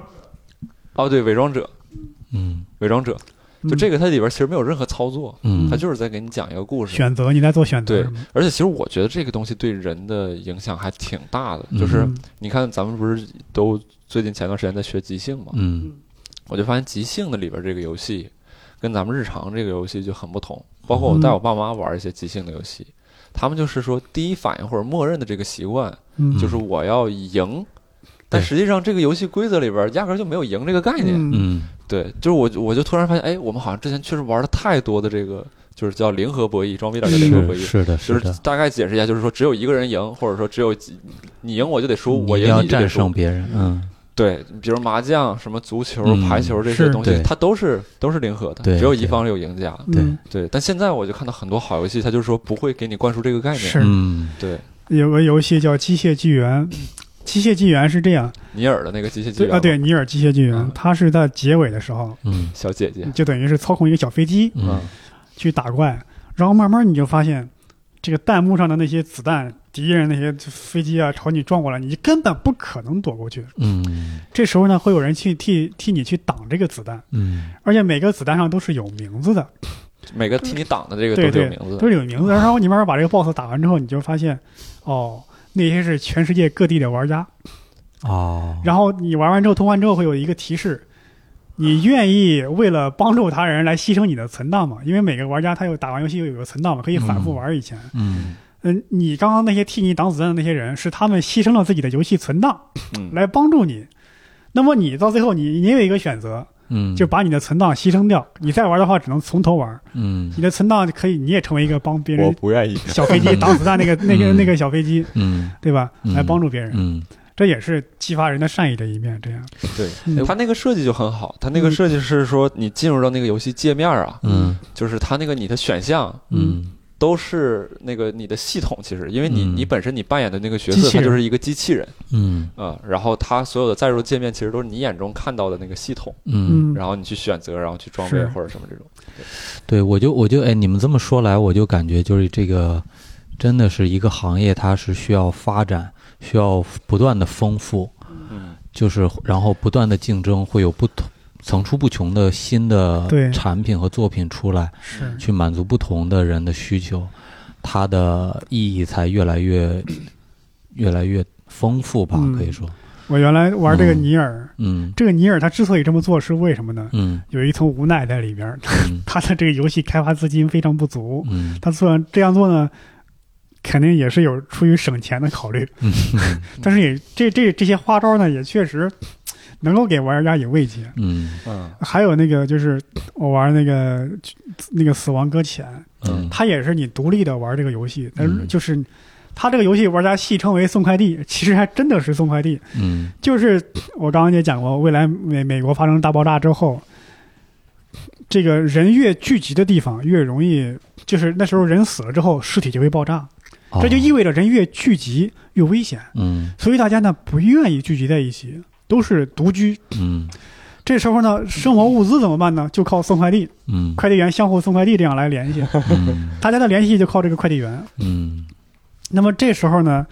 [SPEAKER 1] 哦对，伪装者，
[SPEAKER 4] 嗯，
[SPEAKER 1] 伪装者，就
[SPEAKER 3] 嗯
[SPEAKER 1] 这个它里边其实没有任何操作，
[SPEAKER 4] 嗯，
[SPEAKER 1] 它就是在给你讲一个故事。
[SPEAKER 3] 选择你在做选择
[SPEAKER 1] 对
[SPEAKER 3] 是吗，
[SPEAKER 1] 而且其实我觉得这个东西对人的影响还挺大的，就是
[SPEAKER 3] 嗯
[SPEAKER 1] 你看咱们不是都最近前段时间在学即兴嘛，
[SPEAKER 4] 嗯，
[SPEAKER 1] 我就发现即兴的里边这个游戏，跟咱们日常这个游戏就很不同。包
[SPEAKER 3] 嗯
[SPEAKER 1] 括我带我爸妈玩一些即兴的游戏，他们就是说第一反应或者默认的这个习惯
[SPEAKER 3] 嗯
[SPEAKER 1] 就是我要赢，但实际上这个游戏规则里边压根儿就没有赢这个概念。
[SPEAKER 3] 嗯
[SPEAKER 4] 嗯，
[SPEAKER 1] 对，就是我我就突然发现，哎，我们好像之前确实玩的太多的这个就是叫零和博弈，装逼点叫零和博
[SPEAKER 4] 是
[SPEAKER 1] 弈。
[SPEAKER 4] 是的，
[SPEAKER 1] 就是是
[SPEAKER 4] 的，
[SPEAKER 1] 大概解释一下，就是说只有一个人赢，或者说只有几你赢我就得输，我
[SPEAKER 4] 你
[SPEAKER 1] 赢
[SPEAKER 4] 要
[SPEAKER 1] 就得
[SPEAKER 4] 战
[SPEAKER 1] 输
[SPEAKER 4] 胜。别人，嗯，
[SPEAKER 1] 对，比如麻将、什么足球、
[SPEAKER 4] 嗯
[SPEAKER 1] 排球这些
[SPEAKER 3] 是
[SPEAKER 1] 东西
[SPEAKER 4] 对，
[SPEAKER 1] 它都是都是零和的，
[SPEAKER 4] 对
[SPEAKER 1] 只有一
[SPEAKER 4] 对
[SPEAKER 1] 方有赢家。
[SPEAKER 4] 对
[SPEAKER 3] 嗯
[SPEAKER 1] 对，但现在我就看到很多好游戏，它就是说不会给你灌输这个概念。
[SPEAKER 3] 是
[SPEAKER 4] 嗯，
[SPEAKER 1] 对，
[SPEAKER 3] 有个游戏叫《机械纪元》，《机械纪元》是这样，
[SPEAKER 1] 尼尔的那个机械纪
[SPEAKER 3] 对
[SPEAKER 1] 元
[SPEAKER 3] 啊，对，尼尔《机械纪元
[SPEAKER 1] 嗯》，
[SPEAKER 3] 它是在结尾的时候，
[SPEAKER 4] 嗯，
[SPEAKER 1] 小姐姐，
[SPEAKER 3] 就等于是操控一个小飞机
[SPEAKER 4] 嗯，
[SPEAKER 3] 去打怪，然后慢慢你就发现，这个弹幕上的那些子弹、敌人那些飞机啊朝你撞过来，你根本不可能躲过去。
[SPEAKER 4] 嗯，
[SPEAKER 3] 这时候呢，会有人去替替你去挡这个子弹，
[SPEAKER 4] 嗯，
[SPEAKER 3] 而且每个子弹上都是有名字的，
[SPEAKER 1] 每个替你挡的这个
[SPEAKER 3] 对
[SPEAKER 1] 都是有
[SPEAKER 3] 对
[SPEAKER 1] 名字，的。
[SPEAKER 3] 都是有名字的。然后你慢慢把这个 BOSS 打完之后，你就发现，哦，那些是全世界各地的玩家。
[SPEAKER 4] 哦，
[SPEAKER 3] 然后你玩完之后通关之后会有一个提示，你愿意为了帮助他人来牺牲你的存档吗？因为每个玩家他有打完游戏有个存档嘛，可以反复玩以前。
[SPEAKER 4] 嗯，
[SPEAKER 3] 嗯，你刚刚那些替你挡子弹的那些人是他们牺牲了自己的游戏存档
[SPEAKER 1] 嗯，
[SPEAKER 3] 来帮助你。那么你到最后你你也有一个选择，
[SPEAKER 4] 嗯，
[SPEAKER 3] 就把你的存档牺牲掉。你再玩的话只能从头玩，
[SPEAKER 4] 嗯
[SPEAKER 3] 你的存档可以你也成为一个帮别
[SPEAKER 2] 我
[SPEAKER 3] 人
[SPEAKER 2] 不愿意。
[SPEAKER 3] 小飞机挡子弹那个那个那个小飞机，
[SPEAKER 4] 嗯
[SPEAKER 3] 对吧？
[SPEAKER 4] 嗯
[SPEAKER 3] 来帮助别人，
[SPEAKER 4] 嗯
[SPEAKER 3] 这也是激发人的善意的一面。这样，
[SPEAKER 1] 对
[SPEAKER 3] 嗯
[SPEAKER 1] 它那个设计就很好，它那个
[SPEAKER 3] 嗯
[SPEAKER 1] 设计是说你进入到那个游戏界面啊，
[SPEAKER 4] 嗯
[SPEAKER 1] 就是它那个你的选项
[SPEAKER 4] 嗯
[SPEAKER 1] 都是那个你的系统，其实因为你
[SPEAKER 4] 嗯
[SPEAKER 1] 你本身你扮演的那个角
[SPEAKER 3] 机
[SPEAKER 1] 色，
[SPEAKER 3] 器
[SPEAKER 1] 它
[SPEAKER 3] 人
[SPEAKER 1] 就是一个机器人
[SPEAKER 4] 嗯
[SPEAKER 1] 啊，然后它所有的载入界面其实都是你眼中看到的那个系统。
[SPEAKER 4] 嗯，
[SPEAKER 3] 嗯，
[SPEAKER 1] 然后你去选择，然后去装备
[SPEAKER 3] 是
[SPEAKER 1] 或者什么这种。
[SPEAKER 4] 对我就我就哎，你们这么说来，我就感觉就是这个真的是一个行业，它是需要发展，需要不断的丰富，
[SPEAKER 1] 嗯，
[SPEAKER 4] 就是然后不断的竞争，会有不同层出不穷的新的
[SPEAKER 3] 对
[SPEAKER 4] 产品和作品出来，
[SPEAKER 3] 是
[SPEAKER 4] 去满足不同的人的需求，它的意义才越来越越来越丰富吧，
[SPEAKER 3] 嗯
[SPEAKER 4] 可以说，
[SPEAKER 3] 我原来玩这个
[SPEAKER 4] 嗯
[SPEAKER 3] 尼尔，
[SPEAKER 4] 嗯
[SPEAKER 3] 这个尼尔他之所以这么做是为什么呢？
[SPEAKER 4] 嗯
[SPEAKER 3] 有一层无奈在里边儿，
[SPEAKER 4] 嗯
[SPEAKER 3] 他的这个游戏开发资金非常不足，
[SPEAKER 4] 嗯
[SPEAKER 3] 他虽然这样做呢，肯定也是有出于省钱的考虑，
[SPEAKER 4] 嗯
[SPEAKER 3] 但是也这这这些花招呢，也确实能够给玩家以慰藉。
[SPEAKER 4] 嗯
[SPEAKER 1] 嗯
[SPEAKER 3] 还有那个就是我玩那个那个死亡搁浅，
[SPEAKER 4] 嗯，
[SPEAKER 3] 它也是你独立的玩这个游戏，但是
[SPEAKER 4] 嗯
[SPEAKER 3] 就是它这个游戏玩家戏称为送快递，其实还真的是送快递。
[SPEAKER 4] 嗯
[SPEAKER 3] 就是我刚刚也讲过，未来美美国发生大爆炸之后，这个人越聚集的地方越容易，就是那时候人死了之后，尸体就会爆炸，
[SPEAKER 4] 哦
[SPEAKER 3] 这就意味着人越聚集越危险，
[SPEAKER 4] 嗯
[SPEAKER 3] 所以大家呢不愿意聚集在一起，都是独居。
[SPEAKER 4] 嗯
[SPEAKER 3] 这时候呢，生活物资怎么办呢？就靠送快递，
[SPEAKER 4] 嗯
[SPEAKER 3] 快递员相互送快递这样来联系，
[SPEAKER 4] 嗯
[SPEAKER 3] 大家的联系就靠这个快递员。
[SPEAKER 4] 嗯
[SPEAKER 3] 那么这时候呢，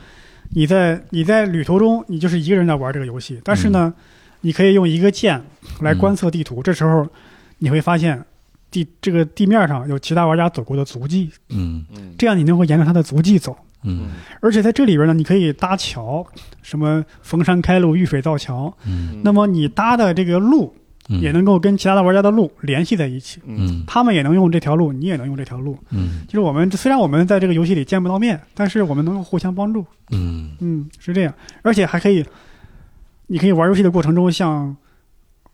[SPEAKER 3] 你在你在旅途中，你就是一个人在玩这个游戏，但是呢，你可以用一个键
[SPEAKER 4] 嗯
[SPEAKER 3] 来观测地图。这时候你会发现地这个地面上有其他玩家走过的足迹，
[SPEAKER 4] 嗯
[SPEAKER 1] 嗯
[SPEAKER 3] 这样你就会沿着他的足迹走。
[SPEAKER 4] 嗯
[SPEAKER 3] 而且在这里边呢，你可以搭桥，什么逢山开路、遇水造桥。
[SPEAKER 4] 嗯
[SPEAKER 3] 那么你搭的这个路
[SPEAKER 4] 嗯，
[SPEAKER 3] 也能够跟其他的玩家的路联系在一起，
[SPEAKER 1] 嗯
[SPEAKER 4] 嗯
[SPEAKER 3] 他们也能用这条路，你也能用这条路。
[SPEAKER 4] 嗯
[SPEAKER 3] 就是我们虽然我们在这个游戏里见不到面，但是我们能够互相帮助。
[SPEAKER 4] 嗯
[SPEAKER 3] 嗯，是这样，而且还可以，你可以玩游戏的过程中，像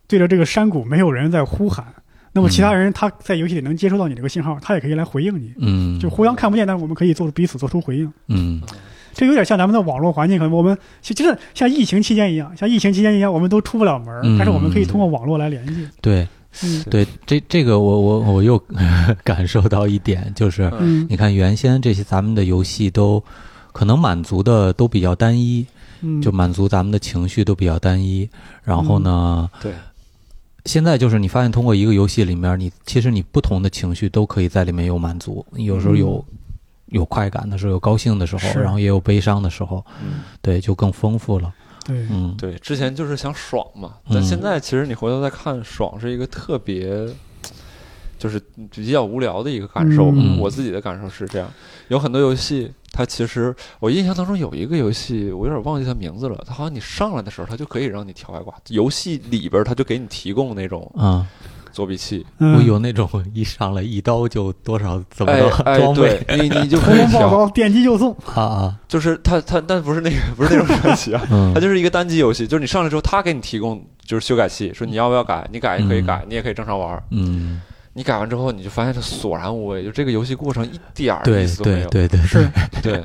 [SPEAKER 3] 对着这个山谷没有人在呼喊，那么其他人他在游戏里能接收到你这个信号，他也可以来回应你。
[SPEAKER 4] 嗯，
[SPEAKER 3] 就互相看不见，但是我们可以做出彼此做出回应。
[SPEAKER 4] 嗯
[SPEAKER 3] 这有点像咱们的网络环境，可能我们其其实像疫情期间一样，像疫情期间一样，我们都出不了门儿，
[SPEAKER 4] 嗯
[SPEAKER 3] 但是我们可以通过网络来联系。
[SPEAKER 4] 对
[SPEAKER 3] 嗯
[SPEAKER 4] 对，这这个我我我又 感受到一点，就是
[SPEAKER 3] 嗯
[SPEAKER 4] 你看原先这些咱们的游戏都可能满足的都比较单一，
[SPEAKER 3] 嗯，
[SPEAKER 4] 就满足咱们的情绪都比较单一。然后呢，
[SPEAKER 1] 对，
[SPEAKER 4] 现在就是你发现通过一个游戏里面，你其实你不同的情绪都可以在里面有满足，有时候有。有快感的时候，有高兴的时
[SPEAKER 3] 是
[SPEAKER 4] 候，然后也有悲伤的时候，
[SPEAKER 1] 嗯，
[SPEAKER 4] 对，就更丰富了。
[SPEAKER 3] 对，
[SPEAKER 4] 嗯，
[SPEAKER 1] 对，之前就是想爽嘛，
[SPEAKER 4] 嗯
[SPEAKER 1] 但现在其实你回头再看，爽是一个特别，就是比较无聊的一个感受吧。
[SPEAKER 4] 嗯
[SPEAKER 1] 我自己的感受是这样，有很多游戏，它其实我印象当中有一个游戏，我有点忘记它名字了，它好像你上来的时候，它就可以让你调外挂，游戏里边它就给你提供那种
[SPEAKER 4] 啊、
[SPEAKER 1] 作弊器，
[SPEAKER 4] 我
[SPEAKER 3] 嗯，
[SPEAKER 4] 有那种 一上来一刀就多少怎么
[SPEAKER 1] 哎
[SPEAKER 4] 着、
[SPEAKER 1] 哎，
[SPEAKER 4] 装备
[SPEAKER 1] 对你你就
[SPEAKER 3] 通
[SPEAKER 1] 可以
[SPEAKER 3] 风报
[SPEAKER 1] 调，
[SPEAKER 3] 告，点击就送。
[SPEAKER 4] 啊啊，
[SPEAKER 1] 就是它它但不是那个不是那 种传奇啊，
[SPEAKER 4] 嗯
[SPEAKER 1] 它，就是一个单机游戏，就是你上来之后，它给你提供就是修改器，说你要不要改，你改也可以改，你也可以正常玩儿。
[SPEAKER 4] 嗯，
[SPEAKER 1] 你改完之后，你就发现它索然无味，就这个游戏过程一点儿
[SPEAKER 4] 对
[SPEAKER 1] 意思都没
[SPEAKER 4] 对
[SPEAKER 1] 有。
[SPEAKER 4] 对对，
[SPEAKER 3] 是
[SPEAKER 1] 对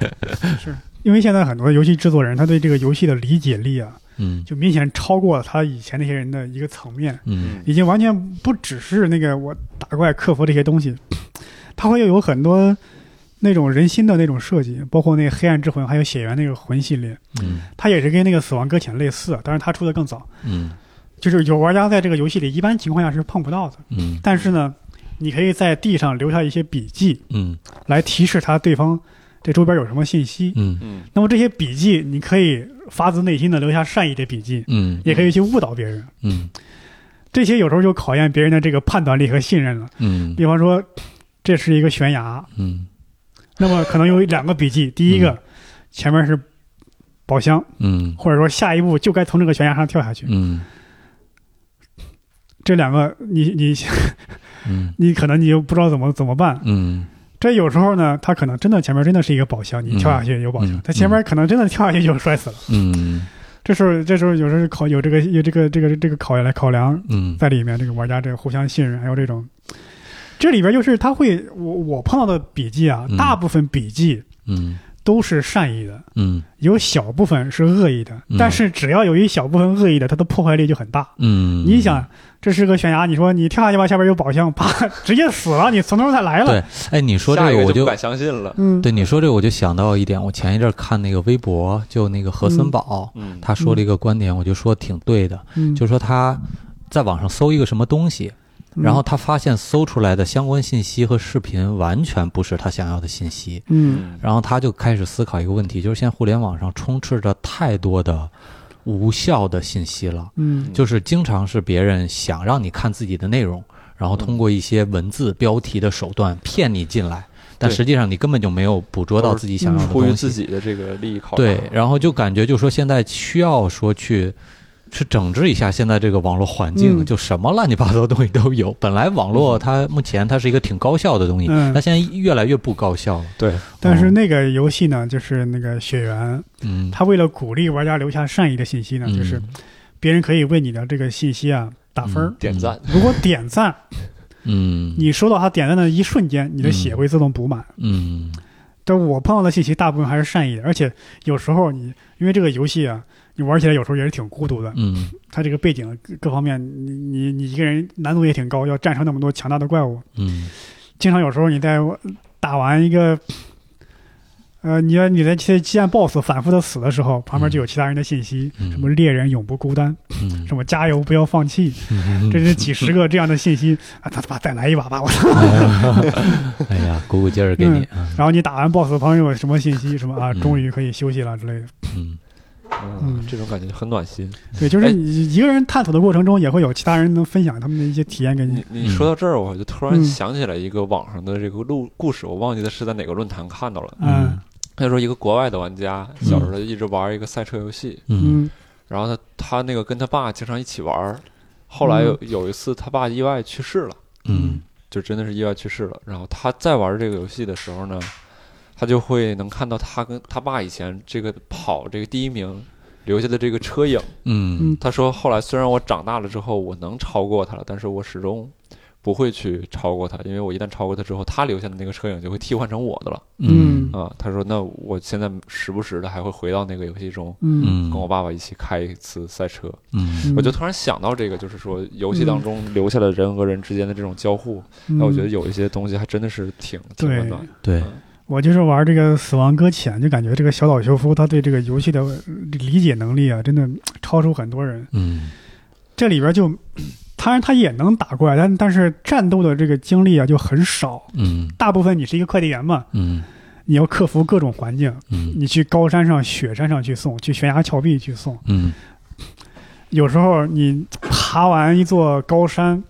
[SPEAKER 3] 是，因为现在很多游戏制作人，他对这个游戏的理解力啊，
[SPEAKER 4] 嗯
[SPEAKER 3] 就明显超过了他以前那些人的一个层面，
[SPEAKER 4] 嗯
[SPEAKER 1] 嗯
[SPEAKER 3] 已经完全不只是那个我打怪克服这些东西，他会有很多那种人心的那种设计，包括那个黑暗之魂，还有血缘那个魂系列，
[SPEAKER 4] 嗯
[SPEAKER 3] 它也是跟那个死亡搁浅类似，啊当然它出的更早。
[SPEAKER 4] 嗯
[SPEAKER 3] 就是有玩家在这个游戏里一般情况下是碰不到的，
[SPEAKER 4] 嗯
[SPEAKER 3] 但是呢，你可以在地上留下一些笔记
[SPEAKER 4] 嗯
[SPEAKER 3] 来提示他对方这周边有什么信息。
[SPEAKER 4] 嗯
[SPEAKER 1] 嗯
[SPEAKER 3] 那么这些笔记，你可以发自内心的留下善意的笔记，
[SPEAKER 4] 嗯
[SPEAKER 3] 也可以去误导别人。
[SPEAKER 4] 嗯
[SPEAKER 3] 这些有时候就考验别人的这个判断力和信任了。
[SPEAKER 4] 嗯
[SPEAKER 3] 比方说，这是一个悬崖，
[SPEAKER 4] 嗯
[SPEAKER 3] 那么可能有两个笔记，第一个前面是宝箱，
[SPEAKER 4] 嗯
[SPEAKER 3] 或者说下一步就该从这个悬崖上跳下去。
[SPEAKER 4] 嗯
[SPEAKER 3] 这两个你你
[SPEAKER 4] 嗯
[SPEAKER 3] 你可能你又不知道怎么怎么办，
[SPEAKER 4] 嗯
[SPEAKER 3] 这有时候呢，它可能真的前面真的是一个宝箱，你跳下去有宝
[SPEAKER 4] 嗯
[SPEAKER 3] 箱；它前面可能真的跳下去就摔死了。
[SPEAKER 4] 嗯
[SPEAKER 3] 这时候，这时候有时候考有这个有这个这个这个考验来考量
[SPEAKER 4] 嗯
[SPEAKER 3] 在里面，这个玩家这个互相信任，还有这种，这里边就是他会我我碰到的笔记啊
[SPEAKER 4] 嗯，
[SPEAKER 3] 大部分笔记
[SPEAKER 4] 嗯
[SPEAKER 3] 都是善意的，
[SPEAKER 4] 嗯
[SPEAKER 3] 有小部分是恶意的
[SPEAKER 4] 嗯，
[SPEAKER 3] 但是只要有一小部分恶意的，它的破坏力就很大。
[SPEAKER 4] 嗯，
[SPEAKER 3] 你想，这是个悬崖，你说你跳下去吧，下边有宝箱，啪， 直接死了，你从头再来了。
[SPEAKER 4] 对，哎，你说这
[SPEAKER 1] 下一
[SPEAKER 4] 个
[SPEAKER 1] 个
[SPEAKER 4] 我
[SPEAKER 1] 就
[SPEAKER 4] 就
[SPEAKER 1] 不。敢相信了。
[SPEAKER 3] 嗯，
[SPEAKER 4] 对你说这，我就想到一点，我前一阵看那个微博，就那个何森宝，
[SPEAKER 1] 嗯，
[SPEAKER 4] 他说了一个观点，我就说挺对的，
[SPEAKER 3] 嗯，
[SPEAKER 4] 就说他在网上搜一个什么东西，
[SPEAKER 3] 嗯
[SPEAKER 4] 然后他发现搜出来的相关信息和视频完全不是他想要的信息，
[SPEAKER 3] 嗯
[SPEAKER 1] 嗯
[SPEAKER 4] 然后他就开始思考一个问题，就是现在互联网上充斥着太多的无效的信息了，
[SPEAKER 3] 嗯
[SPEAKER 4] 就是经常是别人想让你看自己的内容，然后通过一些文字标题的手段骗你进来，但
[SPEAKER 1] 对
[SPEAKER 4] 实际上你根本就没有捕捉到自己想要的
[SPEAKER 1] 出于
[SPEAKER 4] 东
[SPEAKER 1] 自己
[SPEAKER 4] 西。
[SPEAKER 1] 的这个利益考量
[SPEAKER 4] 对，，然后就感觉就说现在需要说去。去整治一下现在这个网络环境，
[SPEAKER 3] 嗯
[SPEAKER 4] 就什么乱七八糟的东西都有。本来网络它目前它是一个挺高效的东西，
[SPEAKER 3] 嗯
[SPEAKER 4] 它现在越来越不高效了。
[SPEAKER 1] 对，
[SPEAKER 3] 但是那个游戏呢，就是那个血缘，
[SPEAKER 4] 嗯，
[SPEAKER 3] 它为了鼓励玩家留下善意的信息呢，
[SPEAKER 4] 嗯
[SPEAKER 3] 就是别人可以为你的这个信息啊打分儿。
[SPEAKER 1] 嗯点赞，
[SPEAKER 3] 如果点赞，
[SPEAKER 4] 嗯，
[SPEAKER 3] 你收到他点赞的一瞬间，你的血会自动补满。
[SPEAKER 4] 嗯
[SPEAKER 3] 但我碰到的信息大部分还是善意的，而且有时候你因为这个游戏啊，你玩起来有时候也是挺孤独的。
[SPEAKER 4] 嗯
[SPEAKER 3] 它这个背景各各方面，你你你一个人难度也挺高，要战胜那么多强大的怪物。
[SPEAKER 4] 嗯
[SPEAKER 3] 经常有时候你在打完一个，呃，你要你在去见 BOSS 反复的死的时候，旁边就有其他人的信息，
[SPEAKER 4] 嗯
[SPEAKER 3] 什么猎人永不孤单，
[SPEAKER 4] 嗯
[SPEAKER 3] 什么加油不要放 弃，
[SPEAKER 4] 嗯，
[SPEAKER 3] 这是几十个这样的信息啊，他他妈再来一把吧，我操！
[SPEAKER 4] 哎呀，鼓鼓劲儿给你啊，
[SPEAKER 3] 然后你打完 BOSS 旁边有什么信息，什么啊，
[SPEAKER 4] 嗯
[SPEAKER 3] 终于可以休息了之类的。
[SPEAKER 4] 嗯
[SPEAKER 1] 嗯，这种感觉很暖心。
[SPEAKER 3] 对，就是
[SPEAKER 1] 哎
[SPEAKER 3] 你一个人探索的过程中，也会有其他人能分享他们的一些体验给你
[SPEAKER 1] 你。你说到这儿，我就突然想起来一个网上的这个录故事，我忘记的是在哪个论坛看到了。
[SPEAKER 3] 嗯
[SPEAKER 1] 他说一个国外的玩家小时候一直玩一个赛车游戏，
[SPEAKER 4] 嗯
[SPEAKER 3] 嗯
[SPEAKER 1] 然后他他那个跟他爸经常一起玩儿，后来有有一次他爸意外去世了，
[SPEAKER 4] 嗯
[SPEAKER 1] 就真的是意外去世了。然后他在玩这个游戏的时候呢，他就会能看到他跟他爸以前这个跑这个第一名留下的这个车影。
[SPEAKER 4] 嗯
[SPEAKER 1] 他说后来虽然我长大了之后我能超过他了，但是我始终不会去超过他，因为我一旦超过他之后，他留下的那个车影就会替换成我的了
[SPEAKER 3] 嗯
[SPEAKER 1] 啊。他说，那我现在时不时的还会回到那个游戏中，
[SPEAKER 3] 嗯
[SPEAKER 4] 嗯，
[SPEAKER 1] 跟我爸爸一起开一次赛车。
[SPEAKER 4] 嗯
[SPEAKER 1] 我就突然想到这个，就是说游戏当中留下了人和人之间的这种交互，
[SPEAKER 3] 嗯
[SPEAKER 1] 那、我觉得有一些东西还真的是挺挺温
[SPEAKER 3] 对
[SPEAKER 1] 暖的。
[SPEAKER 4] 对，
[SPEAKER 3] 我就是玩这个《死亡搁浅》，就感觉这个小岛秀夫他对这个游戏的呃理解能力啊，真的超出很多人。
[SPEAKER 4] 嗯
[SPEAKER 3] 这里边就，当然他也能打怪，但但是战斗的这个经历啊就很少，
[SPEAKER 4] 嗯
[SPEAKER 3] 大部分你是一个快递员嘛，
[SPEAKER 4] 嗯
[SPEAKER 3] 你要克服各种环境，
[SPEAKER 4] 嗯
[SPEAKER 3] 你去高山上、雪山上去送，去悬崖峭壁去送，
[SPEAKER 4] 嗯
[SPEAKER 3] 有时候你爬完一座高山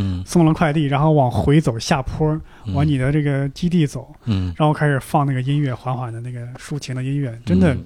[SPEAKER 4] 嗯，
[SPEAKER 3] 送了快递，然后往回走下坡，往你的这个基地走，
[SPEAKER 4] 嗯
[SPEAKER 3] 然后开始放那个音乐，缓缓的那个抒情的音乐，真的，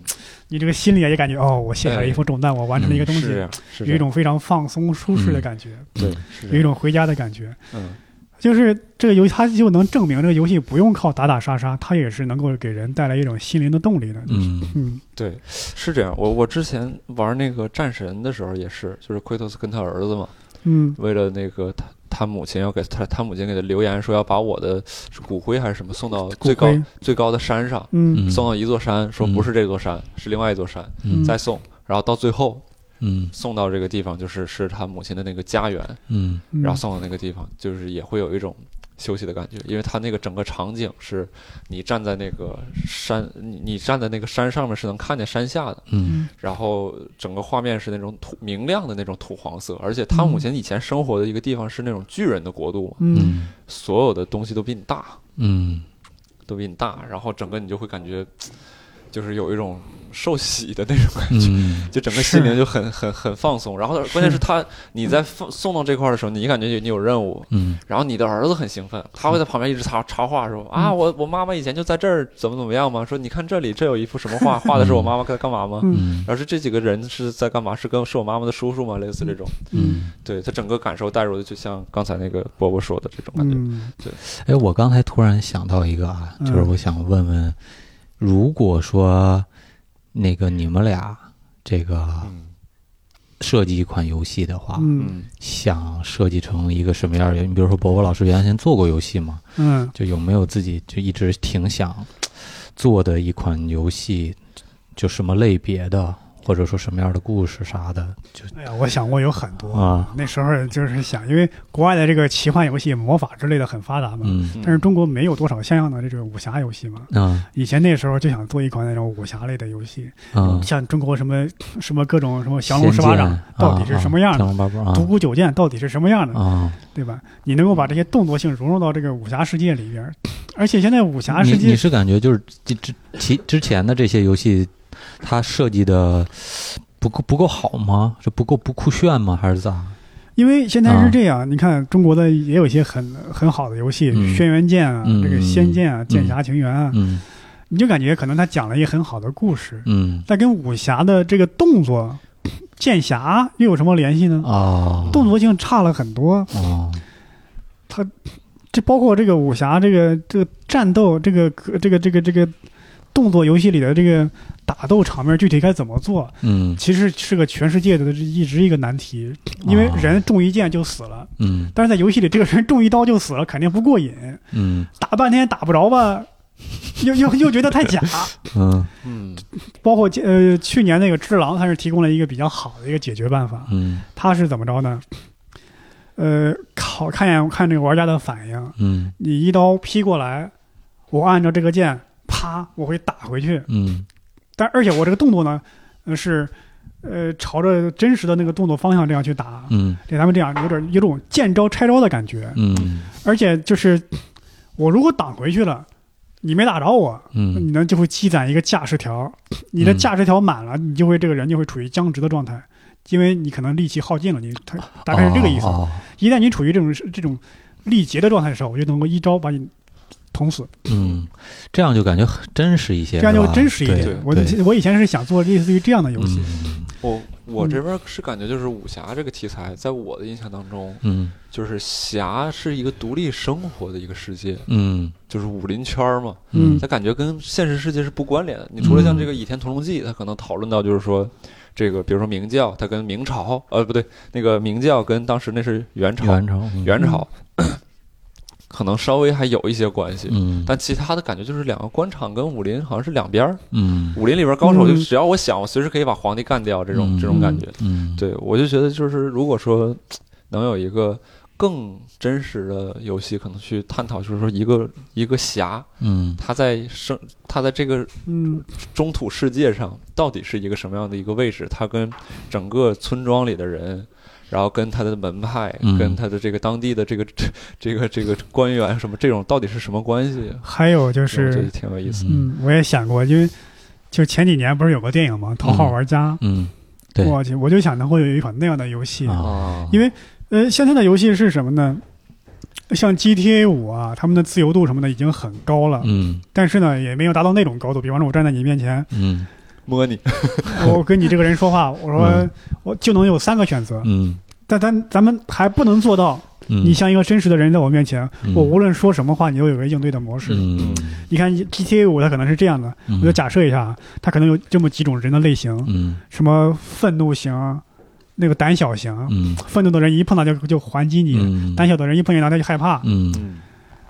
[SPEAKER 3] 你这个心里也感觉哦，我卸下了一副重担，我完成了一个东
[SPEAKER 1] 嗯是这
[SPEAKER 3] 西，
[SPEAKER 1] 样，是啊嗯这
[SPEAKER 3] 有一
[SPEAKER 1] 样
[SPEAKER 3] 种非常放松舒适的感觉，
[SPEAKER 1] 对，是这
[SPEAKER 3] 有一
[SPEAKER 1] 样
[SPEAKER 3] 种回家的感觉。
[SPEAKER 1] 嗯
[SPEAKER 3] 就是这个游戏，它就能证明这个游戏不用靠打打杀杀，它也是能够给人带来一种心灵的动力的。
[SPEAKER 4] 嗯
[SPEAKER 3] 嗯
[SPEAKER 1] 对是这样。我我之前玩那个战神的时候也是，就是奎托斯跟他儿子嘛，
[SPEAKER 3] 嗯
[SPEAKER 1] 为了那个他他母亲要给他他母亲给他留言说要把我的是骨灰还是什么送到最高
[SPEAKER 3] 骨灰
[SPEAKER 1] 最高的山上，
[SPEAKER 3] 嗯
[SPEAKER 1] 送到一座山，说
[SPEAKER 4] 嗯
[SPEAKER 1] 不是这座山，是另外一座山，
[SPEAKER 4] 嗯
[SPEAKER 1] 再送，然后到最后
[SPEAKER 4] 嗯
[SPEAKER 1] 送到这个地方，就是是他母亲的那个家园，
[SPEAKER 4] 嗯
[SPEAKER 3] 嗯，
[SPEAKER 1] 然后送到那个地方，就是也会有一种休息的感觉，因为它那个整个场景是你站在那个山，你你站在那个山上面是能看见山下的，
[SPEAKER 4] 嗯
[SPEAKER 1] 然后整个画面是那种土明亮的那种土黄色，而且他母亲以前生活的一个地方是那种巨人的国度嘛，
[SPEAKER 3] 嗯
[SPEAKER 4] 嗯
[SPEAKER 1] 所有的东西都比你大，
[SPEAKER 4] 嗯
[SPEAKER 1] 都比你大，然后整个你就会感觉就是有一种受洗的那种 感觉。
[SPEAKER 4] 嗯
[SPEAKER 1] 就整个心灵
[SPEAKER 3] 是
[SPEAKER 1] 就很 很很放松。然后关键是他你在放送到这块儿的时候，你感觉你有任务，
[SPEAKER 4] 嗯
[SPEAKER 1] 然后你的儿子很兴奋，他会在旁边一直插插画说啊，
[SPEAKER 3] 嗯
[SPEAKER 1] 我我妈妈以前就在这儿怎么怎么样嘛，说你看这里这有一幅什么画，画的是我妈妈在干嘛吗？
[SPEAKER 4] 嗯
[SPEAKER 1] 然后是这几个人是在干嘛？是跟是我妈妈的叔叔吗？类似这种，
[SPEAKER 4] 嗯。
[SPEAKER 1] 对他整个感受带入的，就像刚才那个波波说的这种感觉。
[SPEAKER 3] 嗯
[SPEAKER 4] 哎，我刚才突然想到一个啊，就是
[SPEAKER 3] 嗯
[SPEAKER 4] 我想问问，如果说那个你们俩这个
[SPEAKER 1] 嗯
[SPEAKER 4] 设计一款游戏的话，
[SPEAKER 3] 嗯
[SPEAKER 1] 嗯
[SPEAKER 4] 想设计成一个什么样儿的？你比如说，博博老师原先做过游戏嘛，
[SPEAKER 3] 嗯
[SPEAKER 4] 就有没有自己就一直挺想做的一款游戏，就什么类别的，或者说什么样的故事啥的？就
[SPEAKER 3] 哎呀，我想过有很多。
[SPEAKER 4] 啊，
[SPEAKER 3] 那时候就是想，因为国外的这个奇幻游戏、魔法之类的很发达嘛，
[SPEAKER 4] 嗯
[SPEAKER 3] 但是中国没有多少像样的这种武侠游戏嘛。
[SPEAKER 4] 啊
[SPEAKER 3] 以前那时候就想做一款那种武侠类的游戏，
[SPEAKER 4] 啊，
[SPEAKER 3] 像中国什么 什么各种什么降龙十八掌到底是什么样
[SPEAKER 4] 降
[SPEAKER 3] 的，
[SPEAKER 4] 龙八部啊
[SPEAKER 3] 独孤九剑到底是什么样的，
[SPEAKER 4] 啊，
[SPEAKER 3] 对吧？你能够把这些动作性融入到这个武侠世界里 边儿，而且现在武侠世
[SPEAKER 4] 你你
[SPEAKER 3] 界，
[SPEAKER 4] 是感觉就是之之其之前的这些游戏，它设计的不够不够好吗？是不够不酷炫吗？还是咋？
[SPEAKER 3] 因为现在
[SPEAKER 4] 啊
[SPEAKER 3] 是这样，你看中国的也有一些很很好的游戏，
[SPEAKER 4] 嗯
[SPEAKER 3] 轩辕剑》啊，
[SPEAKER 4] 嗯
[SPEAKER 3] 这个《仙剑》啊，《剑侠情缘》啊，
[SPEAKER 4] 嗯
[SPEAKER 3] 你就感觉可能他讲了一个很好的故事，
[SPEAKER 4] 嗯
[SPEAKER 3] 但跟武侠的这个动作、剑侠又有什么联系呢？
[SPEAKER 4] 哦，
[SPEAKER 3] 动作性差了很多。
[SPEAKER 4] 哦，
[SPEAKER 3] 这包括这个武侠，这个这个战斗，这个这个这个这个动作游戏里的这个打斗场面具体该怎么做，
[SPEAKER 4] 嗯
[SPEAKER 3] 其实是个全世界的一直一个难题。因为
[SPEAKER 4] 哦
[SPEAKER 3] 人中一剑就死了，
[SPEAKER 4] 嗯
[SPEAKER 3] 但是在游戏里，这个人中一刀就死了，肯定不过瘾，
[SPEAKER 4] 嗯
[SPEAKER 3] 打半天打不着吧，又又又觉得太假。
[SPEAKER 4] 嗯
[SPEAKER 1] 嗯
[SPEAKER 3] 包括呃去年那个《只狼》，它是提供了一个比较好的一个解决办法。
[SPEAKER 4] 嗯
[SPEAKER 3] 它是怎么着呢？呃，考看眼看这个玩家的反应，
[SPEAKER 4] 嗯
[SPEAKER 3] 你一刀劈过来，我按照这个剑，啪，我会打回去。
[SPEAKER 4] 嗯
[SPEAKER 3] 但而且我这个动作呢，呃是，呃，朝着真实的那个动作方向这样去打，
[SPEAKER 4] 嗯
[SPEAKER 3] 给他们这样有点有种见招拆招的感觉。
[SPEAKER 4] 嗯
[SPEAKER 3] 而且就是，我如果挡回去了，你没打着我，
[SPEAKER 4] 嗯
[SPEAKER 3] 你呢就会积攒一个驾驶条，你的驾驶条满了，你就会这个人就会处于僵直的状态。因为你可能力气耗尽了，你他大概是这个意思。
[SPEAKER 4] 哦
[SPEAKER 3] 一旦你处于这种这种力竭的状态的时候，我就能够一招把你捅死。
[SPEAKER 4] 嗯，这样就感觉很真实一些，
[SPEAKER 3] 这样就是
[SPEAKER 4] 吧
[SPEAKER 3] 真实一
[SPEAKER 4] 对
[SPEAKER 3] 点。我
[SPEAKER 4] 对
[SPEAKER 3] 我以前是想做类似于这样的游戏，
[SPEAKER 4] 嗯
[SPEAKER 1] 我我
[SPEAKER 3] 嗯
[SPEAKER 1] 这边是感觉就是武侠这个题材，在我的印象当中，
[SPEAKER 4] 嗯
[SPEAKER 1] 就是侠是一个独立生活的一个世界，
[SPEAKER 4] 嗯
[SPEAKER 1] 就是武林圈儿嘛，
[SPEAKER 3] 嗯
[SPEAKER 1] 它感觉跟现实世界是不关联的。你除了像这个《倚天屠龙记》，它可能讨论到就是说这个比如说明教，它跟明朝，呃，不对，那个明教跟当时那是元朝，
[SPEAKER 4] 元朝，嗯
[SPEAKER 1] 元朝可能稍微还有一些关系，
[SPEAKER 4] 嗯，
[SPEAKER 1] 但其他的感觉就是两个官场跟武林好像是两边儿，
[SPEAKER 4] 嗯
[SPEAKER 1] 武林里边高手就
[SPEAKER 3] 嗯
[SPEAKER 1] 只要我想，我随时可以把皇帝干掉，这种这种感觉。，
[SPEAKER 4] 嗯，
[SPEAKER 1] 对，我就觉得就是如果说能有一个更真实的游戏，可能去探讨，就是说一个一个侠，
[SPEAKER 4] 嗯，
[SPEAKER 1] 他在生他在这个
[SPEAKER 3] 嗯
[SPEAKER 1] 中土世界上到底是一个什么样的一个位置，他跟整个村庄里的人。然后跟他的门派
[SPEAKER 4] 嗯，
[SPEAKER 1] 跟他的这个当地的这个 这个这个官员什么这种到底是什么关系？
[SPEAKER 3] 还有就
[SPEAKER 1] 我
[SPEAKER 4] 哦
[SPEAKER 1] 觉得
[SPEAKER 3] 是，
[SPEAKER 1] 挺有意思的。
[SPEAKER 3] 嗯，我也想过，因为就前几年不是有个电影吗？《头号玩家
[SPEAKER 4] 嗯，对》，
[SPEAKER 3] 我去，我就想能会有一款那样的游戏。
[SPEAKER 4] 啊，
[SPEAKER 3] 因为呃，像现在游戏是什么呢？像 GTA 五啊，他们的自由度什么的已经很高了，
[SPEAKER 4] 嗯
[SPEAKER 3] 但是呢，也没有达到那种高度。比方说，我站在你面前，
[SPEAKER 4] 嗯
[SPEAKER 1] 摸你，
[SPEAKER 3] 我跟你这个人说话，我说、
[SPEAKER 4] 嗯
[SPEAKER 3] 我就能有三个选择，
[SPEAKER 4] 嗯
[SPEAKER 3] 但咱咱们还不能做到。
[SPEAKER 4] 嗯，
[SPEAKER 3] 你像一个真实的人在我面前，
[SPEAKER 4] 嗯
[SPEAKER 3] 我无论说什么话，你都有个应对的模式。
[SPEAKER 4] 嗯，
[SPEAKER 3] 你看 GTA 五，它可能是这样的，
[SPEAKER 4] 嗯
[SPEAKER 3] 我就假设一下啊，它可能有这么几种人的类型，
[SPEAKER 4] 嗯
[SPEAKER 3] 什么愤怒型，啊那个胆小型。啊
[SPEAKER 4] 嗯
[SPEAKER 3] 愤怒的人一碰到就就还击你，
[SPEAKER 4] 嗯，
[SPEAKER 3] 胆小的人一碰见他他就害怕。
[SPEAKER 4] 嗯，
[SPEAKER 1] 嗯，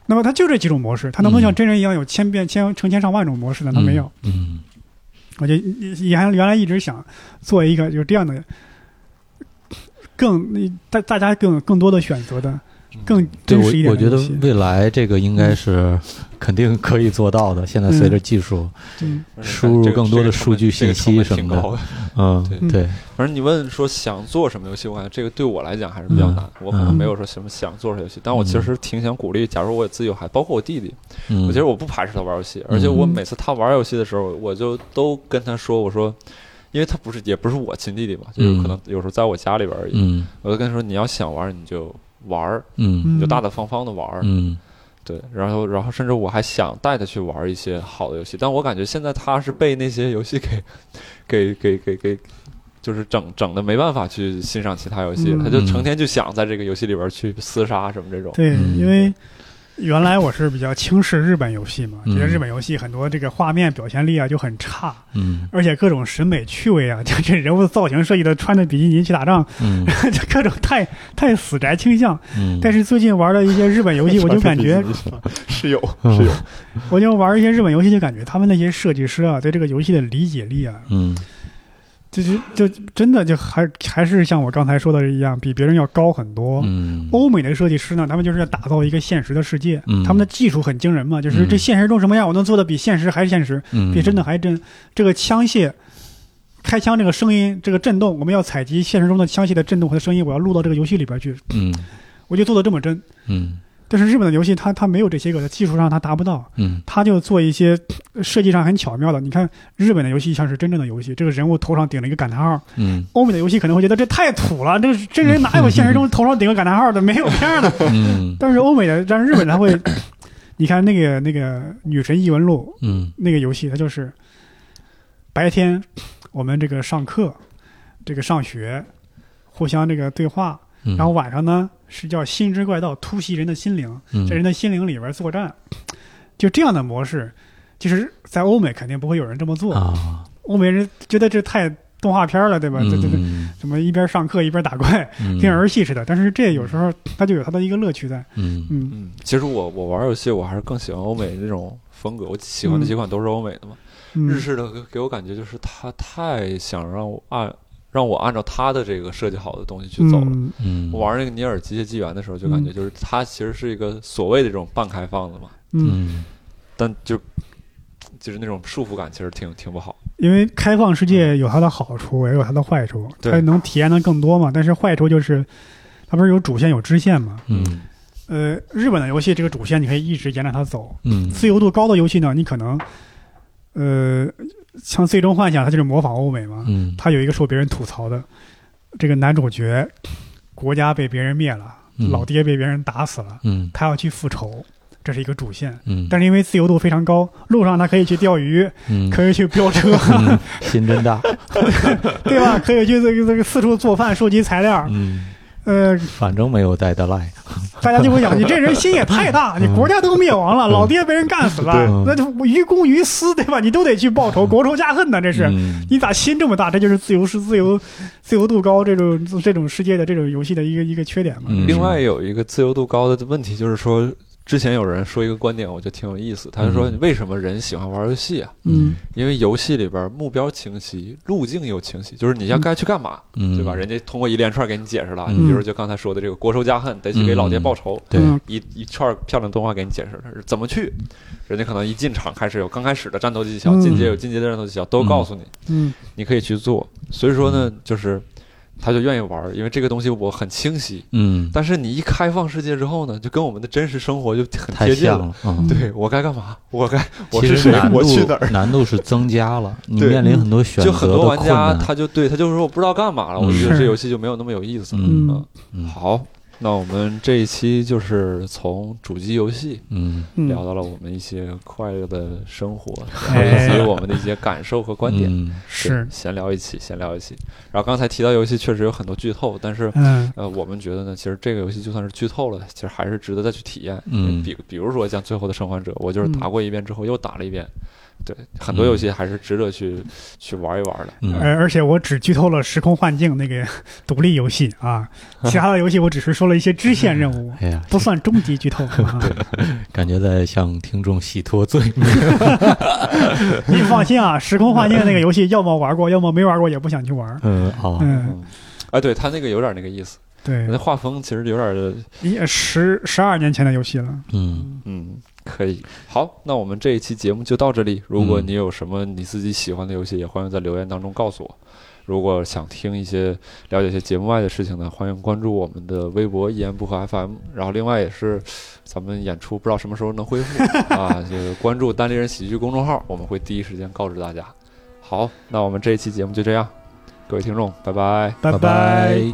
[SPEAKER 3] 那么他就这几种模式，他能不能
[SPEAKER 4] 嗯
[SPEAKER 3] 像真人一样有千变千成千上万种模式呢？他没有。，
[SPEAKER 4] 嗯
[SPEAKER 3] 我就也还原来一直想做一个有这样的更大大家更更多的选择的更
[SPEAKER 4] 嗯对
[SPEAKER 3] 真
[SPEAKER 4] 我
[SPEAKER 3] 实一，点
[SPEAKER 4] 我
[SPEAKER 3] 的嗯
[SPEAKER 4] 觉
[SPEAKER 3] 游
[SPEAKER 4] 得
[SPEAKER 3] 戏。
[SPEAKER 4] 未来这个应该是 肯定可以做到的。现在随着技术，
[SPEAKER 3] 嗯
[SPEAKER 4] 输入更多的数据信息
[SPEAKER 1] 这个
[SPEAKER 4] 什
[SPEAKER 1] 成
[SPEAKER 4] 么
[SPEAKER 1] 本挺
[SPEAKER 4] 的
[SPEAKER 1] 高的。
[SPEAKER 4] 嗯，对，
[SPEAKER 1] 反正你问说想做什么游戏，我感觉这个对我来讲还是比较难。我可
[SPEAKER 4] 嗯
[SPEAKER 1] 能没有说什么想做什么游戏，但我其实挺想鼓励，假如我自己有孩子，包括我弟弟，
[SPEAKER 4] 嗯，
[SPEAKER 1] 我其实我不排斥他玩游戏，而且我每次他玩游戏的时候，我就都跟他说，我说。因为他不是，也不是我亲弟弟嘛，就是可能有时候在我家里边而已。
[SPEAKER 4] 嗯
[SPEAKER 1] 我就跟他说，你要想玩你就玩儿，
[SPEAKER 4] 嗯
[SPEAKER 1] 你就大大方方的玩儿。
[SPEAKER 4] 嗯
[SPEAKER 1] 对，然后然后甚至我还想带他去玩一些好的游戏，但我感觉现在他是被那些游戏给 给给给给，就是整整的没办法去欣赏其他游戏，
[SPEAKER 3] 嗯
[SPEAKER 1] 他就成天就想在这个游戏里边去厮杀什么这种。
[SPEAKER 3] 对，
[SPEAKER 4] 嗯
[SPEAKER 3] 因为原来我是比较轻视日本游戏嘛，
[SPEAKER 4] 嗯
[SPEAKER 3] 觉得日本游戏很多这个画面表现力啊就很差，
[SPEAKER 4] 嗯
[SPEAKER 3] 而且各种审美趣味啊， 这这人物造型设计的穿着比基尼去打仗，
[SPEAKER 4] 嗯
[SPEAKER 3] 这各种太太死宅倾向。
[SPEAKER 4] 嗯，
[SPEAKER 3] 但是最近玩了一些日本游戏，我就感觉，
[SPEAKER 1] 是有，
[SPEAKER 4] 是有，
[SPEAKER 3] 我就玩一些日本游戏，就感觉他们那些设计师啊，对这个游戏的理解力啊，
[SPEAKER 4] 嗯
[SPEAKER 3] 就就就真的就还还是像我刚才说的一样，比别人要高很多。
[SPEAKER 4] 嗯
[SPEAKER 3] 欧美的设计师呢，他们就是要打造一个现实的世界，
[SPEAKER 4] 嗯
[SPEAKER 3] 他们的技术很惊人嘛，就是这
[SPEAKER 4] 嗯
[SPEAKER 3] 现实中什么样，我能做的比现实还现实，比真的还真。这个枪械。开枪这个声音，这个震动，我们要采集现实中的枪械的震动和声音，我要录到这个游戏里边去，
[SPEAKER 4] 嗯
[SPEAKER 3] 我就做的这么真。
[SPEAKER 4] 嗯
[SPEAKER 3] 但是日本的游戏它它没有这些个，在技术上它达不到，
[SPEAKER 4] 嗯
[SPEAKER 3] 它就做一些呃设计上很巧妙的。你看日本的游戏像是真正的游戏，这个人物头上顶了一个感叹号；
[SPEAKER 4] 嗯
[SPEAKER 3] 欧美的游戏可能会觉得这太土了，这这人哪有现实中头上顶个感叹号的，没有这样的。
[SPEAKER 4] 嗯
[SPEAKER 3] 但是欧美的，但是日本它会，你看那个那个《女神异闻录》
[SPEAKER 4] 嗯
[SPEAKER 3] 那个游戏，它就是白天我们这个上课，这个上学，互相这个对话，
[SPEAKER 4] 嗯，
[SPEAKER 3] 然后晚上呢是叫心之怪盗突袭人的心灵。
[SPEAKER 4] 嗯
[SPEAKER 3] 在人的心灵里边作战，就这样的模式，就是在欧美肯定不会有人这么做。
[SPEAKER 4] 啊，
[SPEAKER 3] 欧美人觉得这太动画片了，对吧？这这这
[SPEAKER 4] 嗯
[SPEAKER 3] 怎么一边上课一边打怪，跟儿戏似的？但是这有时候它就有它的一个乐趣在。
[SPEAKER 4] 嗯
[SPEAKER 3] 嗯
[SPEAKER 1] 嗯，其实我我玩游戏，我还是更喜欢欧美那种风格，我喜欢的几款都是欧美的嘛。日
[SPEAKER 3] 嗯
[SPEAKER 1] 式的给给我感觉就是他太想让我按让我按照他的这个设计好的东西去走了。
[SPEAKER 3] 嗯
[SPEAKER 4] 嗯，
[SPEAKER 1] 我玩那个《尼尔：机械纪元》的时候，就感觉就是它其实是一个所谓的这种半开放的嘛，
[SPEAKER 3] 嗯，
[SPEAKER 4] 嗯
[SPEAKER 1] 但就就是那种束缚感，其实挺挺不好。
[SPEAKER 3] 因为开放世界有它的好处，也有它的坏处，
[SPEAKER 4] 嗯
[SPEAKER 1] 对
[SPEAKER 3] 它能体验的更多嘛。但是坏处就是。它不是有主线有支线嘛？
[SPEAKER 4] 嗯
[SPEAKER 3] 呃，日本的游戏这个主线你可以一直沿着它走，
[SPEAKER 4] 嗯
[SPEAKER 3] 自由度高的游戏呢，你可能，呃，像《最终幻想》，它就是模仿欧美嘛，
[SPEAKER 4] 嗯，
[SPEAKER 3] 它有一个受别人吐槽的，这个男主角国家被别人灭了，
[SPEAKER 4] 嗯
[SPEAKER 3] 老爹被别人打死了，
[SPEAKER 4] 嗯
[SPEAKER 3] 他要去复仇，这是一个主线。
[SPEAKER 4] 嗯，
[SPEAKER 3] 但是因为自由度非常高，路上他可以去钓鱼，
[SPEAKER 4] 嗯
[SPEAKER 3] 可以去飙 车，
[SPEAKER 4] 嗯，心 真大，
[SPEAKER 3] 对吧？可以去这个这个四处做饭、收集材料，
[SPEAKER 4] 嗯，
[SPEAKER 3] 呃，
[SPEAKER 4] 反正没有带的赖，
[SPEAKER 3] 大家就会 想，你这人心也太大，你国家都灭亡了，老爹被人干死了
[SPEAKER 4] 嗯
[SPEAKER 3] 那
[SPEAKER 4] 对，
[SPEAKER 3] 就于公于私，对吧？你都得去报仇，国仇家恨呐，这是。
[SPEAKER 4] 嗯
[SPEAKER 3] 你咋心这么大？这就是自由是自由，自由度高这种这种世界的这种游戏的一个一个缺点嘛。
[SPEAKER 4] 嗯
[SPEAKER 1] 另外有一个自由度高的问题，就是说，之前有人说一个观点，我觉得挺有意思，他就说
[SPEAKER 4] 嗯
[SPEAKER 1] 为什么人喜欢玩游戏啊？
[SPEAKER 3] 嗯
[SPEAKER 1] 因为游戏里边目标清晰，路径又清晰，就是你要该去干嘛，
[SPEAKER 4] 嗯
[SPEAKER 1] 对吧？人家通过一连串给你解释了，
[SPEAKER 4] 嗯
[SPEAKER 1] 你比如就刚才说的这个国仇家恨，得去给老爹报仇，
[SPEAKER 4] 对
[SPEAKER 3] 嗯
[SPEAKER 1] 一一串漂亮动画给你解释了怎么去，人家可能一进场开始有刚开始的战斗技巧，
[SPEAKER 3] 嗯
[SPEAKER 1] 进阶有进阶的战斗技巧，都告诉你，
[SPEAKER 3] 嗯
[SPEAKER 1] 你可以去做。所以说呢，
[SPEAKER 4] 嗯
[SPEAKER 1] 就是他就愿意玩儿，因为这个东西我很清晰。
[SPEAKER 4] 嗯，
[SPEAKER 1] 但是你一开放世界之后呢，就跟我们的真实生活就很
[SPEAKER 4] 太
[SPEAKER 1] 贴近
[SPEAKER 4] 像
[SPEAKER 1] 了。
[SPEAKER 4] 了，嗯。
[SPEAKER 1] 对我该干嘛？我该我
[SPEAKER 4] 其
[SPEAKER 1] 是
[SPEAKER 4] 实
[SPEAKER 1] 谁？
[SPEAKER 4] 难度
[SPEAKER 1] 我去哪儿？
[SPEAKER 4] 难度是增加了，你
[SPEAKER 1] 对
[SPEAKER 4] 面临很多选
[SPEAKER 1] 就
[SPEAKER 4] 择
[SPEAKER 1] 很多
[SPEAKER 4] 的
[SPEAKER 1] 玩
[SPEAKER 4] 困
[SPEAKER 1] 家
[SPEAKER 4] 难。
[SPEAKER 1] 他就对他就说我不知道干嘛了，我
[SPEAKER 4] 嗯
[SPEAKER 1] 觉得这
[SPEAKER 3] 是
[SPEAKER 1] 游戏就没有那么有意思了。
[SPEAKER 4] 嗯
[SPEAKER 3] 嗯
[SPEAKER 4] 嗯
[SPEAKER 1] 好，那我们这一期就是从主机游戏
[SPEAKER 4] 嗯
[SPEAKER 1] 聊
[SPEAKER 3] 嗯，
[SPEAKER 1] 到了我们一些快乐的生活，
[SPEAKER 3] 哎
[SPEAKER 1] 以及我们的一些感受和观点。
[SPEAKER 4] 嗯
[SPEAKER 1] 对
[SPEAKER 3] 是，
[SPEAKER 1] 闲聊一起，闲聊一起。然后刚才提到游戏，确实有很多剧透，但是
[SPEAKER 3] 嗯
[SPEAKER 1] 呃，我们觉得呢，其实这个游戏就算是剧透了，其实还是值得再去体验。
[SPEAKER 4] 嗯
[SPEAKER 1] 比比如说像《最后的生还者》，我就是
[SPEAKER 3] 嗯
[SPEAKER 1] 打过一遍之后又打了一遍。对，很多游戏还是值得去、去玩一玩的。
[SPEAKER 4] 嗯
[SPEAKER 3] 而而且我只剧透了《时空幻境》那个独立游戏啊，
[SPEAKER 4] 嗯
[SPEAKER 3] 其他的游戏我只是说了一些支线任 务，
[SPEAKER 4] 哎呀，
[SPEAKER 3] 不算终极剧透。啊
[SPEAKER 4] 感觉在向听众洗脱罪名。
[SPEAKER 3] 你放心啊，《时空幻境》那个游戏，要么玩过，要么没玩过，也不想去玩。
[SPEAKER 4] 嗯，好，
[SPEAKER 3] 嗯，
[SPEAKER 1] 哎，对他那个有点那个意思，
[SPEAKER 3] 对
[SPEAKER 1] 那，画风其实有点儿
[SPEAKER 3] 一十十二年前的游戏了。
[SPEAKER 4] 嗯，
[SPEAKER 1] 嗯，可以。好，那我们这一期节目就到这里。如果
[SPEAKER 4] 嗯
[SPEAKER 1] 你有什么你自己喜欢的游戏，也欢迎在留言当中告诉我。如果想听一些了解一些节目外的事情呢，欢迎关注我们的微博“一言不合 FM”。然后，另外也是咱们演出不知道什么时候能恢复啊，就是关注“单立人喜剧”公众号，我们会第一时间告知大家。好，那我们这一期节目就这样，各位听众，拜拜。
[SPEAKER 3] 拜
[SPEAKER 4] 拜。